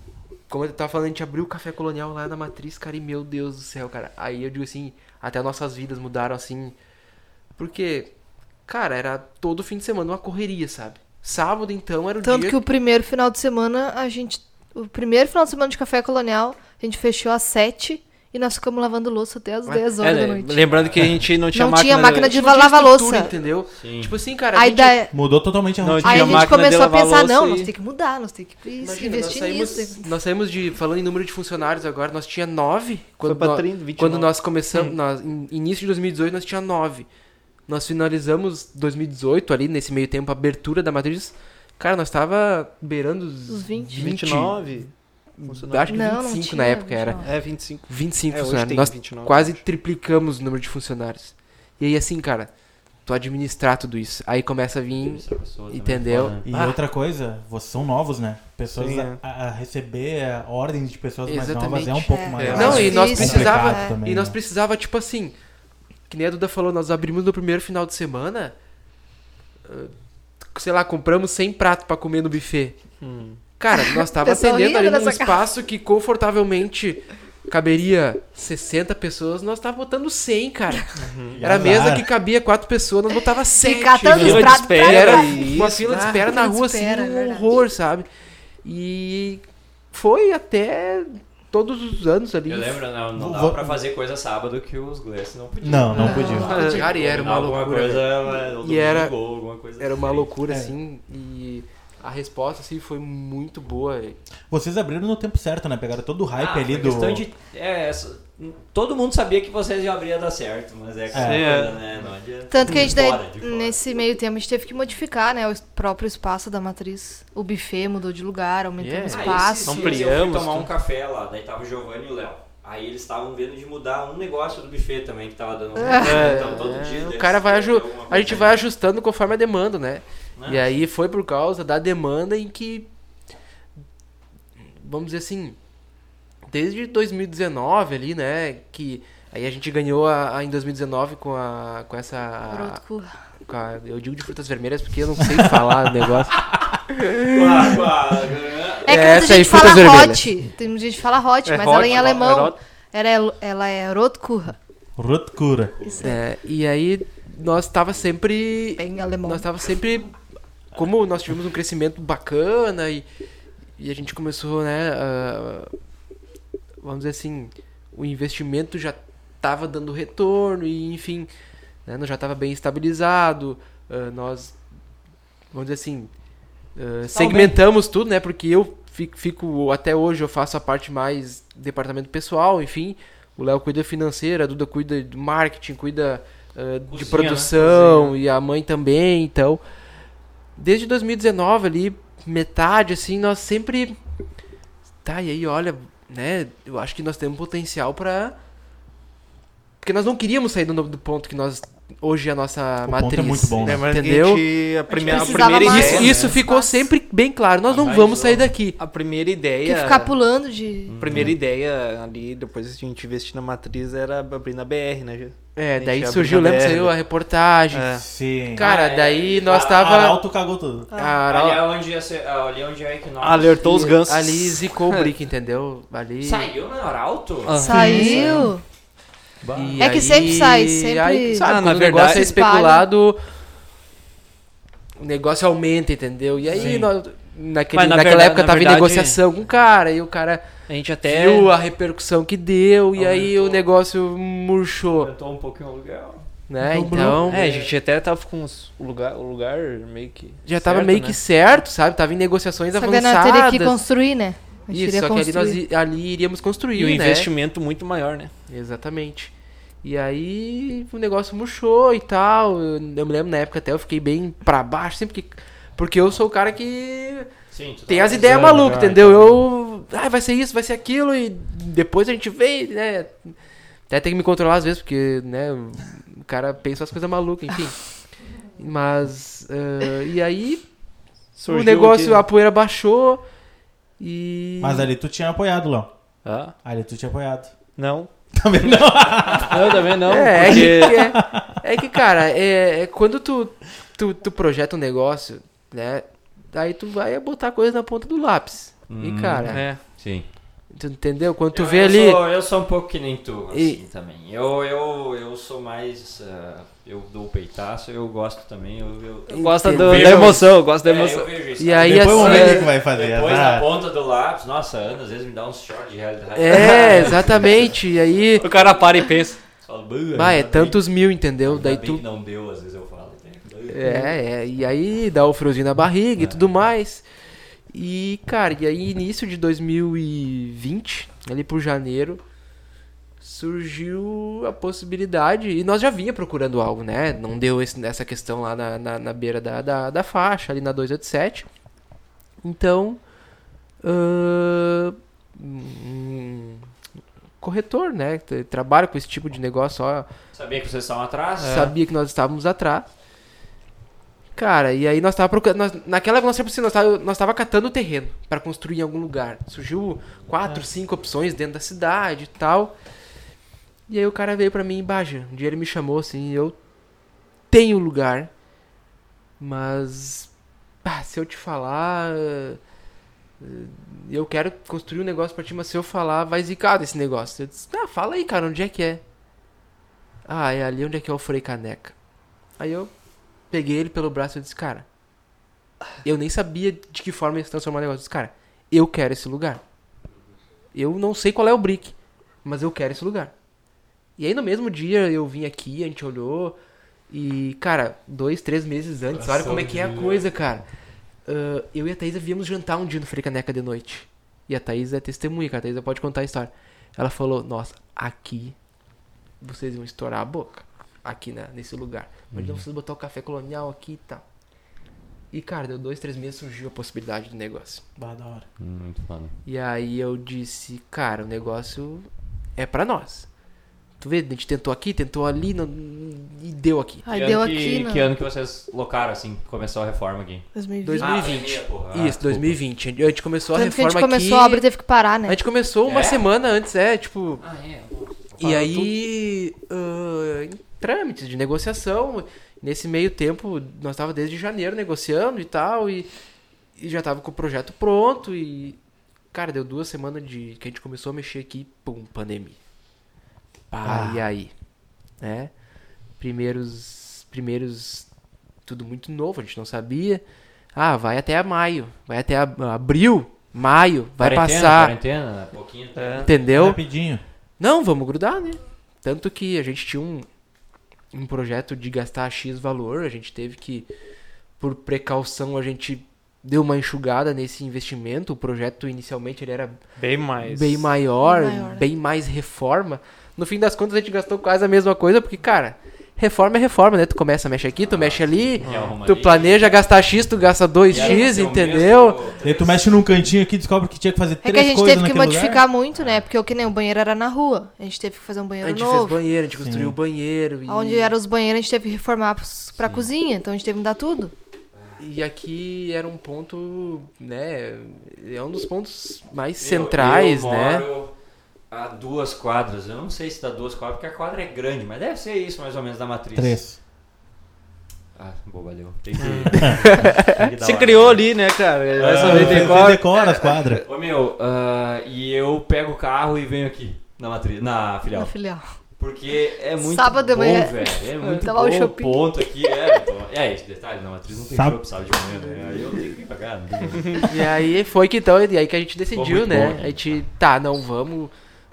[SPEAKER 3] como eu tava falando, a gente abriu o café colonial lá na matriz, cara, e meu Deus do céu, cara. Aí eu digo assim, até nossas vidas mudaram assim. Porque, cara, era todo fim de semana uma correria, sabe? Sábado, então, era o
[SPEAKER 4] Tanto
[SPEAKER 3] dia.
[SPEAKER 4] que o primeiro final de semana, a gente. O primeiro final de semana de café colonial, a gente fechou às 7 e nós ficamos lavando louça até às
[SPEAKER 3] Ué,
[SPEAKER 4] 10
[SPEAKER 5] É,
[SPEAKER 4] horas
[SPEAKER 5] né,
[SPEAKER 4] da noite.
[SPEAKER 5] lembrando que a gente não tinha
[SPEAKER 4] Não
[SPEAKER 5] máquina,
[SPEAKER 4] tinha máquina de
[SPEAKER 3] Não tinha
[SPEAKER 4] lavar
[SPEAKER 3] estrutura,
[SPEAKER 4] louça.
[SPEAKER 3] Entendeu?
[SPEAKER 2] Sim.
[SPEAKER 3] Tipo assim, cara, a
[SPEAKER 4] Aí,
[SPEAKER 3] gente-
[SPEAKER 4] da-
[SPEAKER 1] Mudou totalmente a
[SPEAKER 5] Não,
[SPEAKER 1] rotina.
[SPEAKER 5] tinha
[SPEAKER 4] aí a gente
[SPEAKER 5] máquina de
[SPEAKER 4] começou a
[SPEAKER 5] lavar
[SPEAKER 4] pensar,
[SPEAKER 5] louça
[SPEAKER 4] não,
[SPEAKER 5] e-
[SPEAKER 4] nós temos que mudar, nós temos que isso,
[SPEAKER 3] Imagina, nós
[SPEAKER 4] investir
[SPEAKER 3] saímos,
[SPEAKER 4] nisso.
[SPEAKER 3] nós saímos de. Falando em número de funcionários agora, nós tinha nove. Quando,
[SPEAKER 5] pra
[SPEAKER 3] nó-
[SPEAKER 5] 30, 29.
[SPEAKER 3] quando nós
[SPEAKER 5] Hum.
[SPEAKER 3] começamos. nós- in- início de 2018, nós tinha nove. Nós finalizamos 2018 ali, nesse meio tempo, a abertura da matriz. Cara, nós tava beirando os,
[SPEAKER 4] Os 20.
[SPEAKER 5] 29.
[SPEAKER 3] Acho que
[SPEAKER 4] Não, não
[SPEAKER 3] 25 na
[SPEAKER 4] tinha,
[SPEAKER 3] época era.
[SPEAKER 4] 29.
[SPEAKER 5] É, 25.
[SPEAKER 3] 25
[SPEAKER 5] é, hoje
[SPEAKER 3] funcionários.
[SPEAKER 5] tem
[SPEAKER 3] Nós
[SPEAKER 5] 29.
[SPEAKER 3] quase triplicamos o número de funcionários. E aí, assim, cara, tu administrar tudo isso. Aí começa a vir.
[SPEAKER 2] Essa pessoa também
[SPEAKER 3] Entendeu?
[SPEAKER 2] é foda, né?
[SPEAKER 1] E
[SPEAKER 3] Ah.
[SPEAKER 1] outra coisa, vocês são novos, né? Pessoas
[SPEAKER 3] Sim,
[SPEAKER 1] a,
[SPEAKER 3] é.
[SPEAKER 1] a- a receber é, ordens de pessoas mais novas
[SPEAKER 3] Exatamente.
[SPEAKER 1] é um pouco
[SPEAKER 4] É.
[SPEAKER 1] maior.
[SPEAKER 3] Não, e nós
[SPEAKER 1] Complicado
[SPEAKER 3] precisava-
[SPEAKER 1] também,
[SPEAKER 3] E nós
[SPEAKER 1] né?
[SPEAKER 3] precisava, tipo assim, que nem a Duda falou, nós abrimos no primeiro final de semana, ah, sei lá, compramos 100 pratos pra comer no buffet.
[SPEAKER 5] Hum.
[SPEAKER 3] Cara, nós tava
[SPEAKER 4] Pessoal
[SPEAKER 3] atendendo
[SPEAKER 4] rindo
[SPEAKER 3] ali num
[SPEAKER 4] dessa cara.
[SPEAKER 3] espaço que confortavelmente caberia 60 pessoas, nós tava botando 100, cara.
[SPEAKER 1] E
[SPEAKER 3] Era a mesa
[SPEAKER 1] Hum. azar.
[SPEAKER 3] que cabia 4 pessoas, nós botava 7.
[SPEAKER 4] catando
[SPEAKER 5] Fila de
[SPEAKER 4] Prato
[SPEAKER 5] espera.
[SPEAKER 4] pra-
[SPEAKER 3] E era
[SPEAKER 5] e
[SPEAKER 3] uma
[SPEAKER 5] isso,
[SPEAKER 3] fila de
[SPEAKER 5] ah,
[SPEAKER 3] espera na
[SPEAKER 4] fila de
[SPEAKER 3] rua, assim,
[SPEAKER 4] espera, é
[SPEAKER 3] um
[SPEAKER 4] verdade.
[SPEAKER 3] horror, sabe? E foi até todos os anos ali.
[SPEAKER 2] Eu lembro, não, não dava
[SPEAKER 1] Vou-
[SPEAKER 2] pra fazer coisa sábado que os Glass não podiam. né?
[SPEAKER 1] Não, não
[SPEAKER 4] Não.
[SPEAKER 1] podia.
[SPEAKER 3] Ah, Cara, e era uma
[SPEAKER 2] Alguma
[SPEAKER 3] loucura.
[SPEAKER 2] coisa,
[SPEAKER 3] velho.
[SPEAKER 2] é, todo
[SPEAKER 3] E
[SPEAKER 2] mundo
[SPEAKER 3] era-
[SPEAKER 2] ligou, alguma coisa
[SPEAKER 3] Era uma
[SPEAKER 2] assim.
[SPEAKER 3] loucura,
[SPEAKER 1] É.
[SPEAKER 3] assim, e a resposta, assim, foi muito boa.
[SPEAKER 1] Vocês abriram no tempo certo, né? Pegaram todo o hype
[SPEAKER 2] Ah,
[SPEAKER 1] ali
[SPEAKER 2] foi
[SPEAKER 1] do.
[SPEAKER 2] questão de- é, essa- todo mundo sabia que vocês já abriam dar certo, mas é aquela
[SPEAKER 5] É.
[SPEAKER 2] coisa, né? Não adianta.
[SPEAKER 4] Tanto que a gente,
[SPEAKER 2] De
[SPEAKER 4] daí,
[SPEAKER 2] fora, de fora.
[SPEAKER 4] nesse meio tempo, a gente teve que modificar, né, o es- próprio espaço da matriz. O buffet mudou de lugar, aumentou
[SPEAKER 3] Yeah.
[SPEAKER 4] o
[SPEAKER 2] Ah,
[SPEAKER 4] espaço.
[SPEAKER 5] Não
[SPEAKER 2] esses dias Eu fui
[SPEAKER 5] ampliamos,
[SPEAKER 2] tomar um
[SPEAKER 3] né?
[SPEAKER 5] tu-
[SPEAKER 2] café lá, daí tava o Giovanni e o Léo. Aí eles estavam vendo de mudar um negócio do buffet também que tava dando.
[SPEAKER 4] É.
[SPEAKER 2] um- então, todo dia
[SPEAKER 3] É, o
[SPEAKER 2] desse,
[SPEAKER 3] cara vai
[SPEAKER 2] deu
[SPEAKER 3] aju-
[SPEAKER 2] alguma
[SPEAKER 3] A gente
[SPEAKER 2] coisa.
[SPEAKER 3] vai ajustando conforme a demanda, né?
[SPEAKER 2] é. Né?
[SPEAKER 3] E aí foi por causa da demanda em que. Vamos dizer assim. Desde 2019 ali, né? Que. Aí a gente ganhou a, a- em 2019 com a. com
[SPEAKER 2] Ah.
[SPEAKER 3] essa.
[SPEAKER 4] Broto,
[SPEAKER 3] com a- eu digo de frutas vermelhas porque eu não sei falar o negócio.
[SPEAKER 2] Pá, pá,
[SPEAKER 4] É que
[SPEAKER 3] Essa
[SPEAKER 4] muita gente
[SPEAKER 3] aí,
[SPEAKER 4] fala
[SPEAKER 3] frutas vermelhas.
[SPEAKER 4] hot. Tem muita gente que fala hot,
[SPEAKER 5] É
[SPEAKER 4] mas
[SPEAKER 5] hot,
[SPEAKER 4] ela é em
[SPEAKER 5] ro-
[SPEAKER 4] alemão.
[SPEAKER 5] ro-
[SPEAKER 4] Ela é, ela é Rotkurra.
[SPEAKER 1] Rotcura.
[SPEAKER 3] É, e aí nós tava sempre.
[SPEAKER 4] Bem em alemão.
[SPEAKER 3] Nós tava sempre. Como nós tivemos um crescimento bacana e, e a gente começou, né? a- vamos dizer assim, o investimento já tava dando retorno e enfim, né, nós já tava bem estabilizado. ah, nós, vamos dizer assim, ah, segmentamos tudo, né? Porque eu fi- fico, até hoje, eu faço a parte mais departamento pessoal, enfim. O Léo cuida financeira, a Duda cuida de marketing, cuida ah, de
[SPEAKER 2] Cozinha, né?
[SPEAKER 3] produção
[SPEAKER 2] Cozinha.
[SPEAKER 3] e a mãe também, então. Desde 2019 ali, metade assim, nós sempre tá e aí, olha, né, eu acho que nós temos potencial pra porque nós não queríamos sair do, do ponto que nós hoje é a nossa
[SPEAKER 1] O ponto é
[SPEAKER 3] matriz.
[SPEAKER 1] muito bom, né?
[SPEAKER 5] É, mas
[SPEAKER 3] Entendeu?
[SPEAKER 5] a gente- a primeira, a
[SPEAKER 4] precisava
[SPEAKER 5] primeira
[SPEAKER 4] mais.
[SPEAKER 5] ideia,
[SPEAKER 3] Isso,
[SPEAKER 5] né?
[SPEAKER 3] isso ficou sempre bem claro, nós
[SPEAKER 2] A
[SPEAKER 3] não
[SPEAKER 2] mais
[SPEAKER 3] vamos sair
[SPEAKER 2] nova.
[SPEAKER 3] daqui.
[SPEAKER 5] A primeira
[SPEAKER 4] Que
[SPEAKER 5] ideia.
[SPEAKER 3] é
[SPEAKER 4] ficar pulando de.
[SPEAKER 5] A primeira ideia ali, depois que a gente investir na matriz, era abrir na BR, né? Gil?
[SPEAKER 3] É,
[SPEAKER 5] gente
[SPEAKER 3] daí
[SPEAKER 5] abre
[SPEAKER 3] surgiu,
[SPEAKER 5] na
[SPEAKER 3] lembra,
[SPEAKER 5] BR.
[SPEAKER 3] saiu a reportagem.
[SPEAKER 5] É.
[SPEAKER 1] Sim.
[SPEAKER 3] Cara,
[SPEAKER 2] Ah, é.
[SPEAKER 3] daí nós
[SPEAKER 2] A-
[SPEAKER 1] Caralho,
[SPEAKER 3] tava
[SPEAKER 1] Arauto cagou tudo.
[SPEAKER 3] a Ara-
[SPEAKER 2] Ali é onde ia ser- ali é onde é que nós.
[SPEAKER 5] Alertou os gansos.
[SPEAKER 3] ali zicou o brick, entendeu? Ali
[SPEAKER 2] Saiu na Arauto?
[SPEAKER 5] Ah.
[SPEAKER 4] Saiu.
[SPEAKER 3] E
[SPEAKER 4] É que
[SPEAKER 3] aí-
[SPEAKER 4] sempre sai, sempre-
[SPEAKER 3] Aí, sabe,
[SPEAKER 5] Ah,
[SPEAKER 3] quando
[SPEAKER 5] na
[SPEAKER 3] o negócio
[SPEAKER 5] verdade-
[SPEAKER 3] é especulado, o negócio aumenta, entendeu? E aí,
[SPEAKER 1] Sim.
[SPEAKER 3] nós- naquele,
[SPEAKER 5] Mas na
[SPEAKER 3] naquela
[SPEAKER 5] verdade-
[SPEAKER 3] época
[SPEAKER 5] na
[SPEAKER 3] tava em
[SPEAKER 5] verdade-
[SPEAKER 3] negociação com o cara, e o cara
[SPEAKER 5] A gente até.
[SPEAKER 3] viu a repercussão que deu, e aí o
[SPEAKER 2] Aumentou.
[SPEAKER 3] negócio murchou,
[SPEAKER 2] Aumentou um pouquinho o aluguel.
[SPEAKER 3] né?
[SPEAKER 1] Dobrou.
[SPEAKER 3] Então,
[SPEAKER 5] É, a gente até tava com os- o lugar, o lugar meio que.
[SPEAKER 3] já tava
[SPEAKER 5] certo,
[SPEAKER 3] meio
[SPEAKER 5] né?
[SPEAKER 3] que certo, sabe? Tava em negociações
[SPEAKER 4] Só que nós teria
[SPEAKER 3] avançadas.
[SPEAKER 4] que construir, né? A gente
[SPEAKER 3] Isso,
[SPEAKER 4] iria
[SPEAKER 3] só que ali, nós,
[SPEAKER 4] construir.
[SPEAKER 3] i- ali iríamos construir,
[SPEAKER 5] E um
[SPEAKER 3] né?
[SPEAKER 5] investimento muito maior, né?
[SPEAKER 3] Exatamente. E aí o negócio murchou e tal. Eu, eu me lembro na época até eu fiquei bem pra baixo, sempre que. Porque eu sou o cara que
[SPEAKER 2] Sim, tu tá
[SPEAKER 3] tem
[SPEAKER 2] tava
[SPEAKER 3] as ideias
[SPEAKER 2] precisando,
[SPEAKER 3] malucas,
[SPEAKER 2] já,
[SPEAKER 3] entendeu?
[SPEAKER 2] então.
[SPEAKER 3] Eu. Ah, vai ser isso, vai ser aquilo, e depois a gente vê, né? Até tem que me controlar às vezes, porque, né, o cara pensa as coisas malucas, enfim. Mas, ah, e aí o
[SPEAKER 5] Surgiu
[SPEAKER 3] negócio, a
[SPEAKER 5] aqui.
[SPEAKER 3] poeira baixou e...
[SPEAKER 1] Mas ali tu tinha apoiado, Léo.
[SPEAKER 5] Ah,
[SPEAKER 1] Ali tu tinha apoiado.
[SPEAKER 5] não.
[SPEAKER 1] Também não.
[SPEAKER 5] Eu também não.
[SPEAKER 3] é, é
[SPEAKER 5] porque-
[SPEAKER 3] que, é- é que, cara, é, é quando tu, tu, tu projeta um negócio, né, daí tu vai botar a coisa na ponta do lápis.
[SPEAKER 2] Hum,
[SPEAKER 3] e, cara,
[SPEAKER 5] É.
[SPEAKER 2] Sim.
[SPEAKER 3] tu entendeu? Quando tu
[SPEAKER 2] eu,
[SPEAKER 3] vê
[SPEAKER 2] eu
[SPEAKER 3] ali...
[SPEAKER 2] Sou, eu sou um pouco que nem tu, assim,
[SPEAKER 3] E-
[SPEAKER 2] também. Eu, eu, eu sou mais. ah, eu dou o peitaço, eu gosto também. Eu, eu,
[SPEAKER 5] Gosta do-
[SPEAKER 2] Vejo-
[SPEAKER 5] da emoção, gosta
[SPEAKER 2] É,
[SPEAKER 5] da emoção.
[SPEAKER 2] eu vejo isso.
[SPEAKER 3] E aí,
[SPEAKER 1] Depois vamos ver o
[SPEAKER 3] assim,
[SPEAKER 1] é que que vai fazer.
[SPEAKER 2] Depois na
[SPEAKER 1] azar.
[SPEAKER 2] ponta do lápis, nossa, a Ana às vezes me dá uns short de realidade.
[SPEAKER 3] É, exatamente. E aí,
[SPEAKER 5] O cara para e pensa.
[SPEAKER 2] Falo, "Bah,
[SPEAKER 3] bah, é
[SPEAKER 2] ainda bem-
[SPEAKER 3] tantos mil, entendeu?
[SPEAKER 2] ainda
[SPEAKER 3] Daí
[SPEAKER 2] bem
[SPEAKER 3] tu.
[SPEAKER 2] que não deu, às vezes eu falo. né?
[SPEAKER 3] É, é, e aí dá o friozinho na barriga e tudo mais. E, cara, e aí início de 2020, ali por janeiro, surgiu a possibilidade. E nós já vinha procurando algo, né? Não deu esse- essa questão lá na, na, na beira da, da, da faixa, ali na 287. Então. ahn, um corretor, né? que Trabalha com esse tipo de negócio, ó.
[SPEAKER 2] Sabia que vocês estavam atrás?
[SPEAKER 3] Sabia que nós estávamos atrás. Cara, e aí nós tava procurando. nós- naquela nossa época, assim, nós tava, nós tava catando o terreno para construir em algum lugar. Surgiu quatro, cinco opções dentro da cidade e tal. E aí o cara veio para mim, Baja. Um dia ele me chamou assim, eu tenho um lugar. Mas pá, se eu te falar. eh, Eu quero construir um negócio pra ti, mas se eu falar, vai zicar desse negócio. Eu disse, ah, fala aí, cara, onde é que é? Ah, é ali onde é que é o Frei Caneca. Aí eu peguei ele pelo braço e disse, cara, eu nem sabia de que forma ia se transformar o negócio. Eu disse, cara, eu quero esse lugar. Eu não sei qual é o brick, mas eu quero esse lugar. E aí no mesmo dia eu vim aqui, a gente olhou e, cara, dois, três meses antes, olha como é que é a coisa, cara. Ah, eu e a Thaisa viemos jantar um dia no Frei Caneca de noite. E a Thaisa é testemunha, cara. A Thaisa pode contar a história. Ela falou, nossa, aqui vocês vão estourar a boca aqui na, nesse lugar. Imagina vocês botar o café colonial aqui e tal. E, cara, deu dois, três meses surgiu a possibilidade do negócio.
[SPEAKER 1] Bah, da hora.
[SPEAKER 2] Muito foda.
[SPEAKER 3] E aí eu disse, cara, o negócio é pra nós. Tu vê, a gente tentou aqui, tentou ali não- e deu aqui.
[SPEAKER 4] Aí
[SPEAKER 2] que
[SPEAKER 4] deu
[SPEAKER 2] ano que,
[SPEAKER 4] aqui, né?
[SPEAKER 2] que ano que vocês locaram, assim, começou a reforma aqui?
[SPEAKER 4] 2020.
[SPEAKER 3] Dois- 2020.
[SPEAKER 2] Ah, pandemia, porra. Ah,
[SPEAKER 3] Isso, 2020. A gente começou a
[SPEAKER 4] Tanto que a
[SPEAKER 3] reforma
[SPEAKER 4] gente começou
[SPEAKER 3] aqui.
[SPEAKER 4] a obra e teve que parar, né?
[SPEAKER 3] A gente começou uma
[SPEAKER 2] É?
[SPEAKER 3] semana antes, é, tipo.
[SPEAKER 2] Ah, é.
[SPEAKER 3] E aí, ah, em trâmites de negociação, nesse meio tempo, nós tava desde janeiro negociando e tal, e, e já tava com o projeto pronto, e, cara, deu duas semanas de que a gente começou a mexer aqui, pum, pandemia.
[SPEAKER 1] Ah.
[SPEAKER 3] Pá, e aí? Né? Primeiros, primeiros, tudo muito novo, a gente não sabia. Ah, vai até maio, vai até ab- abril, maio, vai
[SPEAKER 2] Quarentena,
[SPEAKER 3] passar,
[SPEAKER 2] Quarentena, né? pouquinho. tempo.
[SPEAKER 5] É.
[SPEAKER 1] É.
[SPEAKER 3] entendeu?
[SPEAKER 1] Rapidinho.
[SPEAKER 3] Não, vamos grudar, né? Tanto que a gente tinha um, um projeto de gastar X valor, a gente teve que, por precaução, a gente deu uma enxugada nesse investimento. O projeto inicialmente ele era
[SPEAKER 5] Bem mais.
[SPEAKER 3] bem maior,
[SPEAKER 4] Bem maior, né?
[SPEAKER 3] bem mais reforma. No fim das contas, a gente gastou quase a mesma coisa, porque, cara, reforma é reforma, né? Tu começa, mexe aqui, tu mexe ali,
[SPEAKER 2] E arruma
[SPEAKER 3] tu
[SPEAKER 2] ali.
[SPEAKER 3] planeja gastar X, tu gasta
[SPEAKER 2] E aí,
[SPEAKER 3] 2X,
[SPEAKER 2] tem um
[SPEAKER 3] entendeu?
[SPEAKER 2] mês,
[SPEAKER 1] E tu mexe num cantinho aqui e descobre que tinha que fazer
[SPEAKER 4] É
[SPEAKER 1] três
[SPEAKER 4] que a gente
[SPEAKER 1] coisas
[SPEAKER 4] teve que
[SPEAKER 1] naquele
[SPEAKER 4] modificar muito, né? Porque o que nem o banheiro era na rua. A gente teve que fazer um
[SPEAKER 3] A
[SPEAKER 4] banheiro
[SPEAKER 3] gente fez
[SPEAKER 4] novo.
[SPEAKER 3] banheiro, a gente construiu
[SPEAKER 1] Sim.
[SPEAKER 3] banheiro. e-
[SPEAKER 4] Onde eram os banheiros, a gente teve que reformar pros- pra cozinha. Então a gente teve que mudar tudo.
[SPEAKER 3] E aqui era um ponto, né? É um dos pontos mais
[SPEAKER 2] Eu-
[SPEAKER 3] centrais,
[SPEAKER 2] eu
[SPEAKER 3] né?
[SPEAKER 2] moro A duas quadras, eu não sei se dá duas quadras, porque a quadra é grande, mas deve ser isso mais ou menos da matriz.
[SPEAKER 1] Três.
[SPEAKER 2] Ah, bom, valeu. Tem que. tem que dar
[SPEAKER 5] Você
[SPEAKER 2] uma- Ah,
[SPEAKER 5] criou ali, né,
[SPEAKER 2] É,
[SPEAKER 5] cara?
[SPEAKER 1] Ah,
[SPEAKER 5] Vai saber
[SPEAKER 1] você
[SPEAKER 5] decorar.
[SPEAKER 1] decora as quadras.
[SPEAKER 2] Ô meu, ah, e eu pego o carro e venho aqui na matriz, na
[SPEAKER 4] Na
[SPEAKER 2] filial.
[SPEAKER 4] Né, filial.
[SPEAKER 2] Porque é muito
[SPEAKER 4] Sábado de
[SPEAKER 2] bom,
[SPEAKER 4] manhã.
[SPEAKER 2] velho. É muito
[SPEAKER 4] Tá lá o
[SPEAKER 2] bom o
[SPEAKER 4] shopping.
[SPEAKER 2] ponto aqui. É, então, é esse detalhe, na matriz não tem
[SPEAKER 1] Sábado.
[SPEAKER 2] shopping sábado de manhã, né? Aí eu tenho que pagar. não tem como.
[SPEAKER 3] E aí foi que então, e aí que a gente decidiu,
[SPEAKER 2] muito
[SPEAKER 3] né?
[SPEAKER 2] bom, né?
[SPEAKER 3] a gente, tá, não, vamos.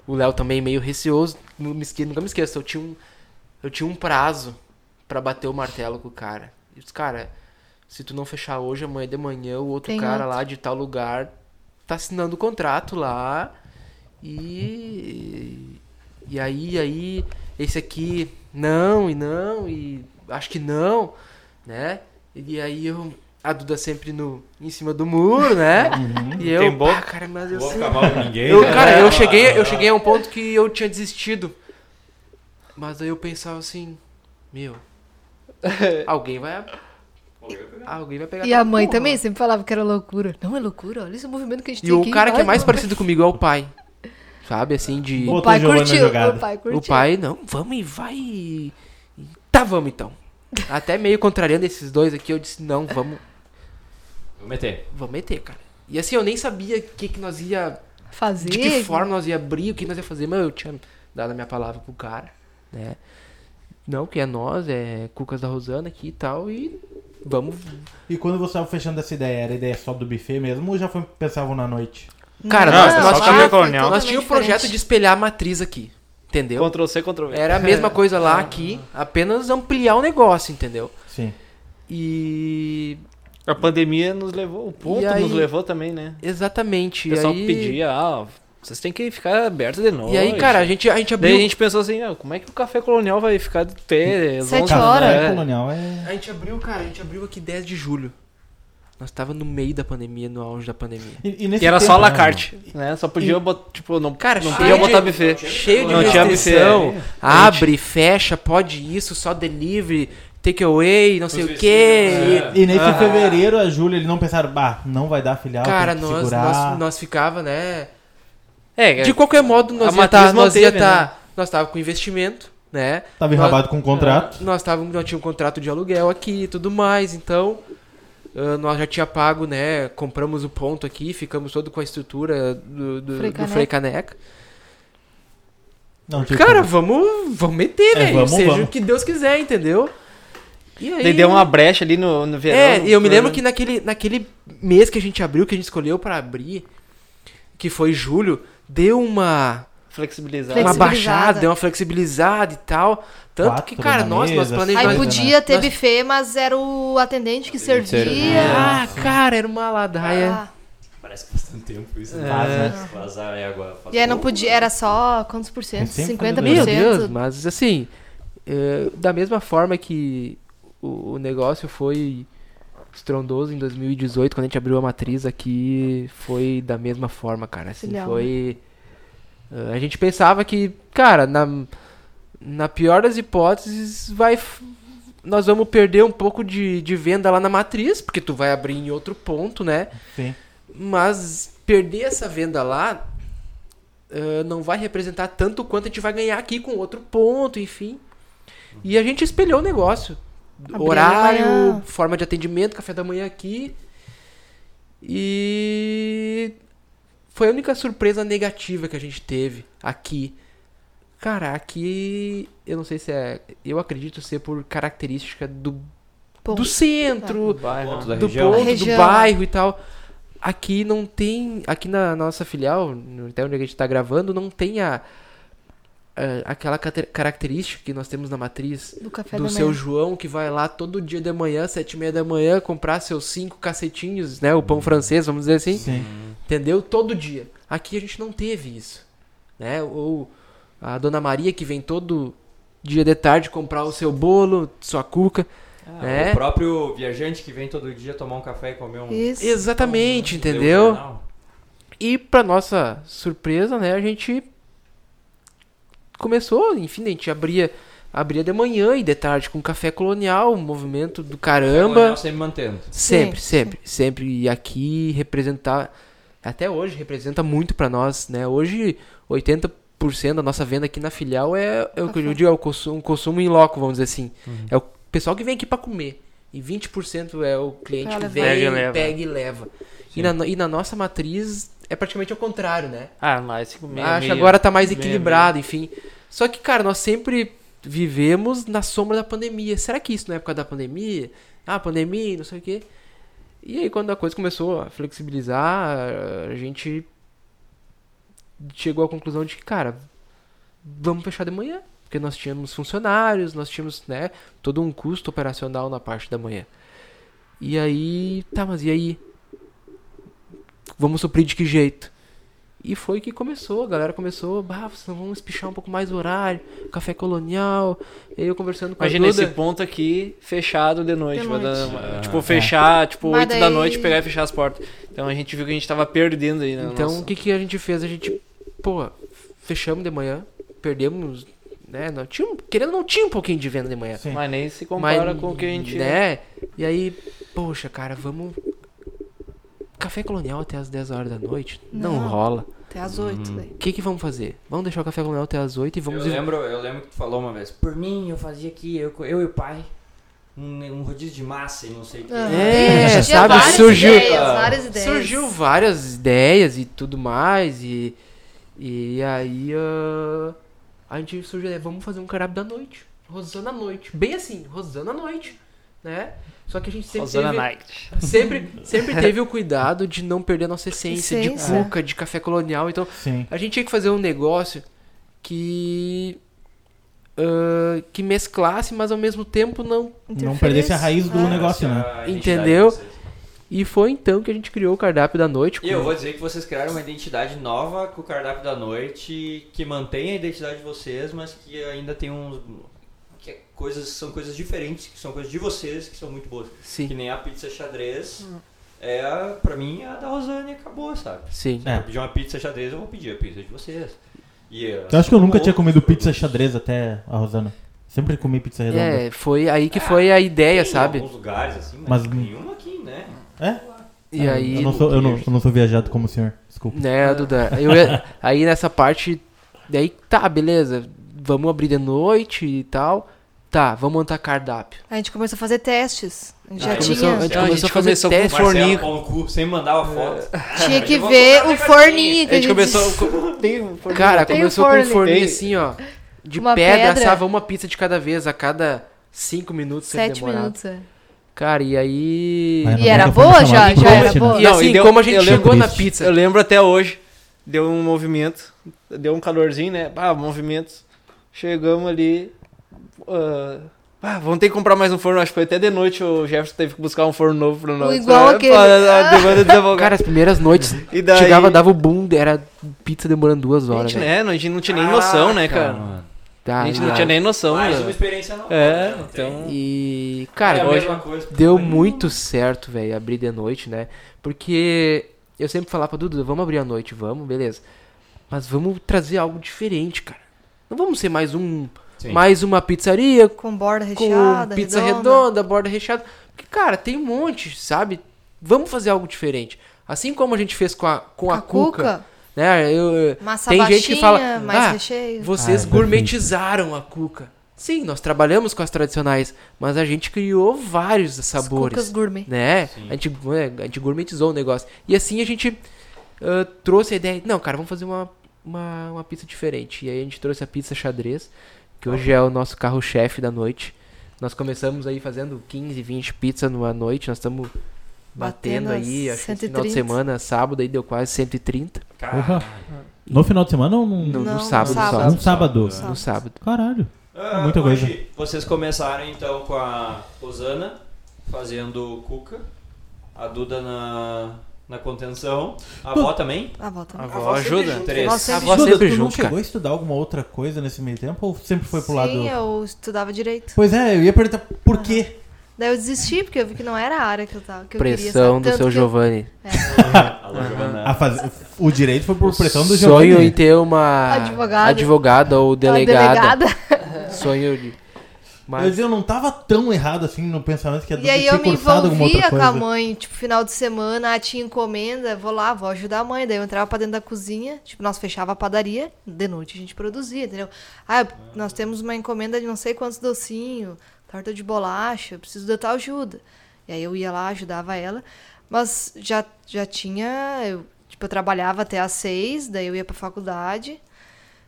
[SPEAKER 3] O Léo também meio receoso, nu- me esque- nunca me esqueço, eu tinha um, eu tinha um prazo pra bater o martelo com o cara. Eu disse, cara, se tu não fechar hoje, amanhã de manhã, o outro
[SPEAKER 4] Tem
[SPEAKER 3] cara
[SPEAKER 4] outro.
[SPEAKER 3] lá de tal lugar tá assinando o contrato lá. E. E aí, aí, esse aqui, não, e não, e acho que não, né? E aí eu. A Duda sempre no, em cima do muro, né? E eu.
[SPEAKER 5] Tem boca.
[SPEAKER 3] "Pá, cara, mas
[SPEAKER 2] Não
[SPEAKER 3] eu
[SPEAKER 2] vou
[SPEAKER 3] sei
[SPEAKER 2] ficar mal com ninguém.
[SPEAKER 3] eu,
[SPEAKER 2] né?
[SPEAKER 3] cara, eu cheguei, eu cheguei a um ponto que eu tinha desistido Mas aí eu pensava assim, meu, alguém vai, alguém vai pegar.
[SPEAKER 4] E a
[SPEAKER 3] essa
[SPEAKER 4] mãe
[SPEAKER 3] porra.
[SPEAKER 4] também sempre falava que era loucura. Não é loucura, olha esse movimento que a gente
[SPEAKER 3] E
[SPEAKER 4] tem
[SPEAKER 3] o
[SPEAKER 4] aqui.
[SPEAKER 3] cara que é
[SPEAKER 4] Ai,
[SPEAKER 3] mais
[SPEAKER 4] não.
[SPEAKER 3] parecido comigo é o pai. Sabe, assim, de...
[SPEAKER 4] O
[SPEAKER 1] Botou
[SPEAKER 4] pai,
[SPEAKER 1] o Giovanni na
[SPEAKER 4] curtiu,
[SPEAKER 1] jogada.
[SPEAKER 4] o pai curtiu.
[SPEAKER 3] O pai, não, vamos e vai. e- Tá, vamos então. Até meio contrariando esses dois aqui, eu disse, não, vamos,
[SPEAKER 2] Vou meter.
[SPEAKER 3] vamos meter, cara. E assim, eu nem sabia o que, que nós ia.
[SPEAKER 4] Fazer.
[SPEAKER 3] De que forma nós ia abrir, o que nós ia fazer, mas eu tinha dado a minha palavra pro cara, né? Não, que é nós, é Cucas da Rosana aqui e tal, e
[SPEAKER 4] É
[SPEAKER 3] vamos. Então,
[SPEAKER 1] E quando você tava fechando essa ideia, era ideia só do buffet mesmo ou já foi, pensavam na noite?
[SPEAKER 3] Cara,
[SPEAKER 6] Não,
[SPEAKER 3] nós,
[SPEAKER 6] é
[SPEAKER 3] nós,
[SPEAKER 6] só
[SPEAKER 3] tinha,
[SPEAKER 6] café colonial.
[SPEAKER 4] foi
[SPEAKER 3] nós tinha o
[SPEAKER 4] totalmente
[SPEAKER 3] projeto
[SPEAKER 4] diferente.
[SPEAKER 3] de espelhar a matriz aqui, entendeu?
[SPEAKER 5] Ctrl C, Ctrl V.
[SPEAKER 3] Era a mesma coisa lá aqui, apenas ampliar o negócio, entendeu?
[SPEAKER 1] Sim.
[SPEAKER 3] E
[SPEAKER 5] A pandemia nos levou, o ponto
[SPEAKER 3] E aí-
[SPEAKER 5] nos levou também, né?
[SPEAKER 3] Exatamente.
[SPEAKER 5] O pessoal
[SPEAKER 3] e aí,
[SPEAKER 5] pedia, ah, vocês têm que ficar aberto de novo.
[SPEAKER 3] E aí, cara, a gente, a gente abriu.
[SPEAKER 5] Daí a gente pensou assim, ah, como é que o café colonial vai ficar até as
[SPEAKER 4] Sete
[SPEAKER 5] 11
[SPEAKER 4] horas. Chora.
[SPEAKER 1] Café
[SPEAKER 5] É.
[SPEAKER 1] colonial é.
[SPEAKER 3] a gente abriu, cara, a gente abriu aqui 10 de julho. Nós tava no meio da pandemia, no auge da pandemia.
[SPEAKER 1] E, nesse
[SPEAKER 5] E era só
[SPEAKER 1] tempo,
[SPEAKER 5] la
[SPEAKER 1] né,
[SPEAKER 5] carte, né? Só podia botar, tipo, não,
[SPEAKER 3] Cara,
[SPEAKER 5] não
[SPEAKER 3] cheio
[SPEAKER 5] podia
[SPEAKER 3] de-
[SPEAKER 5] botar buffet.
[SPEAKER 3] Cheio de
[SPEAKER 5] Não tinha buffet,
[SPEAKER 3] restrição.
[SPEAKER 5] é.
[SPEAKER 3] Abre, fecha, pode isso, só delivery, takeaway, não sei o quê.
[SPEAKER 1] mano? É. E, e nesse fevereiro, a Júlia, eles não pensaram, bah, não vai dar filial,
[SPEAKER 3] E, Cara,
[SPEAKER 1] tem que
[SPEAKER 3] nós,
[SPEAKER 1] segurar.
[SPEAKER 3] nós, nós ficava, né?
[SPEAKER 5] É,
[SPEAKER 3] De qualquer modo,
[SPEAKER 5] A
[SPEAKER 3] nós ia
[SPEAKER 5] matriz
[SPEAKER 3] tá, nós ia
[SPEAKER 5] manteve, né?
[SPEAKER 3] tá, nós tava com investimento, né?
[SPEAKER 1] Tava
[SPEAKER 3] nós-
[SPEAKER 1] enrabado com o contrato.
[SPEAKER 3] Nós, távamos, nós tínhamos um contrato de aluguel aqui e tudo mais, então ah, nós já tinha pago, né? Compramos o ponto aqui, ficamos todo com a estrutura do, do,
[SPEAKER 4] Frei
[SPEAKER 3] do
[SPEAKER 4] Caneca.
[SPEAKER 3] Frei Caneca.
[SPEAKER 1] Não, tipo,
[SPEAKER 3] Cara, vamos, vamos meter,
[SPEAKER 1] É,
[SPEAKER 3] velho.
[SPEAKER 1] vamos,
[SPEAKER 3] Seja
[SPEAKER 1] vamos.
[SPEAKER 3] o que Deus quiser, entendeu? E aí.
[SPEAKER 5] daí deu uma brecha ali no, no verão.
[SPEAKER 3] É, e eu me
[SPEAKER 1] né?
[SPEAKER 5] Foi-
[SPEAKER 3] lembro que naquele, naquele mês que a gente abriu, que a gente escolheu pra abrir, que foi julho, deu uma.
[SPEAKER 5] Flexibilizar.
[SPEAKER 3] Uma
[SPEAKER 4] Flexibilizada.
[SPEAKER 3] baixada, deu uma flexibilizada e tal. Tanto
[SPEAKER 1] Quatro
[SPEAKER 3] que, cara,
[SPEAKER 1] na
[SPEAKER 3] nós, nós
[SPEAKER 1] mesa,
[SPEAKER 3] planejamos.
[SPEAKER 4] Aí
[SPEAKER 1] Coisa,
[SPEAKER 4] podia ter
[SPEAKER 3] Nós-
[SPEAKER 4] buffet, mas era o atendente que servia.
[SPEAKER 3] Ah, cara, era uma ladaia.
[SPEAKER 4] Ah,
[SPEAKER 2] Parece que faz tanto tempo isso.
[SPEAKER 3] É.
[SPEAKER 2] né?
[SPEAKER 1] Faz, né?
[SPEAKER 2] Vazar é água.
[SPEAKER 4] E aí não podia, era só quantos por cento?
[SPEAKER 1] Sempre
[SPEAKER 4] 50%?
[SPEAKER 1] fazendo
[SPEAKER 3] Meu Deus, mas assim, é, da mesma forma que o, o negócio foi estrondoso em 2018, quando a gente abriu a matriz aqui, foi da mesma forma, cara. Assim,
[SPEAKER 4] Legal.
[SPEAKER 3] foi. é, a gente pensava que, cara, na, na pior das hipóteses, vai. f- Nós vamos perder um pouco de, de venda lá na matriz, porque tu vai abrir em outro ponto, né?
[SPEAKER 1] Sim.
[SPEAKER 3] Mas perder essa venda lá ah, não vai representar tanto quanto a gente vai ganhar aqui com outro ponto, enfim. E a gente espelhou o negócio.
[SPEAKER 4] Abriu de
[SPEAKER 3] Horário,
[SPEAKER 4] manhã.
[SPEAKER 3] forma de atendimento, café da manhã aqui. E foi a única surpresa negativa que a gente teve aqui. Cara, aqui eu não sei se é. Eu acredito ser por característica do,
[SPEAKER 4] Ponto. Tá.
[SPEAKER 3] do centro,
[SPEAKER 5] Bairro.
[SPEAKER 2] da
[SPEAKER 3] né? do
[SPEAKER 2] região.
[SPEAKER 3] ponto,
[SPEAKER 4] Região.
[SPEAKER 3] do bairro e tal. Aqui não tem. Aqui na nossa filial, no- até onde a gente tá gravando, não tem a. a- aquela cate- característica que nós temos na matriz
[SPEAKER 4] Do café
[SPEAKER 3] do
[SPEAKER 4] da
[SPEAKER 3] seu
[SPEAKER 4] manhã.
[SPEAKER 3] João que vai lá todo dia de manhã, sete e meia da manhã, comprar seus cinco cacetinhos, né? O
[SPEAKER 2] Hum.
[SPEAKER 3] pão francês, vamos dizer assim.
[SPEAKER 1] Sim.
[SPEAKER 3] Entendeu? Todo dia. Aqui a gente não teve isso. Né? Ou a dona Maria que vem todo dia de tarde comprar o seu bolo, sua cuca. né?
[SPEAKER 2] Ah, O próprio viajante que vem todo dia tomar um café e comer um.
[SPEAKER 4] Isso.
[SPEAKER 3] Exatamente,
[SPEAKER 2] ler um
[SPEAKER 3] entendeu?
[SPEAKER 2] jornal.
[SPEAKER 3] E pra nossa surpresa, né, a gente começou, enfim, a gente abria, abria de manhã e de tarde com café colonial, um movimento do caramba.
[SPEAKER 2] Colonial Sempre mantendo.
[SPEAKER 3] Sempre,
[SPEAKER 4] Sim,
[SPEAKER 3] sempre, sempre. E aqui representar, até hoje, representa muito pra nós, né? Hoje, 80% da nossa venda aqui na filial é, é o que eu
[SPEAKER 4] Café.
[SPEAKER 3] digo, é o consumo, consumo em loco, vamos dizer assim.
[SPEAKER 5] Uhum.
[SPEAKER 3] É o pessoal que vem aqui pra comer. E 20% é o cliente
[SPEAKER 4] Pra
[SPEAKER 3] que
[SPEAKER 4] levar.
[SPEAKER 3] vem,
[SPEAKER 5] Pega
[SPEAKER 3] pega
[SPEAKER 5] e
[SPEAKER 3] e
[SPEAKER 5] leva.
[SPEAKER 3] leva. E, na, no- e na nossa matriz é praticamente ao contrário, né?
[SPEAKER 5] Ah, mas cinco meia,
[SPEAKER 3] Acho que
[SPEAKER 5] meia.
[SPEAKER 3] agora tá mais
[SPEAKER 5] Meia, meia.
[SPEAKER 3] equilibrado, enfim. Só que, cara, nós sempre vivemos na sombra da pandemia. Será que isso não é por causa da pandemia? Ah, pandemia, não sei o quê. E aí, quando a coisa começou a flexibilizar, a gente chegou à conclusão de que, cara, vamos fechar de manhã. Porque nós tínhamos funcionários, nós tínhamos, né, todo um custo operacional na parte da manhã. E aí, tá, mas e aí? Vamos suprir de que jeito? E foi que começou, a galera começou, bah, vocês não vão espichar um pouco mais o horário, café colonial, e aí eu conversando com
[SPEAKER 5] Imagina
[SPEAKER 3] a
[SPEAKER 5] esse
[SPEAKER 3] Duda.
[SPEAKER 5] ponto aqui fechado de noite.
[SPEAKER 4] De
[SPEAKER 5] vai dar-
[SPEAKER 2] noite.
[SPEAKER 5] tipo, fechar, tipo,
[SPEAKER 4] Mas
[SPEAKER 5] 8 da
[SPEAKER 4] daí-
[SPEAKER 5] noite, pegar e fechar as portas. Então a gente viu que a gente tava perdendo aí, né?
[SPEAKER 3] Então, o
[SPEAKER 5] nossa-
[SPEAKER 3] que, que a gente fez? A gente, pô, fechamos de manhã, perdemos Né? Não, tinha, um- querendo ou não tinha um pouquinho de venda de manhã.
[SPEAKER 1] Sim.
[SPEAKER 5] Mas nem se compara
[SPEAKER 3] Mas,
[SPEAKER 5] com o que a gente. é.
[SPEAKER 3] Né? E aí, poxa, cara, vamos. Café colonial até as 10 horas da noite? Não,
[SPEAKER 4] Não.
[SPEAKER 3] rola.
[SPEAKER 4] Até às oito daí.
[SPEAKER 3] O que, que vamos fazer? Vamos deixar o café colonial até as 8 e vamos.
[SPEAKER 2] eu, lembro, eu lembro que tu falou uma vez. Por mim, eu fazia aqui, eu, eu e o pai, um, um rodízio de massa e não sei o que.
[SPEAKER 3] É,
[SPEAKER 4] Tinha
[SPEAKER 3] sabe,
[SPEAKER 4] várias
[SPEAKER 3] surgiu-
[SPEAKER 4] ideias, várias ideias.
[SPEAKER 3] Surgiu várias ideias e tudo mais. E, e aí ah, a gente surgiu, né? Vamos fazer um carab da noite. Rosana à noite. Bem assim, Rosana à noite. Né? Só que a gente sempre
[SPEAKER 5] Rosana
[SPEAKER 3] teve,
[SPEAKER 5] Night.
[SPEAKER 3] sempre, sempre teve o cuidado de não perder a nossa essência,
[SPEAKER 4] Essência.
[SPEAKER 3] de cuca, de café colonial. Então,
[SPEAKER 1] Sim.
[SPEAKER 3] a gente tinha que fazer um negócio que. ah, que mesclasse, mas ao mesmo tempo não.
[SPEAKER 1] Não perdesse a raiz do
[SPEAKER 4] É.
[SPEAKER 1] negócio, né?
[SPEAKER 2] Essa Assim, identidade
[SPEAKER 3] Entendeu?
[SPEAKER 2] de vocês.
[SPEAKER 3] E foi então que a gente criou o cardápio da noite.
[SPEAKER 2] E
[SPEAKER 3] com-
[SPEAKER 2] eu vou dizer que vocês criaram uma identidade nova com o cardápio da noite, que mantém a identidade de vocês, mas que ainda tem uns. Que é coisas, são coisas diferentes, que são coisas de vocês, que são muito boas.
[SPEAKER 3] Sim,
[SPEAKER 2] Que nem a pizza xadrez.
[SPEAKER 5] Hum.
[SPEAKER 2] É, a- pra mim, é a da Rosane acabou, sabe?
[SPEAKER 3] sim.
[SPEAKER 2] Se
[SPEAKER 1] É.
[SPEAKER 2] eu pedir uma pizza xadrez, eu vou pedir a pizza de vocês. E, eh,
[SPEAKER 1] Eu acho que eu nunca tinha
[SPEAKER 2] outros
[SPEAKER 1] comido pizza
[SPEAKER 2] produtos.
[SPEAKER 1] xadrez até a Rosana. Sempre comi pizza redonda.
[SPEAKER 3] É, foi aí que foi a
[SPEAKER 2] Tem
[SPEAKER 3] ideia,
[SPEAKER 2] em
[SPEAKER 3] sabe?
[SPEAKER 2] alguns lugares, assim, mas,
[SPEAKER 1] Mas-
[SPEAKER 2] nenhuma aqui, né?
[SPEAKER 3] E aí,
[SPEAKER 1] É, Eu não sou, eu não, eu não sou viajado como o senhor, desculpa.
[SPEAKER 3] né, Duda? Eu ia- aí nessa parte, daí tá, beleza, vamos abrir de noite e tal. Tá, vamos montar cardápio.
[SPEAKER 4] A gente começou a fazer testes. A gente
[SPEAKER 2] Ah,
[SPEAKER 4] já
[SPEAKER 2] começou-
[SPEAKER 4] tinha.
[SPEAKER 3] a gente
[SPEAKER 5] Ah, a
[SPEAKER 3] começou
[SPEAKER 5] gente
[SPEAKER 3] a fazer
[SPEAKER 5] começou com
[SPEAKER 3] teste.
[SPEAKER 2] Marcelo,
[SPEAKER 5] forninho. É.
[SPEAKER 2] pau no cu, sem mandar uma foto.
[SPEAKER 4] Tinha
[SPEAKER 3] Ah,
[SPEAKER 4] que
[SPEAKER 2] Vamos
[SPEAKER 4] ver
[SPEAKER 2] comprar um
[SPEAKER 4] o forninho
[SPEAKER 5] A
[SPEAKER 4] que a gente
[SPEAKER 5] gente começou. com- Tem um forninho
[SPEAKER 3] Cara,
[SPEAKER 5] até.
[SPEAKER 4] Tem
[SPEAKER 3] começou
[SPEAKER 4] o
[SPEAKER 3] com um
[SPEAKER 4] forno.
[SPEAKER 3] forninho
[SPEAKER 5] Tem.
[SPEAKER 3] assim, ó, de
[SPEAKER 4] Uma
[SPEAKER 3] pedra,
[SPEAKER 4] pedra.
[SPEAKER 3] assava uma pizza de cada vez a cada cinco minutos. sempre
[SPEAKER 4] Sete
[SPEAKER 3] demorava.
[SPEAKER 4] minutos. é.
[SPEAKER 3] Cara, e aí...
[SPEAKER 1] Mas
[SPEAKER 4] E era
[SPEAKER 1] nunca foi
[SPEAKER 4] boa
[SPEAKER 1] chamado
[SPEAKER 4] já?
[SPEAKER 1] pro
[SPEAKER 4] Já era
[SPEAKER 1] teste, né?
[SPEAKER 4] boa?
[SPEAKER 3] E
[SPEAKER 5] Não,
[SPEAKER 3] assim,
[SPEAKER 5] e deu-
[SPEAKER 3] como a gente
[SPEAKER 5] eu lembro-
[SPEAKER 3] chegou na
[SPEAKER 1] Triste.
[SPEAKER 3] pizza...
[SPEAKER 5] Eu lembro até hoje. Deu um movimento. Deu um calorzinho, né? Ah, movimentos. Chegamos ali. ah, ah, vamos ter que comprar mais um forno. Acho que foi até de noite o Jefferson teve que buscar um forno novo pro nós.
[SPEAKER 4] igual
[SPEAKER 5] Ah,
[SPEAKER 4] aquele.
[SPEAKER 5] pra- a demanda dos advogados.
[SPEAKER 3] Cara, as primeiras noites,
[SPEAKER 5] E daí-
[SPEAKER 3] chegava, dava o boom, era pizza demorando duas
[SPEAKER 5] a
[SPEAKER 3] horas,
[SPEAKER 5] gente,
[SPEAKER 3] velho.
[SPEAKER 5] né? não- A gente não
[SPEAKER 2] Ah,
[SPEAKER 5] tinha nem noção, né, cara?
[SPEAKER 3] Tá,
[SPEAKER 5] A gente
[SPEAKER 3] já-
[SPEAKER 5] não tinha nem noção.
[SPEAKER 2] Mais
[SPEAKER 5] né?
[SPEAKER 2] uma experiência nova.
[SPEAKER 5] É,
[SPEAKER 2] né? Não tem-
[SPEAKER 5] então.
[SPEAKER 3] E,
[SPEAKER 2] é
[SPEAKER 3] cara,
[SPEAKER 2] a
[SPEAKER 3] hoje
[SPEAKER 2] mesma coisa.
[SPEAKER 3] deu
[SPEAKER 2] Mas-
[SPEAKER 3] muito certo, velho, abrir de noite, né? Porque eu sempre falava pra Dudu, vamos abrir à noite, vamos, beleza. Mas vamos trazer algo diferente, cara. Não vamos ser mais um,
[SPEAKER 2] Sim.
[SPEAKER 3] mais uma pizzaria
[SPEAKER 4] Com borda
[SPEAKER 3] com
[SPEAKER 4] recheada,
[SPEAKER 3] pizza redonda. borda recheada. Porque, cara, tem um monte, sabe? Vamos fazer algo diferente. Assim como a gente fez com a, com a, cuca, né? Eu,
[SPEAKER 4] Massa
[SPEAKER 3] tem
[SPEAKER 4] baixinha,
[SPEAKER 3] gente que fala,
[SPEAKER 4] mais
[SPEAKER 3] "Ah,
[SPEAKER 4] recheio.
[SPEAKER 3] Vocês
[SPEAKER 1] Ah, é
[SPEAKER 3] gourmetizaram a cuca. Sim, nós trabalhamos com as tradicionais, mas a gente criou vários
[SPEAKER 4] As cucas
[SPEAKER 3] sabores,
[SPEAKER 4] gourmet.
[SPEAKER 3] né?
[SPEAKER 2] Sim.
[SPEAKER 3] A gente, né, a gente gourmetizou o negócio. E assim a gente ah, trouxe a ideia, não, cara, vamos fazer uma, uma, uma pizza diferente. E aí a gente trouxe a pizza xadrez, que hoje é o nosso carro-chefe da noite. Nós começamos aí fazendo 15, 20 pizzas numa noite, nós estamos batendo,
[SPEAKER 4] Batendo
[SPEAKER 3] aí,
[SPEAKER 4] as
[SPEAKER 3] acho que esse final de
[SPEAKER 4] 130.
[SPEAKER 3] semana, sábado, aí deu quase 130
[SPEAKER 2] Cara,
[SPEAKER 1] Porra. No final de semana ou num,
[SPEAKER 3] no,
[SPEAKER 4] Não,
[SPEAKER 3] no sábado,
[SPEAKER 4] no sábado.
[SPEAKER 3] só.
[SPEAKER 1] num sábado?
[SPEAKER 4] Sábado.
[SPEAKER 3] No sábado.
[SPEAKER 1] Caralho.
[SPEAKER 2] ah,
[SPEAKER 1] Uhum. muita
[SPEAKER 2] hoje,
[SPEAKER 1] coisa.
[SPEAKER 2] Vocês começaram então com a Rosana fazendo cuca, a Duda na, na contenção, a avó também.
[SPEAKER 4] Ah, volta.
[SPEAKER 5] A avó ajuda.
[SPEAKER 2] Três.
[SPEAKER 3] A
[SPEAKER 4] Nossa, sempre
[SPEAKER 3] avó
[SPEAKER 1] Duda,
[SPEAKER 3] sempre
[SPEAKER 1] tu não
[SPEAKER 3] junto,
[SPEAKER 1] chegou
[SPEAKER 3] cara.
[SPEAKER 1] a estudar alguma outra coisa nesse meio tempo ou sempre foi pro lado...
[SPEAKER 4] Sim, eu estudava direito.
[SPEAKER 1] Pois é, eu ia perguntar por quê.
[SPEAKER 4] Daí eu desisti, porque eu vi que não era a área que eu tava. Que eu queria,
[SPEAKER 3] Pressão
[SPEAKER 4] sabe?
[SPEAKER 3] do
[SPEAKER 4] Tanto
[SPEAKER 3] seu
[SPEAKER 4] que eu-
[SPEAKER 3] Giovanni.
[SPEAKER 2] Alô, Giovana.
[SPEAKER 1] A faz- O direito foi por pressão do
[SPEAKER 3] Sonho
[SPEAKER 1] Giovanni.
[SPEAKER 3] em ter uma
[SPEAKER 4] Advogada.
[SPEAKER 3] advogada ou
[SPEAKER 4] Ela é
[SPEAKER 3] delegada. Sonho de.
[SPEAKER 1] Eu,
[SPEAKER 3] Mas
[SPEAKER 1] dizia, eu não tava tão errado assim no pensamento que a Duda
[SPEAKER 4] E aí
[SPEAKER 1] tinha
[SPEAKER 4] eu me
[SPEAKER 1] cursado alguma outra
[SPEAKER 4] envolvia com
[SPEAKER 1] coisa.
[SPEAKER 4] a mãe, tipo, final de semana, ah, tinha encomenda, vou lá, vou ajudar a mãe. Daí eu entrava pra dentro da cozinha, tipo, nós fechava a padaria, de noite a gente produzia, entendeu? Ah, eu- nós temos uma encomenda de não sei quantos docinhos, torta de bolacha, eu preciso da tal ajuda. E aí eu ia lá, ajudava ela, mas já, já tinha, eu, tipo, eu trabalhava até às seis, daí eu ia pra faculdade,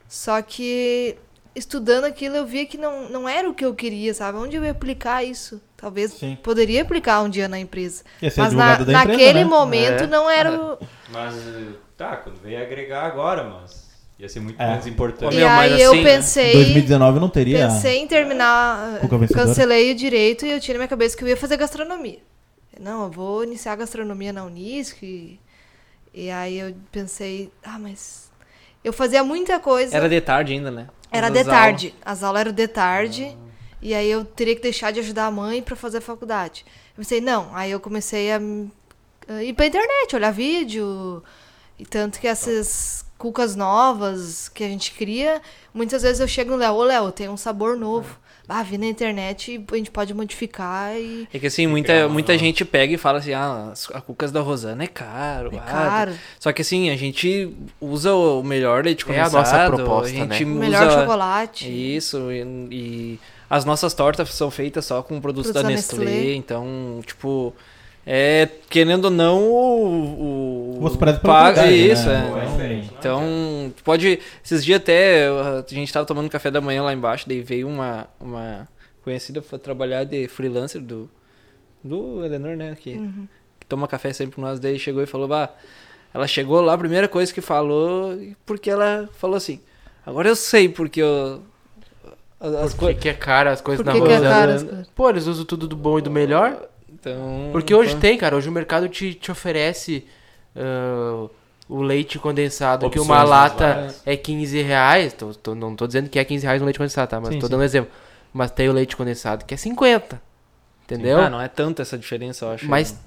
[SPEAKER 4] só que estudando aquilo eu via que não, não era o que eu queria, sabe? Onde eu ia aplicar isso? Talvez
[SPEAKER 1] Sim.
[SPEAKER 4] poderia aplicar um dia na empresa.
[SPEAKER 1] Ia ser
[SPEAKER 4] Mas na-
[SPEAKER 1] advogado da empresa,
[SPEAKER 4] naquele
[SPEAKER 1] né?
[SPEAKER 4] momento
[SPEAKER 3] É.
[SPEAKER 4] não era o.
[SPEAKER 2] Mas eh, tá, quando veio agregar agora, mas ia ser muito
[SPEAKER 1] É.
[SPEAKER 2] menos importante.
[SPEAKER 4] E
[SPEAKER 5] Meu, mas
[SPEAKER 4] aí eu
[SPEAKER 5] assim, né?
[SPEAKER 4] pensei.
[SPEAKER 1] 2019 não teria.
[SPEAKER 4] Pensei em terminar.
[SPEAKER 1] Cuca vencedora.
[SPEAKER 4] Cancelei o direito e eu tinha na minha cabeça que eu ia fazer gastronomia. Não, eu vou iniciar a gastronomia na Unisc. E, e aí eu pensei, ah, mas. Eu fazia muita coisa.
[SPEAKER 5] Era de tarde ainda, né?
[SPEAKER 4] Era
[SPEAKER 5] Nas
[SPEAKER 4] de
[SPEAKER 5] aulas.
[SPEAKER 4] tarde. As aulas eram de tarde. E aí eu teria que deixar de ajudar a mãe pra fazer a faculdade. Eu pensei, não. Aí eu comecei a hum, a ir pra internet, olhar vídeo. E tanto que esses cucas novas que a gente cria, muitas vezes eu chego no Léo, ô Léo, tem um sabor novo. Ah, vi na internet e a gente pode modificar e
[SPEAKER 5] É que assim, muita, muita gente pega e fala assim, ah, as- a cucas da Rosana é caro.
[SPEAKER 4] É
[SPEAKER 5] ah,
[SPEAKER 4] caro.
[SPEAKER 5] Só que assim, a gente usa o melhor leite
[SPEAKER 3] É a
[SPEAKER 5] condensado.
[SPEAKER 3] nossa proposta,
[SPEAKER 5] a gente
[SPEAKER 4] o
[SPEAKER 3] né?
[SPEAKER 5] usa
[SPEAKER 4] melhor chocolate.
[SPEAKER 5] Isso, e, e as nossas tortas são feitas só com produtos da
[SPEAKER 4] Produtos da
[SPEAKER 5] Nestlé,
[SPEAKER 4] Nestlé.
[SPEAKER 5] então, tipo, é, querendo ou não, o... o
[SPEAKER 1] Você preza pela
[SPEAKER 5] paga
[SPEAKER 1] qualidade,
[SPEAKER 5] isso,
[SPEAKER 1] né?
[SPEAKER 5] é.
[SPEAKER 1] Então,
[SPEAKER 2] diferente, não adianta.
[SPEAKER 5] Então, tu pode. Esses dias até a gente tava tomando café da manhã lá embaixo, daí veio uma, uma conhecida pra trabalhar de freelancer do. Do Eleanor, né? Que, que toma café sempre com nós, daí chegou e falou, bah. Ela chegou lá, a primeira coisa que falou, porque ela falou assim, agora eu sei porque eu. As, as
[SPEAKER 3] Por que,
[SPEAKER 5] coisas.
[SPEAKER 3] que é cara as coisas
[SPEAKER 4] Por
[SPEAKER 3] na
[SPEAKER 4] que, que é
[SPEAKER 3] Rosana?
[SPEAKER 4] caro as coisas?
[SPEAKER 3] Pô, eles usam tudo do bom e do melhor.
[SPEAKER 5] Então.
[SPEAKER 3] Porque hoje
[SPEAKER 5] então,
[SPEAKER 3] tem, cara. Hoje o mercado te, te oferece ah, o leite condensado, que uma
[SPEAKER 2] Opções mais
[SPEAKER 3] lata
[SPEAKER 2] baratas.
[SPEAKER 3] é 15 reais. Tô, tô- não tô dizendo que é 15 reais um leite condensado, tá? Mas
[SPEAKER 1] Sim,
[SPEAKER 3] tô
[SPEAKER 1] sim.
[SPEAKER 3] dando um exemplo. Mas tem o leite condensado que é 50. Entendeu?
[SPEAKER 5] Ah, não é tanta essa diferença, eu acho. né?
[SPEAKER 3] Mas,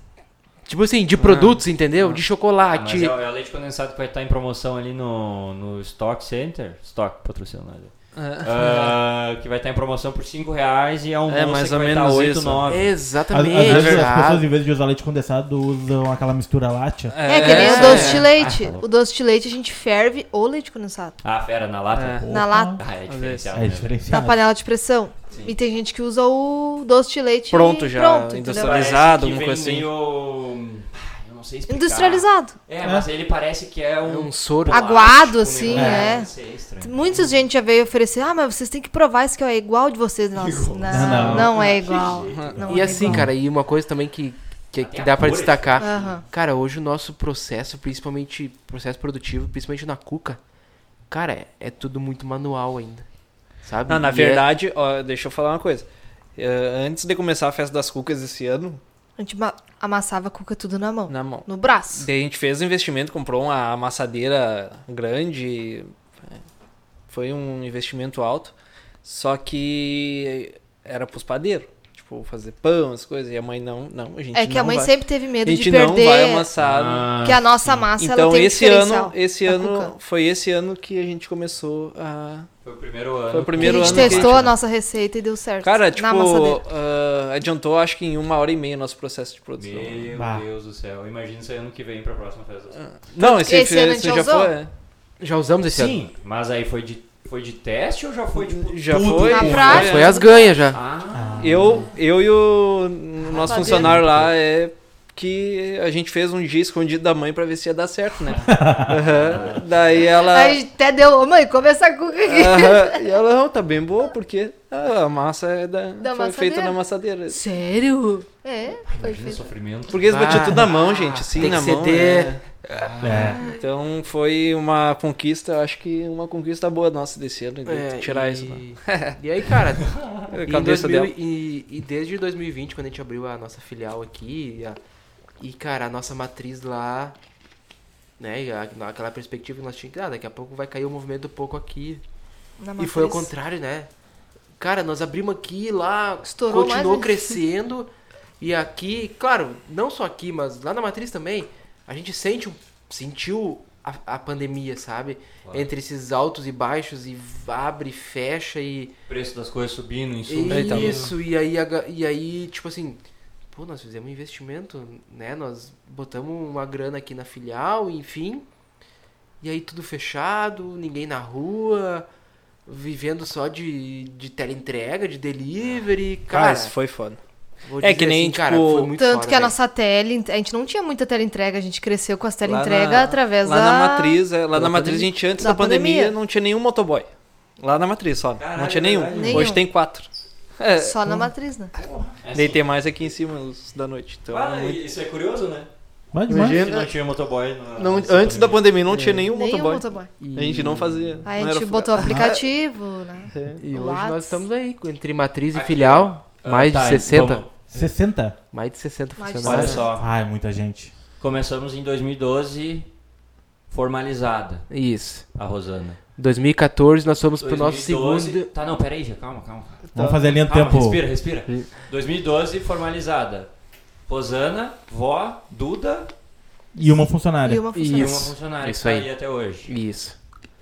[SPEAKER 3] tipo assim, de produtos, entendeu? De
[SPEAKER 2] Ah,
[SPEAKER 3] chocolate.
[SPEAKER 2] mas é, o- é o leite condensado que vai estar em promoção ali no, no Stock Center. Stock, patrocinado.
[SPEAKER 5] Ah,
[SPEAKER 2] Ah, que vai estar em promoção por 5 reais e é um
[SPEAKER 5] É,
[SPEAKER 2] moça
[SPEAKER 5] mais
[SPEAKER 2] que
[SPEAKER 5] ou
[SPEAKER 2] vai
[SPEAKER 5] menos
[SPEAKER 2] estar 8,
[SPEAKER 5] isso. É.
[SPEAKER 2] 9.
[SPEAKER 1] Às, às
[SPEAKER 3] Exatamente.
[SPEAKER 1] vezes as
[SPEAKER 3] exato.
[SPEAKER 1] pessoas, em vez de usar leite condensado, usam aquela mistura láctea.
[SPEAKER 4] É, que nem o doce de leite.
[SPEAKER 2] Ah, tá.
[SPEAKER 4] o doce de leite a gente ferve o leite condensado
[SPEAKER 2] Ah, fera, na lata?
[SPEAKER 5] É.
[SPEAKER 4] na lata, Tá
[SPEAKER 2] Ah, é diferenciado.
[SPEAKER 1] É
[SPEAKER 2] né?
[SPEAKER 4] na
[SPEAKER 5] Tá.
[SPEAKER 1] diferenciado.
[SPEAKER 4] panela de pressão.
[SPEAKER 2] Sim.
[SPEAKER 4] E tem gente que usa o doce de leite
[SPEAKER 5] Pronto já,
[SPEAKER 4] pronto,
[SPEAKER 2] Parece é que
[SPEAKER 4] entendeu?
[SPEAKER 5] industrializado. Industrializado, alguma
[SPEAKER 2] vem
[SPEAKER 5] coisa assim.
[SPEAKER 2] meio- Ah, Eu não sei explicar.
[SPEAKER 4] industrializado.
[SPEAKER 2] É, mas ele parece que é
[SPEAKER 3] É
[SPEAKER 2] um...
[SPEAKER 3] um soro.
[SPEAKER 2] plástico,
[SPEAKER 4] Aguado,
[SPEAKER 2] um
[SPEAKER 4] assim,
[SPEAKER 2] negócio,
[SPEAKER 4] é.
[SPEAKER 2] não sei, é estranho.
[SPEAKER 4] Muita gente já veio oferecer, ah, mas vocês têm que provar isso que é igual de vocês. Nossa, não, não,
[SPEAKER 1] não.
[SPEAKER 4] é igual.
[SPEAKER 5] Uhum.
[SPEAKER 4] Não
[SPEAKER 3] E
[SPEAKER 4] é
[SPEAKER 3] assim,
[SPEAKER 4] igual.
[SPEAKER 3] cara, e uma coisa também que, que,
[SPEAKER 2] Até
[SPEAKER 3] que dá pra
[SPEAKER 2] cores.
[SPEAKER 3] destacar.
[SPEAKER 4] Aham.
[SPEAKER 3] Cara, hoje o nosso processo, principalmente processo produtivo, principalmente na cuca, cara, é, é tudo muito manual ainda. Sabe?
[SPEAKER 5] Não, na
[SPEAKER 3] E é-
[SPEAKER 5] verdade, ó, deixa eu falar uma coisa. Eh, antes de começar a festa das cucas esse ano,
[SPEAKER 4] A gente ma- amassava a cuca tudo na mão,
[SPEAKER 5] na mão.
[SPEAKER 4] no braço.
[SPEAKER 5] Daí a gente fez um investimento, comprou uma amassadeira grande. Foi um investimento alto. Só que era pros padeiros. Tipo, fazer pão, as coisas. E a mãe não, não, a gente
[SPEAKER 4] É que
[SPEAKER 5] não
[SPEAKER 4] a mãe
[SPEAKER 5] vai.
[SPEAKER 4] sempre teve
[SPEAKER 5] A
[SPEAKER 4] medo de
[SPEAKER 5] gente não vai
[SPEAKER 4] perder,
[SPEAKER 5] amassar.
[SPEAKER 4] que a nossa massa ela
[SPEAKER 5] então
[SPEAKER 4] tem um
[SPEAKER 5] esse
[SPEAKER 4] diferencial.
[SPEAKER 5] ano, esse
[SPEAKER 4] da
[SPEAKER 5] ano
[SPEAKER 4] cuca.
[SPEAKER 5] foi esse ano que a gente começou a
[SPEAKER 2] Foi o primeiro ano.
[SPEAKER 5] Foi o
[SPEAKER 2] que-
[SPEAKER 5] primeiro
[SPEAKER 4] a
[SPEAKER 5] ano
[SPEAKER 4] gente
[SPEAKER 5] que a gente-
[SPEAKER 4] testou a nossa receita e deu certo.
[SPEAKER 5] Cara, tipo,
[SPEAKER 4] na amassadeira.
[SPEAKER 5] ah, adiantou acho que em uma hora e meia nosso processo de produção.
[SPEAKER 2] Meu
[SPEAKER 1] Bah.
[SPEAKER 2] Deus do céu. Imagina isso aí ano que vem pra próxima festa.
[SPEAKER 5] Não, esse,
[SPEAKER 4] esse ano a gente
[SPEAKER 5] esse já
[SPEAKER 4] usou?
[SPEAKER 5] foi. é.
[SPEAKER 3] Já usamos esse ano.
[SPEAKER 2] Sim, mas aí foi de, foi de teste ou já foi tipo, de.
[SPEAKER 5] Já
[SPEAKER 1] Tudo
[SPEAKER 5] foi.
[SPEAKER 4] na
[SPEAKER 5] já
[SPEAKER 4] prática.
[SPEAKER 5] foi.
[SPEAKER 3] Foi as ganhas já.
[SPEAKER 2] Ah,
[SPEAKER 5] Eu, eu e o o nosso
[SPEAKER 4] Rapadeira.
[SPEAKER 5] funcionário lá é que a gente fez um dia escondido da mãe pra ver se ia dar certo, né? Aham. Daí ela.
[SPEAKER 4] Aí até deu, "Ô, mãe, come essa cuca aqui.
[SPEAKER 5] Aham. E ela, não, tá bem boa, porque a massa é da,
[SPEAKER 4] Da
[SPEAKER 5] foi feita
[SPEAKER 4] amassadeira.
[SPEAKER 5] na amassadeira.
[SPEAKER 4] Sério? É, foi
[SPEAKER 2] imagina o
[SPEAKER 4] feito.
[SPEAKER 2] sofrimento.
[SPEAKER 5] Porque eles batiam
[SPEAKER 3] Ah,
[SPEAKER 5] tudo na mão, gente, sim,
[SPEAKER 3] tem
[SPEAKER 5] na
[SPEAKER 3] que Ah.
[SPEAKER 5] mão.
[SPEAKER 3] ceder.
[SPEAKER 5] né?
[SPEAKER 1] É.
[SPEAKER 5] Então foi uma conquista, acho que uma conquista boa nossa desse ano, de
[SPEAKER 3] É,
[SPEAKER 5] tirar
[SPEAKER 3] e-
[SPEAKER 5] isso da
[SPEAKER 3] E aí, cara,
[SPEAKER 5] da
[SPEAKER 3] em
[SPEAKER 5] cabeça
[SPEAKER 3] 2000
[SPEAKER 5] dela.
[SPEAKER 3] E, e desde 2020, quando a gente abriu a nossa filial aqui, e, a- e, cara, a nossa matriz lá, né, e a- aquela perspectiva que nós tínhamos, ah, daqui a pouco vai cair o movimento do pouco aqui.
[SPEAKER 4] Na
[SPEAKER 3] E foi ao
[SPEAKER 4] matriz.
[SPEAKER 3] contrário, né? Cara, nós abrimos aqui lá,
[SPEAKER 4] Estourou
[SPEAKER 3] continuou
[SPEAKER 4] mais, né?
[SPEAKER 3] crescendo. E aqui, claro, não só aqui, mas lá na Matriz também, a gente sente, um- sentiu a, a pandemia, sabe? Entre esses altos e baixos, e abre, e fecha e.
[SPEAKER 2] O preço das coisas subindo, Então, insumo.
[SPEAKER 5] Eita, mano.
[SPEAKER 3] Isso, e aí, a ga- e aí, tipo assim, pô, nós fizemos um investimento, né? Nós botamos uma grana aqui na filial, enfim. E aí tudo fechado, ninguém na rua, vivendo só de, de teleentrega, de delivery,
[SPEAKER 5] Cara,
[SPEAKER 3] cara.
[SPEAKER 5] Ah, isso foi foda.
[SPEAKER 3] vou assim,
[SPEAKER 5] é que nem, tipo,
[SPEAKER 3] muito
[SPEAKER 4] Tanto
[SPEAKER 3] foda,
[SPEAKER 4] que a
[SPEAKER 3] velho.
[SPEAKER 4] nossa tele, a gente não tinha muita tele entrega, a gente cresceu com as tele
[SPEAKER 5] Lá
[SPEAKER 4] entrega
[SPEAKER 5] na-
[SPEAKER 4] através
[SPEAKER 5] Lá
[SPEAKER 4] da
[SPEAKER 5] na matriz, é, lá na
[SPEAKER 3] da
[SPEAKER 5] matriz a
[SPEAKER 3] pandemia.
[SPEAKER 5] gente antes da,
[SPEAKER 4] Da
[SPEAKER 5] pandemia,
[SPEAKER 4] pandemia.
[SPEAKER 5] não tinha nenhum motoboy. Lá na matriz só, não
[SPEAKER 2] Caralho,
[SPEAKER 5] tinha nenhum.
[SPEAKER 2] é
[SPEAKER 4] verdade.
[SPEAKER 5] Hoje
[SPEAKER 4] Nenhum.
[SPEAKER 5] tem quatro. É,
[SPEAKER 4] só na matriz, né?
[SPEAKER 2] É
[SPEAKER 5] daí
[SPEAKER 2] assim.
[SPEAKER 5] tem mais aqui em cima os da noite. Então,
[SPEAKER 2] Ah,
[SPEAKER 5] muito-
[SPEAKER 2] isso é curioso, né?
[SPEAKER 1] Mas demais.
[SPEAKER 5] Imagina.
[SPEAKER 2] Que não tinha motoboy. na-
[SPEAKER 5] não-
[SPEAKER 2] nessa
[SPEAKER 5] antes da
[SPEAKER 2] pandemia.
[SPEAKER 5] pandemia não tinha nenhum
[SPEAKER 4] Nenhum
[SPEAKER 5] um motoboy.
[SPEAKER 4] um motoboy.
[SPEAKER 5] é A gente não fazia. não
[SPEAKER 4] Aí a
[SPEAKER 5] era
[SPEAKER 4] gente
[SPEAKER 5] fu-
[SPEAKER 4] botou o aplicativo, né?
[SPEAKER 3] E hoje
[SPEAKER 4] Whats.
[SPEAKER 3] nós estamos aí, entre matriz e
[SPEAKER 2] Aqui,
[SPEAKER 3] filial,
[SPEAKER 2] Ah,
[SPEAKER 3] mais
[SPEAKER 2] tá,
[SPEAKER 5] então
[SPEAKER 3] de 60.
[SPEAKER 2] vamos.
[SPEAKER 1] 60?
[SPEAKER 3] Mais de 60
[SPEAKER 4] Mais de
[SPEAKER 2] Olha
[SPEAKER 3] funcionários.
[SPEAKER 2] só.
[SPEAKER 1] Ai, Ah, é muita gente.
[SPEAKER 3] Tá.
[SPEAKER 2] Começamos em 2012, formalizada,
[SPEAKER 3] Isso.
[SPEAKER 2] a Rosana.
[SPEAKER 3] 2014 nós fomos pro nosso
[SPEAKER 2] 2012
[SPEAKER 3] segundo.
[SPEAKER 2] Tá, não, peraí, já, calma, calma.
[SPEAKER 1] Vamos fazer a linha do
[SPEAKER 3] Ah,
[SPEAKER 2] Calma,
[SPEAKER 1] tempo.
[SPEAKER 2] respira, respira. 2012, formalizada. Rosana, vó, Duda,
[SPEAKER 6] E uma funcionária.
[SPEAKER 4] E uma
[SPEAKER 2] E
[SPEAKER 4] funcionária.
[SPEAKER 2] uma
[SPEAKER 3] Isso.
[SPEAKER 2] funcionária
[SPEAKER 3] Isso
[SPEAKER 2] que tá
[SPEAKER 3] aí.
[SPEAKER 2] aí até hoje.
[SPEAKER 3] Isso.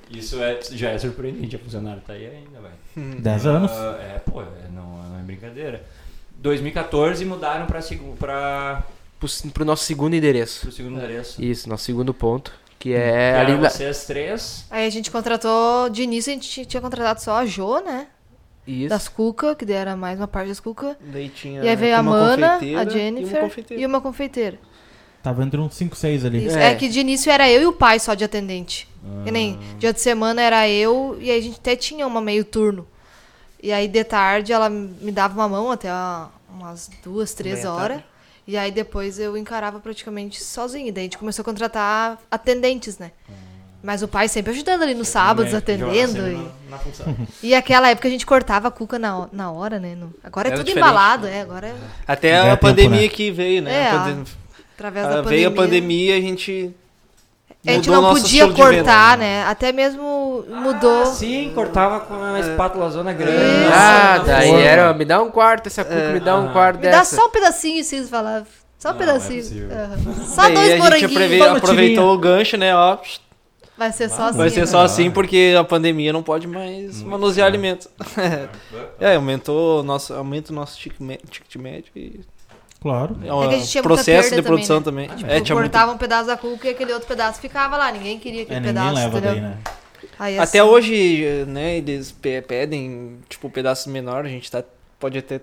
[SPEAKER 2] Isso é, já é surpreendente, a funcionária tá aí ainda, velho.
[SPEAKER 6] 10 anos.
[SPEAKER 2] Ah, é, pô, é, não, não é brincadeira. 2014 mudaram pra, segu- pra,
[SPEAKER 3] Pro, pro nosso segundo endereço.
[SPEAKER 2] pro segundo endereço.
[SPEAKER 3] Isso, nosso segundo ponto. Que é
[SPEAKER 2] Eram
[SPEAKER 3] ali na...
[SPEAKER 2] vocês três.
[SPEAKER 4] Aí a gente contratou, de início a gente tinha contratado só a Jo, né?
[SPEAKER 3] Isso.
[SPEAKER 4] Das Cuca, que daí era mais uma parte das Cuca.
[SPEAKER 5] Daí tinha
[SPEAKER 4] E aí veio a
[SPEAKER 5] É, né? uma
[SPEAKER 4] Mana,
[SPEAKER 5] confeiteira
[SPEAKER 4] a Jennifer
[SPEAKER 5] E
[SPEAKER 4] e
[SPEAKER 5] um
[SPEAKER 4] uma confeiteira.
[SPEAKER 5] confeiteiro.
[SPEAKER 6] Tava entre uns 5, 6 ali.
[SPEAKER 4] Isso.
[SPEAKER 3] É.
[SPEAKER 4] É. que de início era eu e o pai só de atendente. Que nem
[SPEAKER 5] Ah.
[SPEAKER 4] dia de semana era eu e aí a gente até tinha uma meio turno. E aí de tarde ela me dava uma mão até a- umas duas, três
[SPEAKER 5] Meia
[SPEAKER 4] horas. E aí depois eu encarava praticamente sozinha. Daí a gente começou a contratar atendentes, né?
[SPEAKER 5] Ah.
[SPEAKER 4] Mas o pai sempre ajudando ali nos sábados,
[SPEAKER 2] né,
[SPEAKER 4] atendendo.
[SPEAKER 2] Jonas,
[SPEAKER 4] E...
[SPEAKER 2] Na, na função.
[SPEAKER 4] E aquela época a gente cortava a cuca na, ho- na hora, né? No- agora é
[SPEAKER 5] Era
[SPEAKER 4] tudo
[SPEAKER 5] diferente, né?
[SPEAKER 4] embalado, é. Agora é
[SPEAKER 5] Até
[SPEAKER 6] Já é
[SPEAKER 5] a
[SPEAKER 6] tempo,
[SPEAKER 5] pandemia
[SPEAKER 6] né?
[SPEAKER 5] que veio, né?
[SPEAKER 4] É,
[SPEAKER 5] A
[SPEAKER 4] a-
[SPEAKER 5] pandem-
[SPEAKER 4] através
[SPEAKER 5] a-
[SPEAKER 4] da pandemia.
[SPEAKER 5] veio a pandemia a gente.
[SPEAKER 4] A gente
[SPEAKER 5] mudou
[SPEAKER 4] não
[SPEAKER 5] nosso
[SPEAKER 4] podia
[SPEAKER 5] estilo de Ah, venda.
[SPEAKER 4] cortar, né? Até mesmo mudou.
[SPEAKER 2] Sim, cortava com
[SPEAKER 3] É.
[SPEAKER 2] a espátula zona grande.
[SPEAKER 4] Isso.
[SPEAKER 3] Ah, daí
[SPEAKER 2] Forma.
[SPEAKER 3] era, me dá um quarto essa cuca, me dá um
[SPEAKER 2] ah.
[SPEAKER 3] quarto
[SPEAKER 4] Me dá
[SPEAKER 3] dessa.
[SPEAKER 4] só um pedacinho, vocês falavam. Só um
[SPEAKER 2] Não, é
[SPEAKER 4] pedacinho.
[SPEAKER 2] possível.
[SPEAKER 4] Aham. Só
[SPEAKER 5] Daí
[SPEAKER 4] dois
[SPEAKER 5] a gente aprove-
[SPEAKER 4] moranguinhos.
[SPEAKER 5] aproveitou o gancho, né? Ó,
[SPEAKER 4] Vai ser só assim.
[SPEAKER 5] vai ser
[SPEAKER 4] né?
[SPEAKER 5] só assim porque a pandemia não pode mais
[SPEAKER 2] Muito
[SPEAKER 5] manusear
[SPEAKER 2] bom.
[SPEAKER 5] alimentos. é, aumentou o nosso, aumenta o nosso ticket mé- ticket médio e
[SPEAKER 6] Claro.
[SPEAKER 5] ó,
[SPEAKER 4] É que a gente tinha muita perda
[SPEAKER 5] processo de
[SPEAKER 4] também,
[SPEAKER 5] produção
[SPEAKER 4] né?
[SPEAKER 5] também.
[SPEAKER 4] Tipo,
[SPEAKER 5] É, tinha muito-
[SPEAKER 4] cortava um pedaço da cuca e aquele outro pedaço ficava lá. Ninguém queria aquele
[SPEAKER 6] É, ninguém
[SPEAKER 4] pedaço,
[SPEAKER 6] leva
[SPEAKER 4] entendeu?
[SPEAKER 6] daí, né?
[SPEAKER 4] Aí,
[SPEAKER 5] Até
[SPEAKER 4] assim,
[SPEAKER 5] hoje, né, eles pe- pedem, tipo, pedaços menores, a gente tá, pode até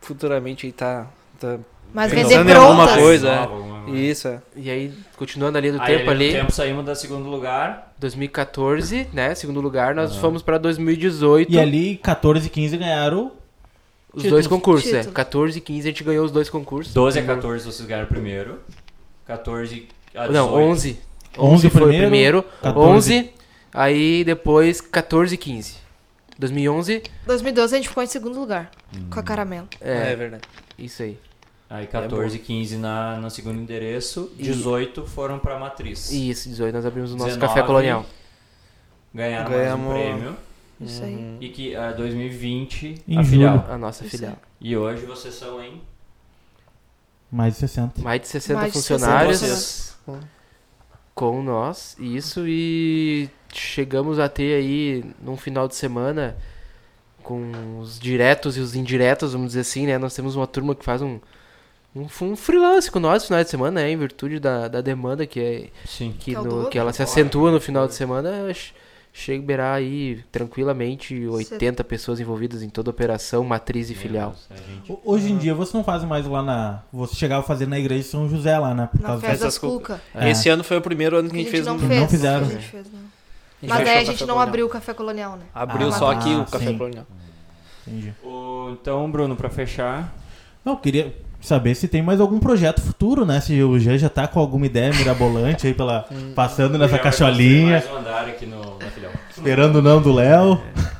[SPEAKER 5] futuramente aí tá, tá
[SPEAKER 4] Mas
[SPEAKER 5] pensando
[SPEAKER 4] vender
[SPEAKER 5] em alguma
[SPEAKER 4] prontas.
[SPEAKER 5] coisa, é.
[SPEAKER 2] Alguma coisa.
[SPEAKER 5] Isso, é.
[SPEAKER 3] E aí, continuando ali do
[SPEAKER 2] Aí,
[SPEAKER 3] tempo
[SPEAKER 2] ali
[SPEAKER 3] ali,
[SPEAKER 2] no tempo saímos da segundo lugar.
[SPEAKER 3] 2014, né? Segundo lugar, nós
[SPEAKER 2] Ah.
[SPEAKER 3] fomos pra 2018.
[SPEAKER 6] E ali, 14 e 15 ganharam.
[SPEAKER 3] os
[SPEAKER 6] títulos.
[SPEAKER 3] dois concursos, é.
[SPEAKER 4] Título.
[SPEAKER 3] 14 e 15 a gente ganhou os dois concursos.
[SPEAKER 2] 12 a 14 vocês ganharam primeiro. 14 a 18.
[SPEAKER 3] Não, 11.
[SPEAKER 6] 11
[SPEAKER 3] foi
[SPEAKER 6] primeiro,
[SPEAKER 3] o primeiro.
[SPEAKER 6] 14.
[SPEAKER 3] 11, aí depois 14 e 15. 2011,
[SPEAKER 4] 2012 a gente ficou em segundo lugar.
[SPEAKER 6] Hum.
[SPEAKER 4] Com a caramelo.
[SPEAKER 3] é,
[SPEAKER 5] verdade.
[SPEAKER 3] isso aí.
[SPEAKER 2] Aí 14 e 15 na, no segundo endereço. 18 foram pra matriz.
[SPEAKER 3] E Isso, 18, nós abrimos o nosso
[SPEAKER 2] 19.
[SPEAKER 3] café colonial.
[SPEAKER 2] Ganharam
[SPEAKER 5] Ganhamos-
[SPEAKER 2] mais um prêmio.
[SPEAKER 4] Isso aí.
[SPEAKER 5] Uhum.
[SPEAKER 2] E que ah, 2020,
[SPEAKER 6] Em
[SPEAKER 2] a filial.
[SPEAKER 3] A nossa
[SPEAKER 4] Isso
[SPEAKER 3] filial.
[SPEAKER 2] E hoje vocês são em
[SPEAKER 6] Mais de 60.
[SPEAKER 3] Mais de 60
[SPEAKER 4] Mais de 60
[SPEAKER 3] funcionários
[SPEAKER 2] vocês.
[SPEAKER 3] com nós, isso, e chegamos a ter aí num final de semana com os diretos e os indiretos, vamos dizer assim, né? Nós temos uma turma que faz um, um, f- um freelance com nós no final de semana, né? Em virtude da, da demanda que, é,
[SPEAKER 2] Sim.
[SPEAKER 3] que,
[SPEAKER 4] Que é o
[SPEAKER 3] no-
[SPEAKER 4] dobro.
[SPEAKER 3] que ela se acentua no final de semana, che- chega a beirar aí tranquilamente 80 pessoas envolvidas em toda a operação,
[SPEAKER 2] É
[SPEAKER 3] matriz e filial.
[SPEAKER 2] Meu Deus, a gente-
[SPEAKER 6] O- Hoje em dia você não faz mais lá na. Você chegava a fazer na igreja de São José lá, né? Por
[SPEAKER 4] Na
[SPEAKER 6] causa
[SPEAKER 4] festa
[SPEAKER 6] dessa.
[SPEAKER 4] das
[SPEAKER 5] dessas
[SPEAKER 4] cuca.
[SPEAKER 6] É.
[SPEAKER 5] Esse ano foi o primeiro ano que a gente, fez.
[SPEAKER 4] não
[SPEAKER 5] um-
[SPEAKER 6] Não
[SPEAKER 4] fez.
[SPEAKER 6] fizeram.
[SPEAKER 4] A gente fez, não.
[SPEAKER 5] a gente
[SPEAKER 4] Mas
[SPEAKER 5] fechou
[SPEAKER 4] aí a
[SPEAKER 5] o
[SPEAKER 4] gente
[SPEAKER 5] Café
[SPEAKER 4] não
[SPEAKER 5] Colonial. tá.
[SPEAKER 4] abriu o café colonial, né?
[SPEAKER 5] Abriu
[SPEAKER 6] Ah,
[SPEAKER 5] só aqui o
[SPEAKER 6] sim.
[SPEAKER 5] Café Colonial.
[SPEAKER 6] Entendi.
[SPEAKER 2] O- Então, Bruno, pra fechar.
[SPEAKER 6] Não, eu queria saber se tem mais algum projeto futuro, né? Se o Jean já tá com alguma ideia mirabolante aí pela passando nessa
[SPEAKER 2] Filial vai
[SPEAKER 6] cacholinha,
[SPEAKER 2] construir Mais um andar aqui no, na filial.
[SPEAKER 6] esperando o não do Léo.
[SPEAKER 2] É,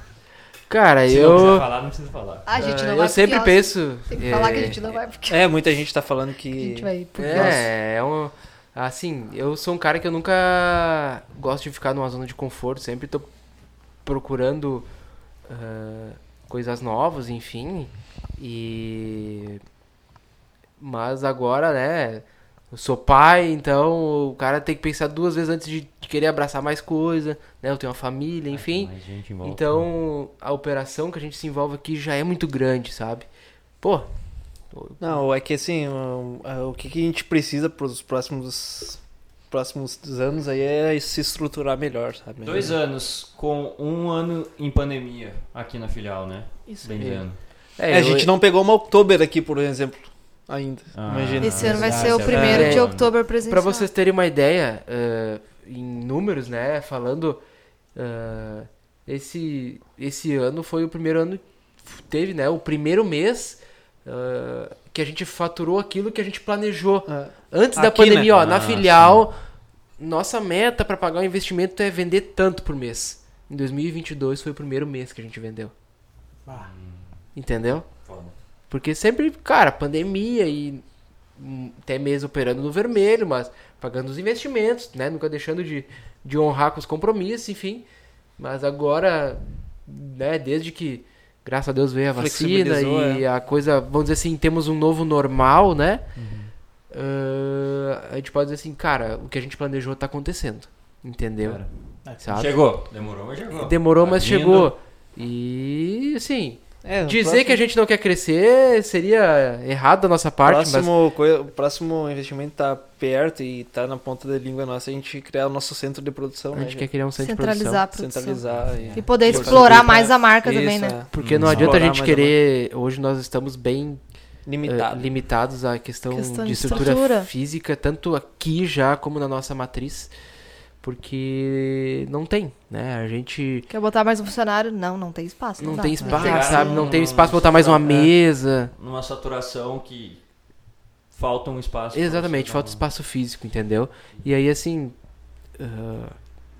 [SPEAKER 3] Cara,
[SPEAKER 2] Se não
[SPEAKER 3] eu.
[SPEAKER 2] quiser falar, não precisa falar.
[SPEAKER 5] Ah,
[SPEAKER 4] A gente não
[SPEAKER 3] eu
[SPEAKER 4] vai
[SPEAKER 3] sempre
[SPEAKER 4] porque, ó,
[SPEAKER 3] penso.
[SPEAKER 4] Tem que falar que a
[SPEAKER 3] é,
[SPEAKER 4] gente não vai porque
[SPEAKER 5] É, muita gente tá falando que.
[SPEAKER 4] a gente vai ir pro é.
[SPEAKER 3] É, é um. Assim, eu sou um cara que eu nunca gosto de ficar numa zona de conforto, sempre tô procurando ah, coisas novas, enfim. E. Mas agora, né? Eu sou pai, então o cara tem que pensar duas vezes antes de de querer abraçar mais coisa, né? Eu tenho uma família, enfim.
[SPEAKER 2] Mas, gente, em volta.
[SPEAKER 3] Então a operação que a gente se envolve aqui já é muito grande, sabe? Pô,
[SPEAKER 5] Não, é que assim, o, a- o que, que a gente precisa pros próximos próximos anos aí é se estruturar melhor, sabe?
[SPEAKER 2] Dois anos com um ano em pandemia aqui na filial, né?
[SPEAKER 4] Isso
[SPEAKER 2] Bem
[SPEAKER 3] aí.
[SPEAKER 2] dizendo.
[SPEAKER 5] É, a gente não pegou uma Oktober aqui, por exemplo, ainda. Imagina.
[SPEAKER 4] Esse ano vai ser o
[SPEAKER 2] é
[SPEAKER 4] primeiro
[SPEAKER 2] verdade.
[SPEAKER 4] de outubro presencial.
[SPEAKER 3] Pra vocês terem uma ideia, eh, em números, né? Falando, eh, esse, esse ano foi o primeiro ano, teve, né? O primeiro mês eh, que a gente faturou aquilo que a gente planejou.
[SPEAKER 5] É.
[SPEAKER 3] Antes da
[SPEAKER 5] Aqui,
[SPEAKER 3] pandemia,
[SPEAKER 5] né?
[SPEAKER 3] ó, na
[SPEAKER 2] Ah,
[SPEAKER 3] filial, nossa meta pra pagar o investimento é vender tanto por mês. Em 2022 foi o primeiro mês que a gente vendeu.
[SPEAKER 5] Ah.
[SPEAKER 3] Entendeu?
[SPEAKER 2] Foda.
[SPEAKER 3] Porque sempre, cara, pandemia e hum, até mesmo operando no vermelho, mas pagando os investimentos, né? Nunca deixando de, de honrar com os compromissos, enfim. Mas agora, né, desde que, graças a Deus, veio a vacina
[SPEAKER 5] Flexibilizou,
[SPEAKER 3] e a coisa, vamos dizer assim, temos um novo normal, né? ah, a gente pode dizer assim, cara, o que a gente planejou tá acontecendo. Entendeu?
[SPEAKER 5] Cara.
[SPEAKER 3] Sabe?
[SPEAKER 2] Chegou. Demorou, mas chegou.
[SPEAKER 3] Tá. Demorou,
[SPEAKER 2] Tá
[SPEAKER 3] mas
[SPEAKER 2] vindo.
[SPEAKER 3] chegou. E assim,
[SPEAKER 5] É,
[SPEAKER 3] dizer que a gente não quer crescer seria errado da nossa
[SPEAKER 5] o
[SPEAKER 3] parte, mas
[SPEAKER 5] próximo, coi- o próximo investimento tá perto e tá na ponta da língua nossa, a gente criar o nosso centro de produção,
[SPEAKER 3] a gente
[SPEAKER 5] né?
[SPEAKER 3] quer criar um centro de produção.
[SPEAKER 4] Centralizar é. a produção.
[SPEAKER 5] centralizar e,
[SPEAKER 4] E poder
[SPEAKER 5] Forçar
[SPEAKER 4] explorar
[SPEAKER 5] muito,
[SPEAKER 4] mais
[SPEAKER 5] né?
[SPEAKER 4] a marca
[SPEAKER 5] Isso,
[SPEAKER 4] também, né?
[SPEAKER 5] é.
[SPEAKER 3] Porque não
[SPEAKER 5] Hum.
[SPEAKER 3] adianta a
[SPEAKER 5] Explorar
[SPEAKER 3] gente
[SPEAKER 5] mais a
[SPEAKER 3] querer. Hoje nós estamos bem eh,
[SPEAKER 5] limitado.
[SPEAKER 3] limitados à questão,
[SPEAKER 4] Questão
[SPEAKER 3] de
[SPEAKER 4] de
[SPEAKER 3] estrutura,
[SPEAKER 4] estrutura.
[SPEAKER 3] física, tanto aqui já como na nossa matriz, porque não tem, né? A gente
[SPEAKER 4] Quer botar mais um funcionário? Não, não tem espaço.
[SPEAKER 3] não,
[SPEAKER 4] dá.
[SPEAKER 3] tem espaço,
[SPEAKER 2] Chegar
[SPEAKER 3] sabe?
[SPEAKER 2] num-
[SPEAKER 3] Não tem espaço pra botar
[SPEAKER 2] num-
[SPEAKER 3] mais uma
[SPEAKER 2] é.
[SPEAKER 3] mesa.
[SPEAKER 2] Numa saturação que falta um espaço. pra
[SPEAKER 3] Exatamente,
[SPEAKER 2] você
[SPEAKER 3] falta
[SPEAKER 2] dar
[SPEAKER 3] espaço físico, entendeu? E aí, assim, ah,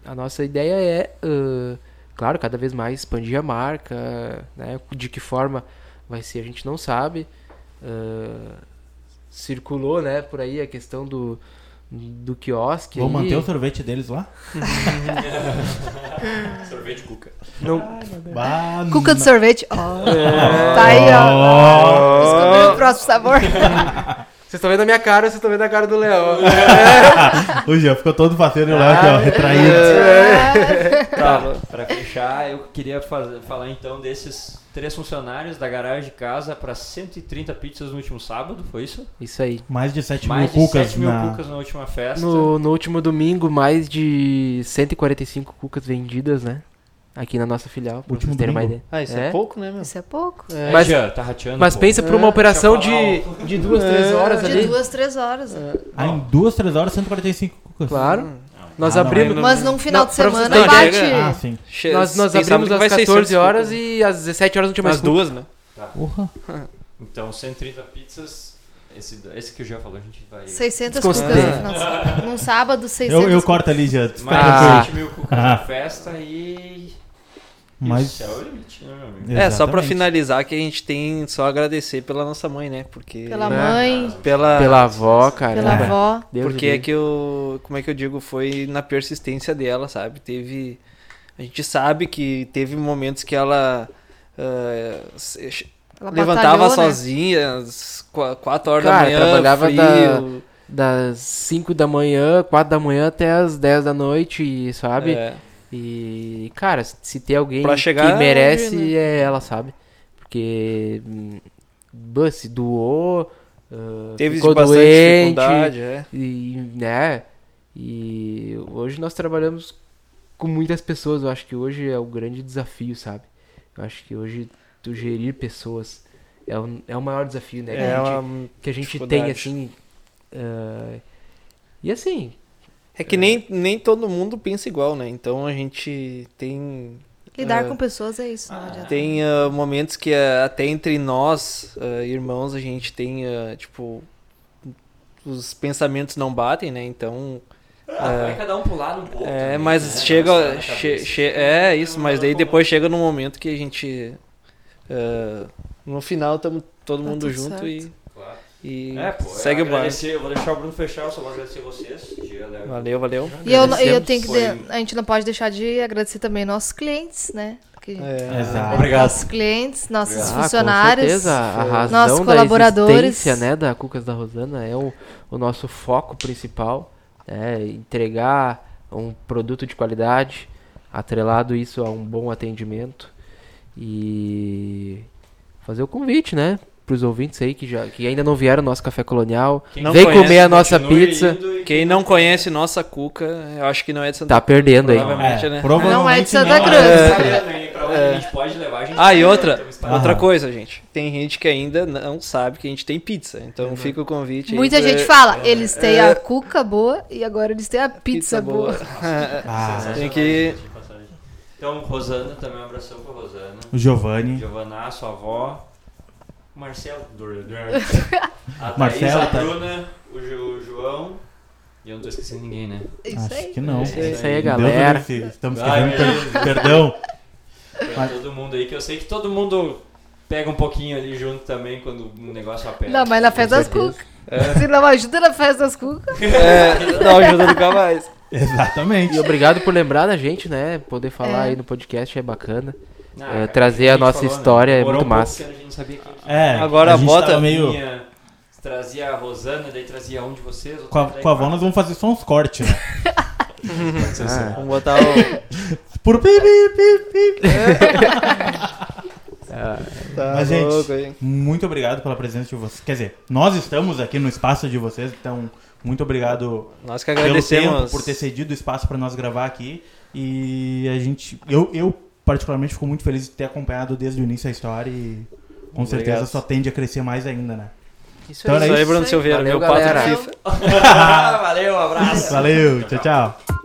[SPEAKER 3] a nossa ideia é, ah, claro, cada vez mais expandir a marca, né? De que forma vai ser, a gente não sabe. Ah, circulou, né, por aí a questão do, do quiosque.
[SPEAKER 6] Vou
[SPEAKER 3] aí.
[SPEAKER 6] manter o sorvete deles lá?
[SPEAKER 2] uma- Sorvete cuca.
[SPEAKER 3] Não,
[SPEAKER 2] Tá
[SPEAKER 6] Bah,
[SPEAKER 4] um Cuca de
[SPEAKER 6] não.
[SPEAKER 4] sorvete. Ó.
[SPEAKER 3] Oh.
[SPEAKER 4] Tá aí, ó. Descobriu o próximo sabor.
[SPEAKER 3] Vocês estão vendo a minha cara, vocês estão vendo a cara do Leão.
[SPEAKER 6] O Jean ficou todo faceiro e o
[SPEAKER 2] Ah,
[SPEAKER 6] Léo aqui, ó,
[SPEAKER 2] é.
[SPEAKER 6] retraído.
[SPEAKER 3] É.
[SPEAKER 2] Tá, pra fechar, eu queria fazer- falar então desses três funcionários da garagem de casa pra 130 pizzas no último sábado, foi isso?
[SPEAKER 3] Isso aí.
[SPEAKER 6] Mais de 7 mil
[SPEAKER 2] Mais de
[SPEAKER 6] cucas
[SPEAKER 2] 7 mil
[SPEAKER 6] na...
[SPEAKER 2] cucas na última festa.
[SPEAKER 3] No, no último domingo, mais de 145 cucas vendidas, né? Aqui na nossa filial, pra
[SPEAKER 6] Último
[SPEAKER 3] vocês terem uma
[SPEAKER 6] domingo?
[SPEAKER 3] ideia.
[SPEAKER 5] Ah, isso é?
[SPEAKER 3] É.
[SPEAKER 5] pouco, né, meu?
[SPEAKER 4] Isso é pouco.
[SPEAKER 2] É,
[SPEAKER 3] Mas-
[SPEAKER 2] Jean, tá rateando,
[SPEAKER 3] Mas
[SPEAKER 2] pô.
[SPEAKER 3] pensa pra uma
[SPEAKER 5] É,
[SPEAKER 3] operação
[SPEAKER 2] deixa
[SPEAKER 3] de,
[SPEAKER 2] eu falar
[SPEAKER 3] de duas, três horas
[SPEAKER 4] um- É, De
[SPEAKER 3] ali. É.
[SPEAKER 4] duas, três horas. né?
[SPEAKER 6] Ah, em duas, três horas, 145 cucas.
[SPEAKER 3] Claro. Nós
[SPEAKER 6] Ah, não,
[SPEAKER 3] abrimos.
[SPEAKER 5] não.
[SPEAKER 4] Hum.
[SPEAKER 5] é
[SPEAKER 4] Mas num final
[SPEAKER 3] Não,
[SPEAKER 4] de
[SPEAKER 3] pra vocês
[SPEAKER 4] semana
[SPEAKER 5] terem
[SPEAKER 4] bate.
[SPEAKER 5] ideia,
[SPEAKER 3] né?
[SPEAKER 6] Ah, sim.
[SPEAKER 5] Che-
[SPEAKER 3] nós nós
[SPEAKER 5] tem sábado
[SPEAKER 3] abrimos
[SPEAKER 5] que vai
[SPEAKER 3] às
[SPEAKER 5] 600
[SPEAKER 3] 14 horas
[SPEAKER 5] poucas.
[SPEAKER 3] e às 17 horas não tinha mais
[SPEAKER 5] Nas
[SPEAKER 3] cuca.
[SPEAKER 5] duas, né?
[SPEAKER 6] Porra.
[SPEAKER 2] Então, 130 pizzas. Esse, esse que o Jean falou, a gente
[SPEAKER 3] Ah.
[SPEAKER 2] vai.
[SPEAKER 4] 600 cucas.
[SPEAKER 3] Desconsidera.
[SPEAKER 4] no final de semana. Num sábado, 600
[SPEAKER 6] Eu, eu corto ali, Jean. Fica
[SPEAKER 2] Mais
[SPEAKER 3] Ah.
[SPEAKER 6] tranquilo.
[SPEAKER 2] de 7 mil cucas na festa e. e o
[SPEAKER 6] Mas...
[SPEAKER 2] céu é o limite, né, meu amigo?
[SPEAKER 5] É, só pra
[SPEAKER 6] Exatamente.
[SPEAKER 5] finalizar que a gente tem só agradecer pela nossa mãe, né? Porque
[SPEAKER 4] Pela
[SPEAKER 3] Né?
[SPEAKER 4] mãe,
[SPEAKER 5] pela,
[SPEAKER 3] Pela avó, cara.
[SPEAKER 4] pela
[SPEAKER 3] Pela...
[SPEAKER 4] avó.
[SPEAKER 5] porque é que eu, como é que eu digo, foi na persistência dela, sabe? Teve a gente sabe que teve momentos que ela ah, se-
[SPEAKER 4] Ela
[SPEAKER 5] levantava
[SPEAKER 4] batalhou, né?
[SPEAKER 5] sozinha às qua- quatro horas
[SPEAKER 3] Cara,
[SPEAKER 5] da manhã,
[SPEAKER 3] trabalhava
[SPEAKER 5] frio.
[SPEAKER 3] Das 5 da manhã, 4 da manhã até as 10 da noite, sabe?
[SPEAKER 5] É.
[SPEAKER 3] E, cara, se tem alguém
[SPEAKER 5] Pra chegar,
[SPEAKER 3] que merece,
[SPEAKER 5] né?
[SPEAKER 3] é ela, sabe? Porque. hum, bah, se doou. ah,
[SPEAKER 5] Teve
[SPEAKER 3] ficou
[SPEAKER 5] bastante
[SPEAKER 3] doente,
[SPEAKER 5] dificuldade, é.
[SPEAKER 3] E, né? E hoje nós trabalhamos com muitas pessoas. Eu acho que hoje é o grande desafio, sabe? Eu acho que hoje tu gerir pessoas é o, é o maior desafio, né? que a
[SPEAKER 5] É,
[SPEAKER 3] gente-
[SPEAKER 5] uma-
[SPEAKER 3] que a gente tem,
[SPEAKER 5] dificuldade.
[SPEAKER 3] assim. ah, e assim,
[SPEAKER 5] é que nem, nem todo mundo pensa igual, né? Então a gente tem
[SPEAKER 4] Lidar
[SPEAKER 5] É.
[SPEAKER 4] com pessoas é isso, não adianta.
[SPEAKER 5] Tem ah, momentos que ah, até entre nós, ah, irmãos, a gente tem, ah, tipo, os pensamentos não batem, né? Então,
[SPEAKER 2] Ah, vai cada um pro lado um pouco.
[SPEAKER 5] é,
[SPEAKER 2] também,
[SPEAKER 5] mas
[SPEAKER 2] né? Nossa,
[SPEAKER 5] chega,
[SPEAKER 2] na
[SPEAKER 5] che-
[SPEAKER 2] cabeça.
[SPEAKER 5] che- é isso, mas daí
[SPEAKER 2] Não,
[SPEAKER 5] depois chega num momento que a gente, ah, no final, estamos todo
[SPEAKER 4] Tá
[SPEAKER 5] mundo
[SPEAKER 4] tudo
[SPEAKER 5] junto e,
[SPEAKER 2] Claro.
[SPEAKER 5] e
[SPEAKER 2] É, pô,
[SPEAKER 5] segue
[SPEAKER 2] eu
[SPEAKER 5] o bar.
[SPEAKER 2] agradecer, eu vou deixar o Bruno fechar, eu só vou agradecer vocês. Diego, Léo.
[SPEAKER 5] Valeu, valeu.
[SPEAKER 4] E eu, eu
[SPEAKER 5] Agradecemos.
[SPEAKER 4] tenho que.
[SPEAKER 2] Foi-
[SPEAKER 4] de- a gente não pode deixar de agradecer também nossos clientes, né? Que-
[SPEAKER 5] É,
[SPEAKER 6] Exato.
[SPEAKER 4] Nossos clientes, nossos
[SPEAKER 3] Ah, com
[SPEAKER 4] funcionários.
[SPEAKER 3] certeza, a razão
[SPEAKER 4] nossos
[SPEAKER 3] da
[SPEAKER 4] colaboradores.
[SPEAKER 3] existência, né, da Cucas da Rosana é o, o nosso foco principal, né, entregar um produto de qualidade, atrelado isso a um bom atendimento e fazer o convite, né, para os ouvintes aí que já que ainda não vieram ao nosso café colonial,
[SPEAKER 2] Quem
[SPEAKER 5] Não
[SPEAKER 3] vem
[SPEAKER 5] conhece,
[SPEAKER 3] comer a nossa
[SPEAKER 2] continue
[SPEAKER 3] pizza,
[SPEAKER 2] indo e-
[SPEAKER 5] É, Quem não conhece nossa cuca, eu acho que não é de Santa
[SPEAKER 3] tá perdendo aí.
[SPEAKER 5] Não, Provavelmente, né?
[SPEAKER 6] provavelmente
[SPEAKER 4] Não é de Santa
[SPEAKER 6] não.
[SPEAKER 4] Cruz.
[SPEAKER 2] Tá sabendo, hein, pra onde a gente pode levar, a gente
[SPEAKER 5] Ah, e
[SPEAKER 2] vai,
[SPEAKER 5] outra,
[SPEAKER 2] temos um espaço.
[SPEAKER 5] outra
[SPEAKER 6] Aham.
[SPEAKER 5] coisa, gente. Tem gente que ainda não sabe que a gente tem pizza. Então fica o convite. aí
[SPEAKER 4] Muita
[SPEAKER 3] É.
[SPEAKER 5] pra-
[SPEAKER 4] gente fala, eles têm a cuca boa e agora eles têm a pizza, boa.
[SPEAKER 6] Ah,
[SPEAKER 5] Tem que-
[SPEAKER 2] Então, Rosana, também um abração pra Rosana.
[SPEAKER 6] o Giovanni.
[SPEAKER 2] Giovanna, sua avó. Marcelo. Dor- dor- A Thaís,
[SPEAKER 6] Marcelo,
[SPEAKER 2] a
[SPEAKER 6] tá-
[SPEAKER 2] Bruna, o, Jo- o João. E eu não tô esquecendo ninguém, né?
[SPEAKER 4] Isso
[SPEAKER 6] Acho
[SPEAKER 4] aí.
[SPEAKER 6] que não.
[SPEAKER 2] Isso
[SPEAKER 3] É
[SPEAKER 2] aí,
[SPEAKER 3] isso aí,
[SPEAKER 6] Deu
[SPEAKER 3] galera.
[SPEAKER 6] tudo esse- Estamos
[SPEAKER 2] Ai,
[SPEAKER 6] esquecendo, per- perdão.
[SPEAKER 2] Pra todo mundo aí, que eu sei que todo mundo pega um pouquinho ali junto também quando o negócio aperta.
[SPEAKER 4] Não, mas na festa das
[SPEAKER 3] certeza.
[SPEAKER 4] cucas. Se não ajuda na festa das cucas.
[SPEAKER 5] É, não ajuda nunca mais.
[SPEAKER 6] Exatamente.
[SPEAKER 3] E obrigado por lembrar da gente, né? Poder falar
[SPEAKER 4] É.
[SPEAKER 3] aí no podcast é bacana.
[SPEAKER 2] Ah,
[SPEAKER 3] É,
[SPEAKER 2] cara,
[SPEAKER 3] trazer
[SPEAKER 2] gente
[SPEAKER 3] a nossa
[SPEAKER 2] falou, né?
[SPEAKER 3] história é
[SPEAKER 2] Demorou
[SPEAKER 3] muito
[SPEAKER 2] um pouco,
[SPEAKER 3] massa.
[SPEAKER 1] Ah,
[SPEAKER 2] porque a gente não sabia quem que
[SPEAKER 6] É,
[SPEAKER 5] Agora
[SPEAKER 6] a gente
[SPEAKER 5] bota-
[SPEAKER 6] tava meio...
[SPEAKER 2] tinha. Trazia a Rosana, daí trazia um de vocês. outro
[SPEAKER 1] Com a,
[SPEAKER 2] daí
[SPEAKER 1] com a avó
[SPEAKER 2] quatro.
[SPEAKER 1] nós vamos fazer só uns cortes, né?
[SPEAKER 5] Vamos botar o.
[SPEAKER 1] Por pi, pi, pi, pi.
[SPEAKER 5] Tá
[SPEAKER 1] Mas, gente,
[SPEAKER 5] louco, hein?
[SPEAKER 1] Muito obrigado pela presença de vocês. Quer dizer, nós estamos aqui no espaço de vocês, então muito obrigado
[SPEAKER 5] Nós que
[SPEAKER 1] pelo tempo,
[SPEAKER 5] agradecemos.
[SPEAKER 1] por ter cedido o espaço para nós gravar aqui. E a gente. Eu, eu, particularmente, fico muito feliz de ter acompanhado desde o início a história e com certeza
[SPEAKER 5] Obrigado.
[SPEAKER 1] só tende a crescer mais ainda, né?
[SPEAKER 3] Isso
[SPEAKER 1] Então
[SPEAKER 3] aí.
[SPEAKER 1] era
[SPEAKER 5] Isso aí,
[SPEAKER 1] isso.
[SPEAKER 5] Bruno Silveira,
[SPEAKER 3] Valeu,
[SPEAKER 5] meu pato
[SPEAKER 3] galera.
[SPEAKER 5] de FIFA.
[SPEAKER 2] Valeu, um abraço.
[SPEAKER 1] Valeu, tchau, tchau.